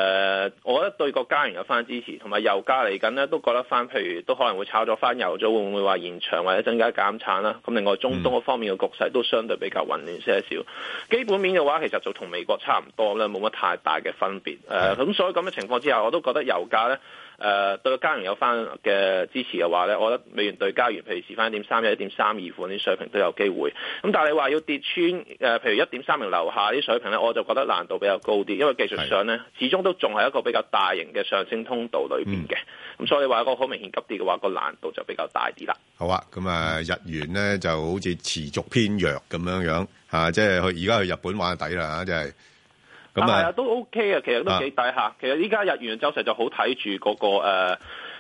O: 我覺得對個加元有翻支持，同埋油價嚟緊呢，都覺得翻，譬如都可能會炒作翻油咗，會唔會話延長或者增加減產啦？咁另外中東嗰方面嘅局勢都相對比較混亂些少。基本面嘅話，其實就同美國差唔多啦，冇乜太大嘅分別。誒、咁所以咁嘅情況之下，我都覺得油價呢。誒、對加元有翻嘅支持嘅話咧，我覺得美元對加元，譬如試翻一點三一、一點三二款啲水平都有機會。咁但係你話要跌穿誒、呃譬如一點三零樓下啲水平咧，我就覺得難度比較高啲，因為技術上咧，始終都仲係一個比較大型嘅上升通道裏邊嘅。咁、所以你話一個好明顯急跌嘅話，個難度就比較大啲啦。
A: 好啊，咁啊，日元咧就好似持續偏弱咁樣樣嚇、啊即係去而家去日本玩就抵啦嚇，真係。咁
O: 係啊，
A: 啊，
O: 都 OK 啊，其實都幾抵下。其實依家日元嘅走勢就好睇住嗰個呃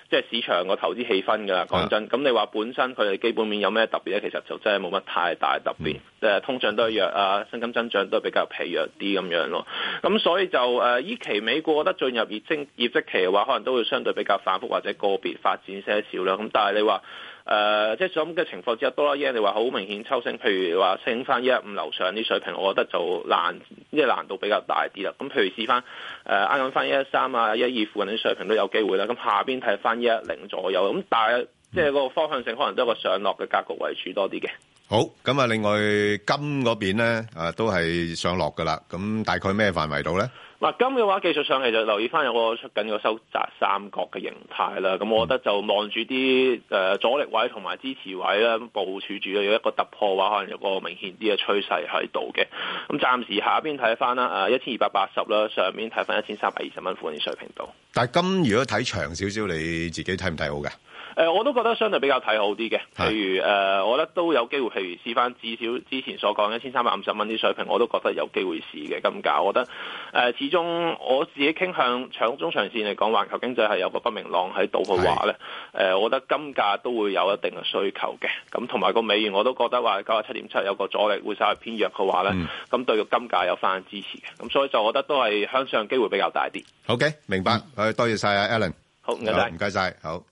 O: 即係市場個投資啊氣氛㗎啦。講真，咁你話本身佢哋基本面有咩特別咧？其實就真係冇乜太大特別。誒通脹都係弱啊，薪金增長都係比較疲弱啲咁樣咯。咁所以就誒依期美股，我覺得進入業績業績期嘅話，可能都會相對比較反覆或者個別發展些少啦。咁但係你話。誒、即係咁嘅情況之下，多啦 yen 你話好明顯抽升，譬如話升翻一五樓上啲水平，我覺得就難，即係難度比較大啲啦。咁譬如試翻誒啱緊翻一一三啊、一二附近啲水平都有機會啦。咁下邊睇翻一一零左右，咁但係即係個方向性可能都係一個上落嘅格局為主多啲嘅。
A: 好，咁啊，另外金嗰邊咧，啊都係上落噶啦，咁大概咩範圍度咧？
O: 嗱，金嘅話技術上其實留意翻有個出緊個收窄三角嘅形態啦，咁我覺得就望住啲誒阻力位同埋支持位啦，部署住有一個突破嘅話，可能有個明顯啲嘅趨勢喺度嘅。咁暫時下邊睇翻啦，呃誒一千二百八十啦，上面睇翻一千三百二十蚊附近水平度。
A: 但係金如果睇長少少，你自己睇唔睇好嘅？
O: 誒、呃我都覺得相對比較睇好啲嘅，譬如誒、呃我覺得都有機會，譬如試翻至少之前所講一千三百五十蚊啲水平，我都覺得有機會試嘅金價。我覺得誒、呃始終我自己傾向長中長線嚟講，環球經濟係有個不明朗喺度嘅話咧，誒、我覺得金價都會有一定嘅需求嘅。咁同埋個美元我都覺得話九十七點七有個阻力會稍微偏弱嘅話咧，咁、對個金價有翻支持嘅。咁所以就我覺得都係向上機會比較大啲。
A: 好嘅，明白。誒，多謝晒啊，Alan。
O: 好，唔該晒
A: 好唔該晒，好。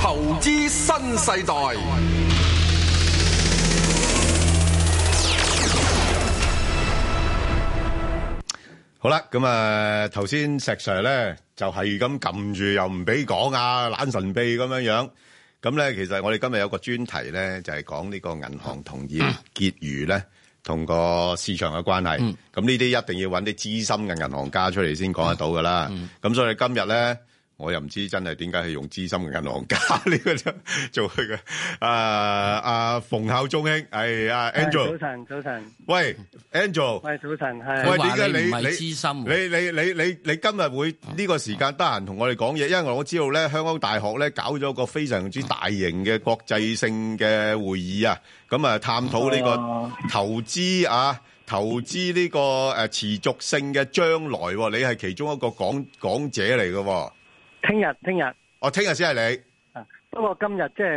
Q: 投資新世代，
A: 好啦，咁啊，頭先石 Sir 咧就係咁撳住，又唔俾講啊，懶神秘咁樣樣。咁咧，其實我哋今日有個專題咧，就係講呢個銀行同業結餘咧，同個市場嘅關係。咁呢啲一定要揾啲資深嘅銀行家出嚟先講得到噶啦。咁所以今日咧，我又唔知真係點解係用資深嘅銀行家 <laughs> 呢個做做佢嘅。啊啊，馮孝忠兄，係啊
R: 早
A: Angel，
R: 晨，早晨，
A: 喂 Angel。
R: 喂，早晨，係。
A: 喂，點解你你你你你你你今日會呢個時間得閒同我哋講嘢？因為我知道咧，香港大學咧搞咗個非常之大型嘅國際性嘅會議啊，咁啊探討呢
R: 哦
A: 個投資啊，投資呢個誒持續性嘅將來喎，你係其中一個講講者嚟嘅喎。
R: 聽日，聽日。
A: 哦，聽日先係你。
R: 不過今日即係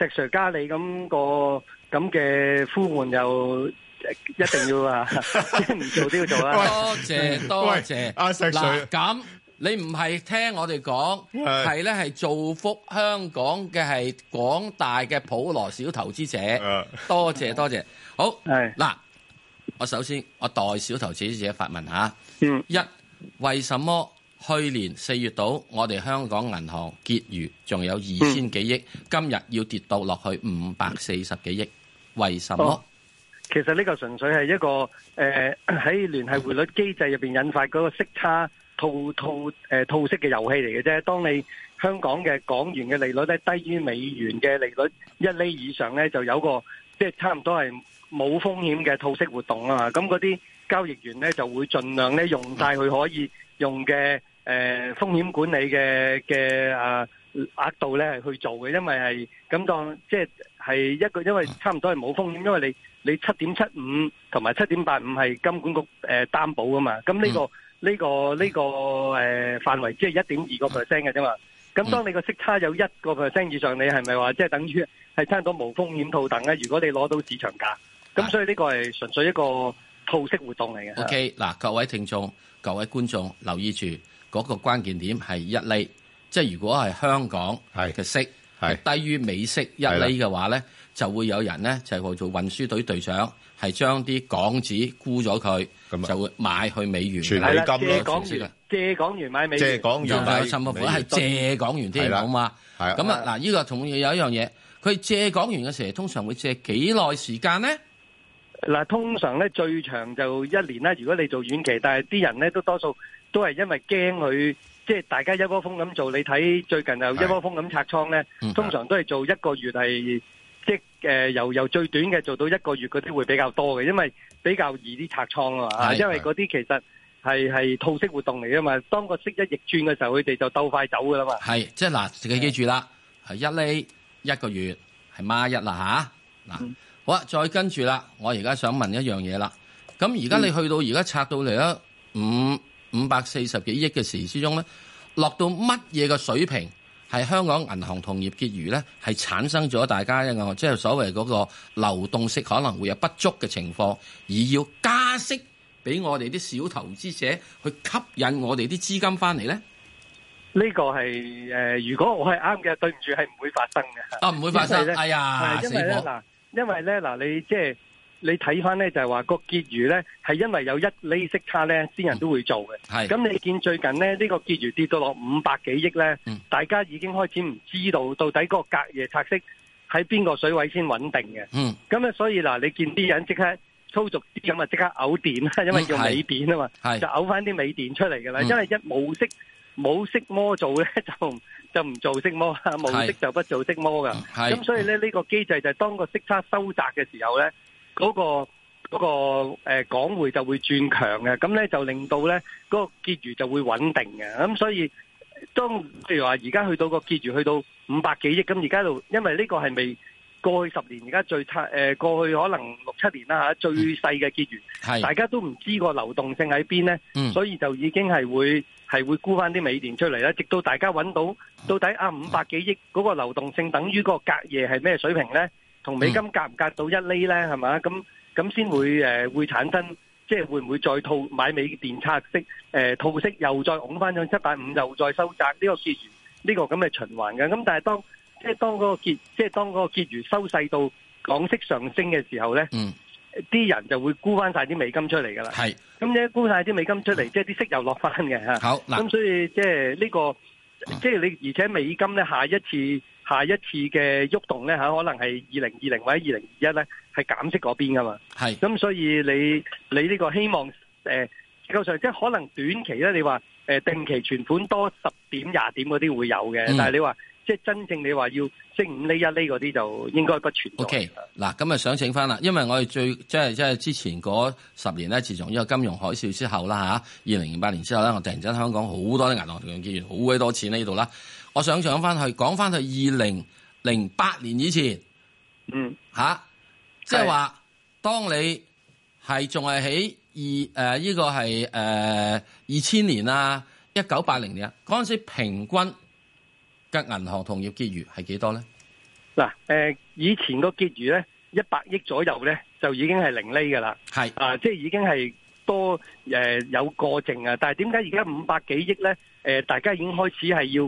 R: 石 Sir 加你咁個咁嘅呼喚又一定要啊， <laughs> 即係唔做都要做啊。
B: 多謝多謝，
A: 阿石 Sir
B: 嗱咁。你唔係聽我哋講，
A: 係
B: 係咧係造福香港嘅係廣大嘅普羅小投資者。多謝多謝，好嗱，我首先我代小投資者發問下，
R: 嗯，
B: 一為什麼去年四月度我哋香港銀行結餘仲有二千幾億，今日要跌到落去五百四十幾億，為什麼？
R: 哦其實呢個純粹係一個誒 <coughs> 喺聯繫匯率機制入邊引發嗰個息差套套誒、呃套息嘅遊戲嚟嘅啫。當你香港嘅港元嘅利率咧低於美元嘅利率一厘以上咧，就有個即係差唔多係冇風險嘅套息活動啊嘛。咁嗰啲交易員咧就會盡量咧用晒佢可以用嘅誒、呃、風險管理嘅嘅啊額度咧係去做嘅，因為係咁當即係係一個因為差唔多係冇風險，因為你你七點七五同埋七點八五係金管局誒、呃、擔保噶嘛，咁呢、個呢、個呢、個誒、呃、範圍只係一點二個 percent 嘅啫嘛。咁當你個息差有一個 percent 以上，你係咪話即係等於係差唔多無風險套等咧？如果你攞到市場價，咁所以呢個係純粹一個套息活動嚟嘅。
B: OK，嗱，各位聽眾、各位觀眾留意住嗰、個關鍵點係一厘，即係如果係香港嘅息係低於美息一厘嘅話咧，就會有人咧就係做運輸隊隊長，係將啲港紙沽咗佢，就會買去美元，
R: 係啦借港元，借港元買美元，
B: 有甚麼係借港元添，好嘛？咁啊，嗱，呢個同樣有一樣嘢，佢借港元嘅時候，通常會借幾耐時間咧？
R: 嗱，通常咧最長就一年啦。如果你做遠期，但係啲人咧都多數都係因為驚佢，即係大家一窩蜂咁做。你睇最近又一窩蜂咁拆倉咧，通常都係做一個月係即係誒由由最短嘅做到一個月嗰啲會比較多嘅，因為比較易啲拆倉啊嘛。
S: 係
R: 因為嗰啲其實係係套息活動嚟噶嘛。當個息一逆轉嘅時候，佢哋就鬥快走噶啦嘛。
B: 係，即係嗱，你記住啦，係一厘一個月係孖一啦吓，嗱、好啦，再跟住啦，我而家想問一樣嘢啦。咁而家你去到而家拆到嚟啊啦五五百四十幾億嘅時之中咧，落到乜嘢嘅水平係香港銀行同業結餘咧係產生咗大家一個即係所謂嗰個流動性可能會有不足嘅情況，而要加息俾我哋啲小投資者去吸引我哋啲資金翻嚟咧？
R: 呢個係呃誒，如果我係啱嘅，對唔住係唔會發生
B: <laughs>
R: 嘅。
B: 啊，唔會發生
R: 因為咧
B: 哎呀
R: 係因為咧
B: 死火
R: 嗱，因為咧嗱，你即係你睇翻咧，就係話個結餘咧係因為有一厘息差咧，先人都會做嘅。
B: 嗯係
R: 咁你見最近咧呢個結餘跌到落五百幾億咧，
B: 嗯
R: 大家已經開始唔知道到底嗰個隔夜拆息喺邊個水位先穩定嘅。
B: 嗯，
R: 咁咧，所以嗱，你見啲人即刻粗俗啲咁啊，即 <laughs> 刻嘔電啦，因為叫美電啊嘛，
B: 嗯係
R: 就嘔翻啲美電出嚟㗎啦。
B: 嗯
R: 因為一冇息冇息魔做咧， <laughs> 就唔就唔做息魔啊，冇
B: 係
R: 息
B: 嗯
R: 就不做息魔㗎。
B: 係
R: 咁所以咧，呢個機制就係當個息差收窄嘅時候咧，嗰個嗰個呃港匯就會轉強嘅，咁咧就令到咧嗰個結餘就會穩定嘅，咁所以。當譬如話而家去到個結餘去到五百幾億，咁而家度，因為呢個係未過去十年而家最差誒、呃，過去可能六七年啦嚇，最細嘅結餘，
B: 係
R: 大家都唔知個流動性喺邊咧，
B: 嗯
R: 所以就已經係會係會沽翻啲美元出嚟啦，直到大家揾到到底啊五百幾億嗰個流動性等於個隔夜係咩水平咧，
B: 嗯
R: 同美金隔唔隔到一厘咧，係嘛？咁咁先會誒、呃、會產生。即係會唔會再套買美電拆息？誒、呃套息又再拱翻上七百五，又再收窄呢、個結餘，呢、個咁嘅循環嘅。咁但係當即係當嗰個結，即係當嗰個結餘收細到港息上升嘅時候咧，
B: 嗯
R: 呃啲人就會沽翻晒啲美金出嚟㗎啦。
B: 係嗯
R: 咁一沽晒啲美金出嚟，即係啲息又落翻嘅嚇。
B: 好嗱嗯
R: 咁所以即係呢、個即係你，而且美金咧下一次。下一次嘅喐動咧嚇，可能係二零二零或者二零二一咧，係減息嗰邊噶嘛。
B: 係
R: 咁，所以你你呢個希望誒，呃結構上即係可能短期咧，你話誒、呃定期存款多十點廿點嗰啲會有嘅，
B: 嗯
R: 但係你話即係真正你話要升五厘一厘嗰啲就應該不存在。
B: OK，嗱，咁啊想請翻啦，因為我哋最即係即係之前嗰十年咧，自從呢個金融海嘯之後啦嚇，二零零八年之後咧，我突然之間香港好多啲銀行同業結餘好鬼多錢喺呢度啦。我想想翻去講翻去二零零八年以前，
R: 嗯
B: 嚇，即係話當你係仲係喺二誒呃呢個係誒二千年啊，一九八零年啊，嗰陣時平均嘅銀行同業結餘係幾多咧？
R: 嗱，誒、以前個結餘咧一百億左右咧，就已經係零厘噶啦，
B: 係
R: 啊，即係已經係多誒、呃有過剩啊。但係點解而家五百幾億咧？誒、大家已經開始係要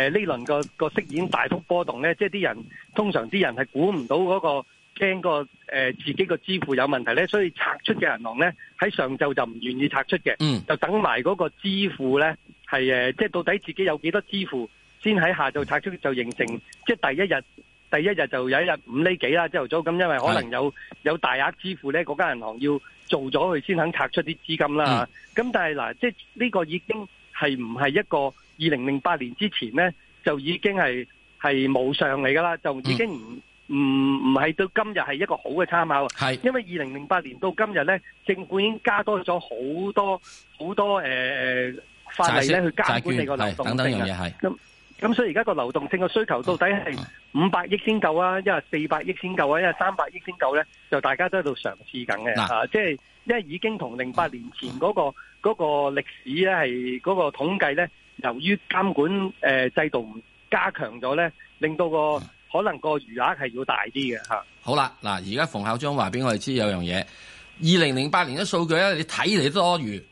R: 呃誒呢輪個個息已經大幅波動咧，即係啲人通常啲人係估唔到嗰、個。驚個誒、呃自己個支付有問題咧，所以拆出嘅銀行咧喺上晝就唔願意拆出嘅，
B: 嗯
R: 就等埋嗰個支付咧係誒，即係到底自己有幾多支付先喺下晝拆出，就形成即係第一日第一日就有一日五厘幾啦，朝頭早咁，因為可能有有大額支付咧，嗰間銀行要做咗佢先肯拆出啲資金啦。
B: 嗯
R: 咁、但係嗱，即係呢個已經係唔係一個二零零八年之前咧，就已經係係無上嚟㗎啦，
B: 嗯
R: 就已經唔。唔唔係到今日係一個好嘅參考啊！
B: 係
R: 因為二零零八年到今日咧，政府已經加多咗好多好多誒、呃法例咧
B: 債息
R: 去監管你個流
B: 債券係
R: 動
B: 等等
R: 性
B: 樣嘢
R: 啊
B: 係。
R: 咁咁所以而家個流動性嘅需求到底係五百億先夠啊，一係四百億先夠啊，一係三百億先夠咧，就大家都喺度嘗試緊嘅
B: 嗱
R: 啊！即係因為已經同零八年前嗰、個嗰、個歷史咧係嗰個統計咧，由於監管誒、呃制度唔加強咗咧，令到個可能個餘額係要大啲嘅嚇。
B: 好啦，嗱，而家馮校長話俾我哋知有樣嘢，二零零八年嘅數據咧，你睇嚟都多餘，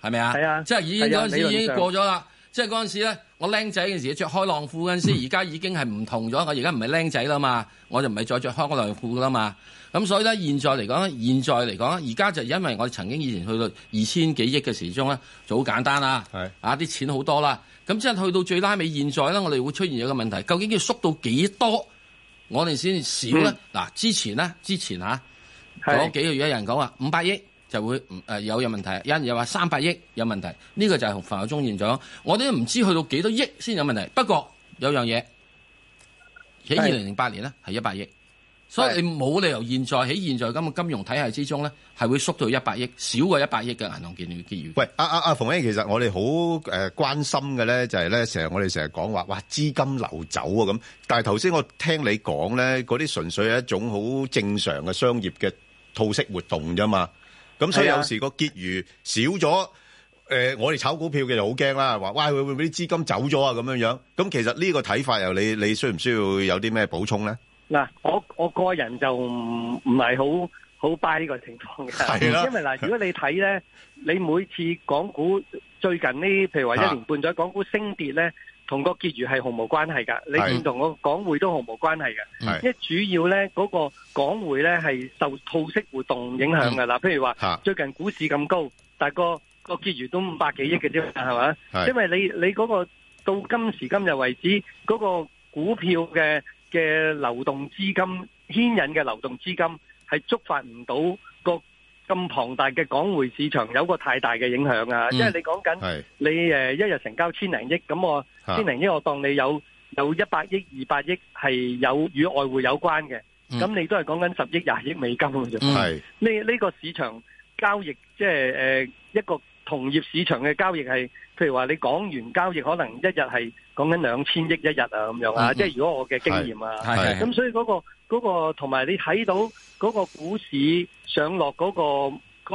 B: 係咪啊？
R: 係啊
B: 即係已經嗰陣時
R: 係啊理論上
B: 已經過咗啦。即係嗰陣時咧，我僆仔嗰陣時着開浪褲嗰陣時，而家已經係唔同咗。我而家唔係僆仔啦嘛，我就唔係再着開浪褲啦嘛。咁所以咧，現在嚟講咧，現在嚟講咧，而家就因為我哋曾經以前去到二千幾億嘅時鐘咧，就好簡單啦。啊，啲錢好多啦。咁即係去到最拉尾現在咧，我哋會出現一個問題，究竟要縮到幾多？我哋先少咧。嗱、之前咧，之前嚇嗰幾個月有人講話五百億就會唔誒有有問題，有人又話三百億有問題，呢、個就係同范友忠現象。我哋都唔知去到幾多億先有問題。不過有樣嘢喺
S: 係
B: 二零零八年咧係一百億，所以你冇理由現在喺現在咁嘅金融體系之中咧係會縮到一百億，少過一百億嘅銀行結餘結餘。
A: 喂，阿阿阿馮英，其實我哋好誒關心嘅咧，就係咧成日我哋成日講話，哇資金流走啊咁。但係頭先我聽你講咧，嗰啲純粹係一種好正常嘅商業嘅套息活動啫嘛。咁所以
R: 係啊
A: 有時個結餘少咗，诶、我哋炒股票嘅就好驚啦，話哇，會唔會啲資金走咗啊？咁樣樣，咁其實呢個睇法又你你需唔需要有啲咩補充咧？
R: 嗱，我我個人就唔唔係好好 buy 呢個情況嘅，
A: 係啦
R: 因為嗱，如果你睇咧，你每次港股最近呢，譬如話一年半載港股升跌咧，同個結餘係毫無關係㗎，你
S: 係
R: 見同個港匯都毫無關係
S: 係
R: 嘅，因為主要咧嗰、個港匯咧係受套息活動影響㗎啦，譬如話
S: 嚇
R: 最近股市咁高，但係個個結餘都五百幾億嘅啫，係嘛？
S: 係
R: 因為你你嗰、個到今時今日為止，嗰、個股票嘅嘅流動資金牽引嘅流動資金係觸發唔到個咁龐大嘅港匯市場有個太大嘅影響啊！
S: 嗯
R: 因為你講緊
S: 係
R: 你誒一日成交千零億，咁我
S: 啊
R: 千零億我當你有有一百億、二百億係有與外匯有關嘅，
S: 嗯
R: 咁你都係講緊十億、廿億美金嘅啫。
S: 係
R: 呢呢、個市場交易，即係誒、呃一個同業市場嘅交易係，譬如話你港元交易可能一日係講緊兩千億一日啊咁樣啊，
S: 嗯嗯
R: 即係如果我嘅經驗啊，
S: 係係係
R: 咁所以嗰、個嗰、個同埋你睇到嗰個股市上落嗰、個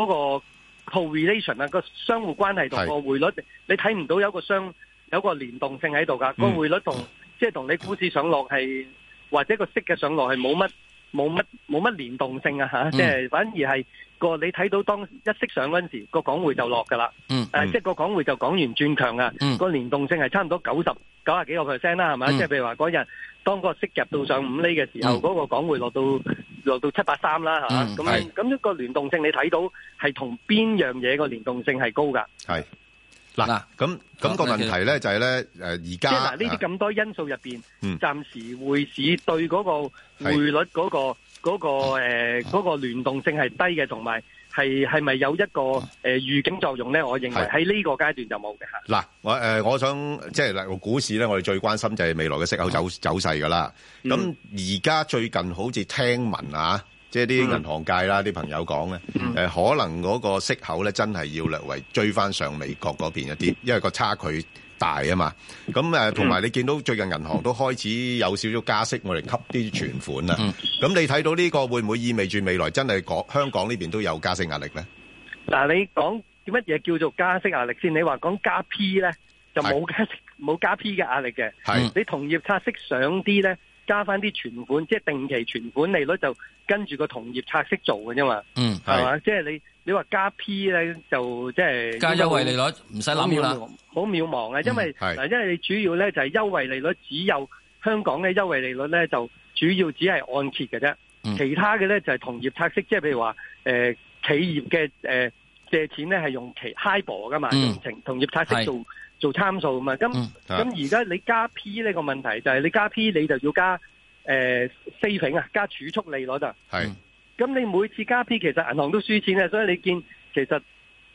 R: 嗰、個 correlation 啊，個相互關係同
S: 係
R: 個匯率，你睇唔到有個相有個連動性喺度㗎，個
S: 嗯
R: 匯率同即係同你股市上落係或者個息嘅上落係冇乜。冇乜冇乜連動性啊嚇，
S: 嗯
R: 即係反而係個你睇到當一息上嗰陣時，個港匯就落㗎啦。
S: 嗯
R: 誒
S: 嗯
R: 即係個港匯就港元轉強啊
S: 嗯，
R: 個連動性係差唔多九十九啊幾個 percent 啦，係咪？
S: 嗯
R: 即係譬如話嗰日當個息入到上五厘嘅時候，
S: 嗯
R: 嗰個港匯落到落到七八三啦，係嘛
S: 嗯？
R: 咁
S: 係
R: 咁一個聯動性你睇到係同邊樣嘢個聯動性係高㗎？
A: 係嗱，咁咁個問題咧就係咧诶而
R: 即係嗱，
A: 家
R: 呢啲咁多因素入邊
A: 嗯，
R: 暫時匯市對嗰個匯率嗰、個嗰、個誒嗰、個聯動性係低嘅，同埋係係咪有一個誒、呃、預警作用咧？我認為
A: 係
R: 喺呢個階段就冇嘅嚇。
A: 嗱，我誒、呃我想即係嗱，股市咧，我哋最關心就係未來嘅息口走走勢噶啦。咁而家最近好似聽聞啊，即係啲銀行界啦，啲、朋友講咧，誒、呃可能嗰個息口咧真係要略為追翻上美國嗰邊一啲，因為個差距大啊嘛。咁誒，同埋你見到最近銀行都開始有少少加息，我哋吸啲存款啊。咁、你睇到呢個會唔會意味住未來真係港香港呢邊都有加息壓力咧？
R: 嗱，你講乜嘢叫做加息壓力先？你話講加 P 咧，就冇加息 <laughs> 冇加 P 嘅壓力嘅。
B: 嗯
A: 係
R: 你同業拆息上啲咧，加翻啲存款，即係定期存款利率就跟住個同業拆息做嘅啫嘛。
B: 嗯
R: 係嘛？即係你你話加 P 咧，就即係
B: 加優惠利率唔使諗㗎啦
R: 好渺茫啊！因為
B: 嗯係
R: 嗱，因為你主要咧就係優惠利率只有香港嘅優惠利率咧，就主要只係按揭嘅啫，
S: 嗯
R: 其他嘅咧就係同業拆息，即係譬如話誒、呃企業嘅誒、呃借錢咧係用期 HIBOR 噶嘛，
S: 嗯
R: 用情同業拆息
S: 係
R: 做做參數啊嘛，咁
S: 啊
R: 咁而家你加 P 呢個問題就係你加 P 你就要加誒、呃 saving 啊，加儲蓄利率啊。
S: 嗯
A: 係
R: 咁你每次加 P 其實銀行都輸錢嘅，所以你見其實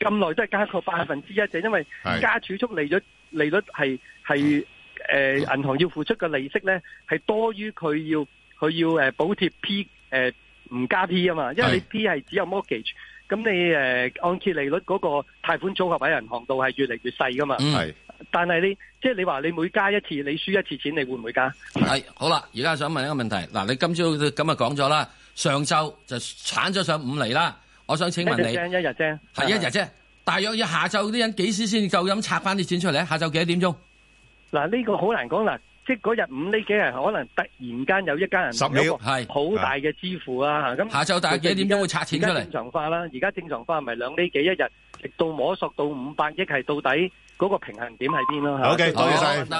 R: 咁耐都係加個百分之一就因為
S: 係嗯
R: 加儲蓄利率利率係係誒銀行要付出嘅利息咧係多於佢要佢要誒呃補貼 P 誒、唔加 P 啊嘛，因為你
S: 係
R: P 係只有 mortgage，咁你誒、按揭利率嗰個貸款組合喺銀行度係越嚟越細噶嘛，
B: 嗯係
R: 但係你即係你話你每加一次你輸一次錢，你會唔會加？
B: 系好啦，而家想問一個問題，嗱，你今朝咁啊講咗啦，上晝就鏟咗上五厘啦，我想請問
R: 一
B: 你
R: 日啫，一日啫，
B: 係啊一日啫，大約要下晝啲人幾時先夠咁拆翻啲錢出嚟呢？下晝幾多點鐘？
R: 嗱，呢個好難講啦，即係嗰日五呢幾日可能突然間有一家人
B: 十秒係
R: 好大嘅支付啊，咁
B: 下晝大約幾多點鐘會拆錢出嚟
R: 而家正常化啦，而家正常化咪兩呢幾一日，直到摸索到五百億係到底嗰個平衡點喺邊咯嚇
A: OK，多謝晒
R: 好